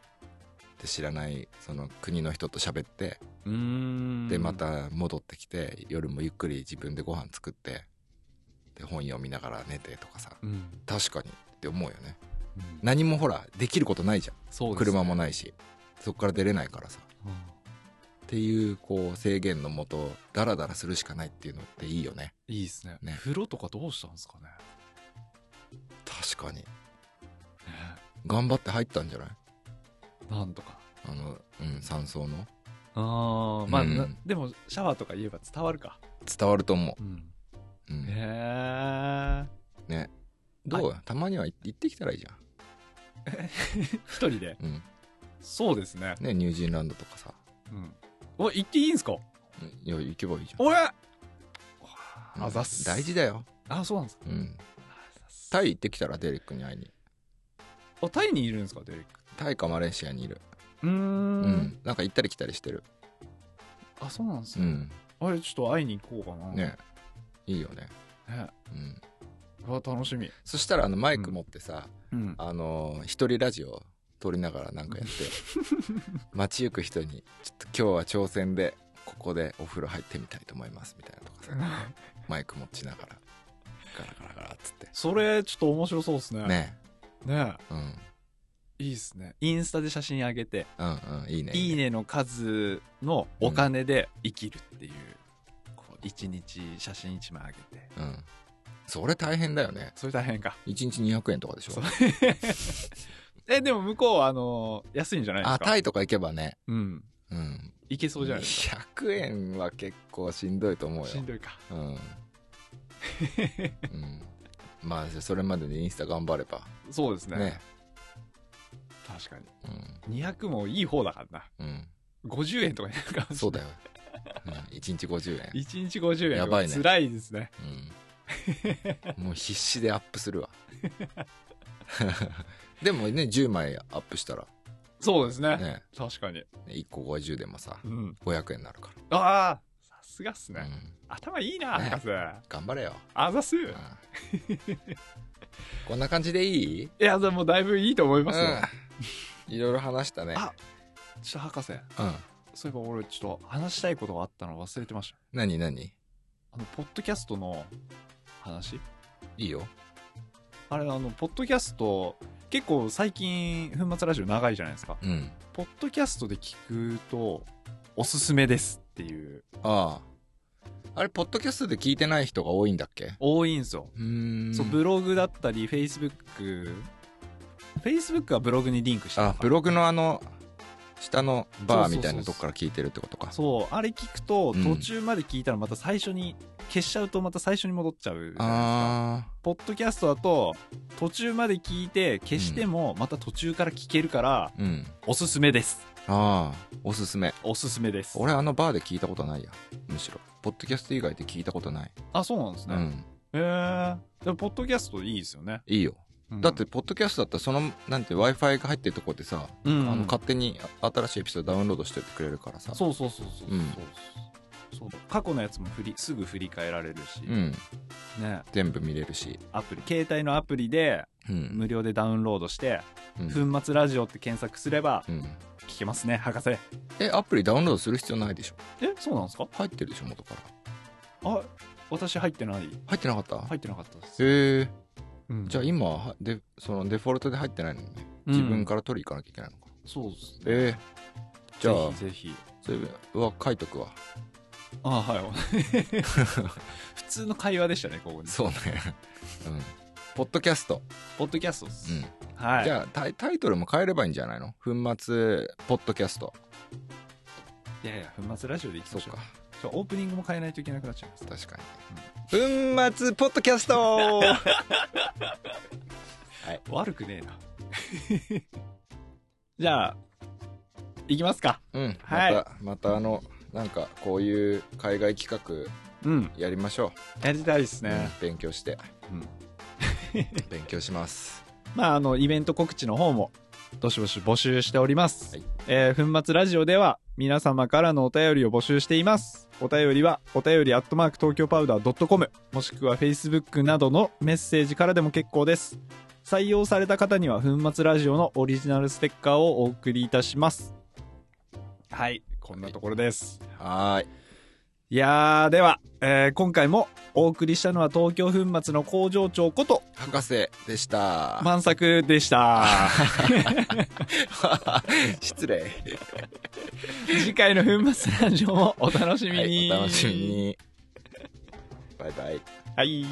Speaker 3: で知らないその国の人と喋って
Speaker 2: うーん
Speaker 3: でまた戻ってきて夜もゆっくり自分でご飯作ってで本読みながら寝てとかさ
Speaker 2: うん、
Speaker 3: 確かにって思うよね
Speaker 2: うん
Speaker 3: 何もほらできることないじゃん、
Speaker 2: そうですね
Speaker 3: 車もないしそっから出れないからさ
Speaker 2: うん
Speaker 3: っていうこう制限のもとダラダラするしかないっていうのっていいよね
Speaker 2: いいですね
Speaker 3: ね
Speaker 2: 風呂とかどうしたんですかね
Speaker 3: 確かに頑張って入ったんじゃない
Speaker 2: なんとか
Speaker 3: あの、うん、山荘の。
Speaker 2: ああまあ、
Speaker 3: うん
Speaker 2: なでもシャワーとか言えば伝わるか、
Speaker 3: 伝わると思
Speaker 2: うん、
Speaker 3: う。うん、ね。
Speaker 2: へえ
Speaker 3: どうたまには行行ってきたらいいじゃ
Speaker 2: 一人で
Speaker 3: ん。うん。
Speaker 2: そうですね
Speaker 3: ね、ニュージーランドとかさ。
Speaker 2: うんお行っていいんすか
Speaker 3: うんいや、行けばいいじゃん。
Speaker 2: おえ
Speaker 3: うん
Speaker 2: あざっす
Speaker 3: 大事だよ。
Speaker 2: あそうなんですか
Speaker 3: うん。
Speaker 2: あざっす
Speaker 3: タイ行ってきたらデリックに会いに。
Speaker 2: あタイにいるんですかデリック
Speaker 3: タイかマレーシアにいる。
Speaker 2: うーん
Speaker 3: うん。なんか行ったり来たりしてる。
Speaker 2: あそうなんです
Speaker 3: う
Speaker 2: ね、
Speaker 3: ん。
Speaker 2: あれちょっと会いに行こうかな
Speaker 3: ね。いいよね。
Speaker 2: ね
Speaker 3: うん。
Speaker 2: うわ楽しみ
Speaker 3: そしたら、あの、マイク持ってさ、
Speaker 2: うん
Speaker 3: あのー、一人ラジオ撮りながらなん かやって、街行く人に、ちょっと今日は挑戦で、ここでお風呂入ってみたいと思います、みたいなとかさ。 マイク持ちながらガラガラガラっつって
Speaker 2: それちょっと面白そうですね
Speaker 3: ね
Speaker 2: ね
Speaker 3: うん
Speaker 2: いいですねインスタで写真あげて
Speaker 3: うんうんいいね
Speaker 2: 「いいね」の数のお金で生きるっていう,、こう一日写真一枚あげて
Speaker 3: うんそれ大変だよね
Speaker 2: それ大変か
Speaker 3: 1日200円とかでしょ
Speaker 2: そう えでも向こうはあのー安いんじゃないです
Speaker 3: あ
Speaker 2: か
Speaker 3: タイとか行けばね
Speaker 2: うん
Speaker 3: うん
Speaker 2: いけそうじゃないです
Speaker 3: 200円は結構しんどいと思
Speaker 2: か
Speaker 3: うよ
Speaker 2: しんどいか
Speaker 3: うんうんまあじゃあそれまでにインスタ頑張れば
Speaker 2: そうですね
Speaker 3: ね
Speaker 2: 確かに
Speaker 3: うん
Speaker 2: 200もいい方だからな
Speaker 3: うん
Speaker 2: 50円とかになるかもしれない
Speaker 3: そうだよ、うん、1日50円
Speaker 2: 1日50円
Speaker 3: やばいね
Speaker 2: 辛いですね
Speaker 3: うんもう必死でアップするわ でもね10枚アップしたら
Speaker 2: そうですね
Speaker 3: ね
Speaker 2: 確かに
Speaker 3: 1個50でもさ
Speaker 2: うん
Speaker 3: 500円になるか
Speaker 2: ああさすがっすね
Speaker 3: ら、、うん、
Speaker 2: 頭いいな
Speaker 3: ね
Speaker 2: 博士、
Speaker 3: 頑張れよ、
Speaker 2: あざす
Speaker 3: うん
Speaker 2: い
Speaker 3: こんな感じでいい、
Speaker 2: やでもだいぶいいと思いますよ、
Speaker 3: うん、いろいろ話したね
Speaker 2: あちょっと博士
Speaker 3: うん
Speaker 2: そういえば俺ちょっと話したいことがあったの忘れてました
Speaker 3: 何何い
Speaker 2: あのポッドキャストの話
Speaker 3: いよ
Speaker 2: あれあのポッドキャスト結構最近粉末ラジオ長いじゃないですか
Speaker 3: うん
Speaker 2: ポッドキャストで聞くとおすすめですっていう
Speaker 3: ああ。あれ、ポッドキャストで聞いてない人が多いんだっけ
Speaker 2: 多いんですよ
Speaker 3: うーん
Speaker 2: そうブログだったりフェイスブックフェイスブックはブログにリンクしてる
Speaker 3: あ、ブログのあの、下のバーみたい
Speaker 2: そうそうそうそ
Speaker 3: な
Speaker 2: う
Speaker 3: とこから聞いてるってことか。
Speaker 2: そうあれ聞くと
Speaker 3: うん
Speaker 2: 途中まで聞いたらまた最初に、消しちゃうとまた最初に戻っちゃうじゃないですか
Speaker 3: あ
Speaker 2: ポッドキャストだと途中まで聞いて消してもまた途中から聞けるから、
Speaker 3: あ。うん。
Speaker 2: おすすめです
Speaker 3: ああ、おすすめ。
Speaker 2: おすすめです
Speaker 3: 俺、あのバーで聞いたことないや。むしろ。ポッドキャスト以外で聞いたことない。
Speaker 2: あそうなんです
Speaker 3: う
Speaker 2: ね、
Speaker 3: ん。
Speaker 2: へえでもポッドキャストいいですよね、
Speaker 3: いいよ。
Speaker 2: うん
Speaker 3: だって、ポッドキャストだったら、その、なんて、Wi-Fi が入ってるとこでさ、
Speaker 2: うん
Speaker 3: あの勝手に新しいエピソードダウンロードしてってくれるからさ。
Speaker 2: そうそうそうそうそう、
Speaker 3: うん
Speaker 2: そう過去のやつも振りすぐ振り返られるし、
Speaker 3: うん。
Speaker 2: ね
Speaker 3: 全部見れるし。
Speaker 2: アプリ携帯のアプリで
Speaker 3: うん。
Speaker 2: 無料でダウンロードして
Speaker 3: う
Speaker 2: 「
Speaker 3: ん。
Speaker 2: 粉末ラジオ」って検索すれば
Speaker 3: うん
Speaker 2: 聞けますね博士
Speaker 3: え、アプリダウンロードする必要ないでしょ
Speaker 2: えそうなんですか
Speaker 3: 入ってるでしょ元から。
Speaker 2: あ私入ってない
Speaker 3: 入ってなかった
Speaker 2: 入ってなかったです、
Speaker 3: へえ。
Speaker 2: うん
Speaker 3: じゃあ今は、で、そのデフォルトで入ってないのね。自分から取りに行かなきゃいけないのか。
Speaker 2: うんそうですね
Speaker 3: ええじゃあ、
Speaker 2: ぜひぜひ
Speaker 3: それは書いとくわ。
Speaker 2: あはい 普通の会話でしたねここに
Speaker 3: そうね。 うん。ポッドキャスト。
Speaker 2: ポッドキャストっす、
Speaker 3: うん。
Speaker 2: はい
Speaker 3: じゃあタイ、タイトルも変えればいいんじゃないの粉末、ポッドキャスト。
Speaker 2: いやいや粉末ラジオでいき
Speaker 3: そ
Speaker 2: ま
Speaker 3: う
Speaker 2: しょ
Speaker 3: か
Speaker 2: う。ちょオープニングも変えないといけなくなっちゃいます
Speaker 3: 確かに。粉末、ポッドキャスト
Speaker 2: 悪くねえな じゃあいきますか
Speaker 3: うん。
Speaker 2: はい
Speaker 3: また、またあの、なんか、こういう海外企
Speaker 2: うん
Speaker 3: 画やりましょ
Speaker 2: やりたいです
Speaker 3: う。
Speaker 2: ね、
Speaker 3: うん勉強して。
Speaker 2: うん
Speaker 3: 勉強します。
Speaker 2: まあ、あの、イベント告知の方も、どしどし募集しております。
Speaker 3: はい
Speaker 2: えー粉末ラジオでは、皆様からのお便りを募集しています。お便りは、お便りアットマーク東京パウダー .com、もしくは Facebook などのメッセージからでも結構です。採用された方には、粉末ラジオのオリジナルステッカーをお送りいたします。はい、こんなところです。
Speaker 3: はーい。
Speaker 2: いやー、では、えー今回もお送りしたのは東京粉末の工場長こと、
Speaker 3: 博士でした。
Speaker 2: 満作でした。
Speaker 3: 失礼。
Speaker 2: 次回の粉末ラジオもお楽しみ
Speaker 3: はい
Speaker 2: に、
Speaker 3: お楽しみに。バイバイ。
Speaker 2: はい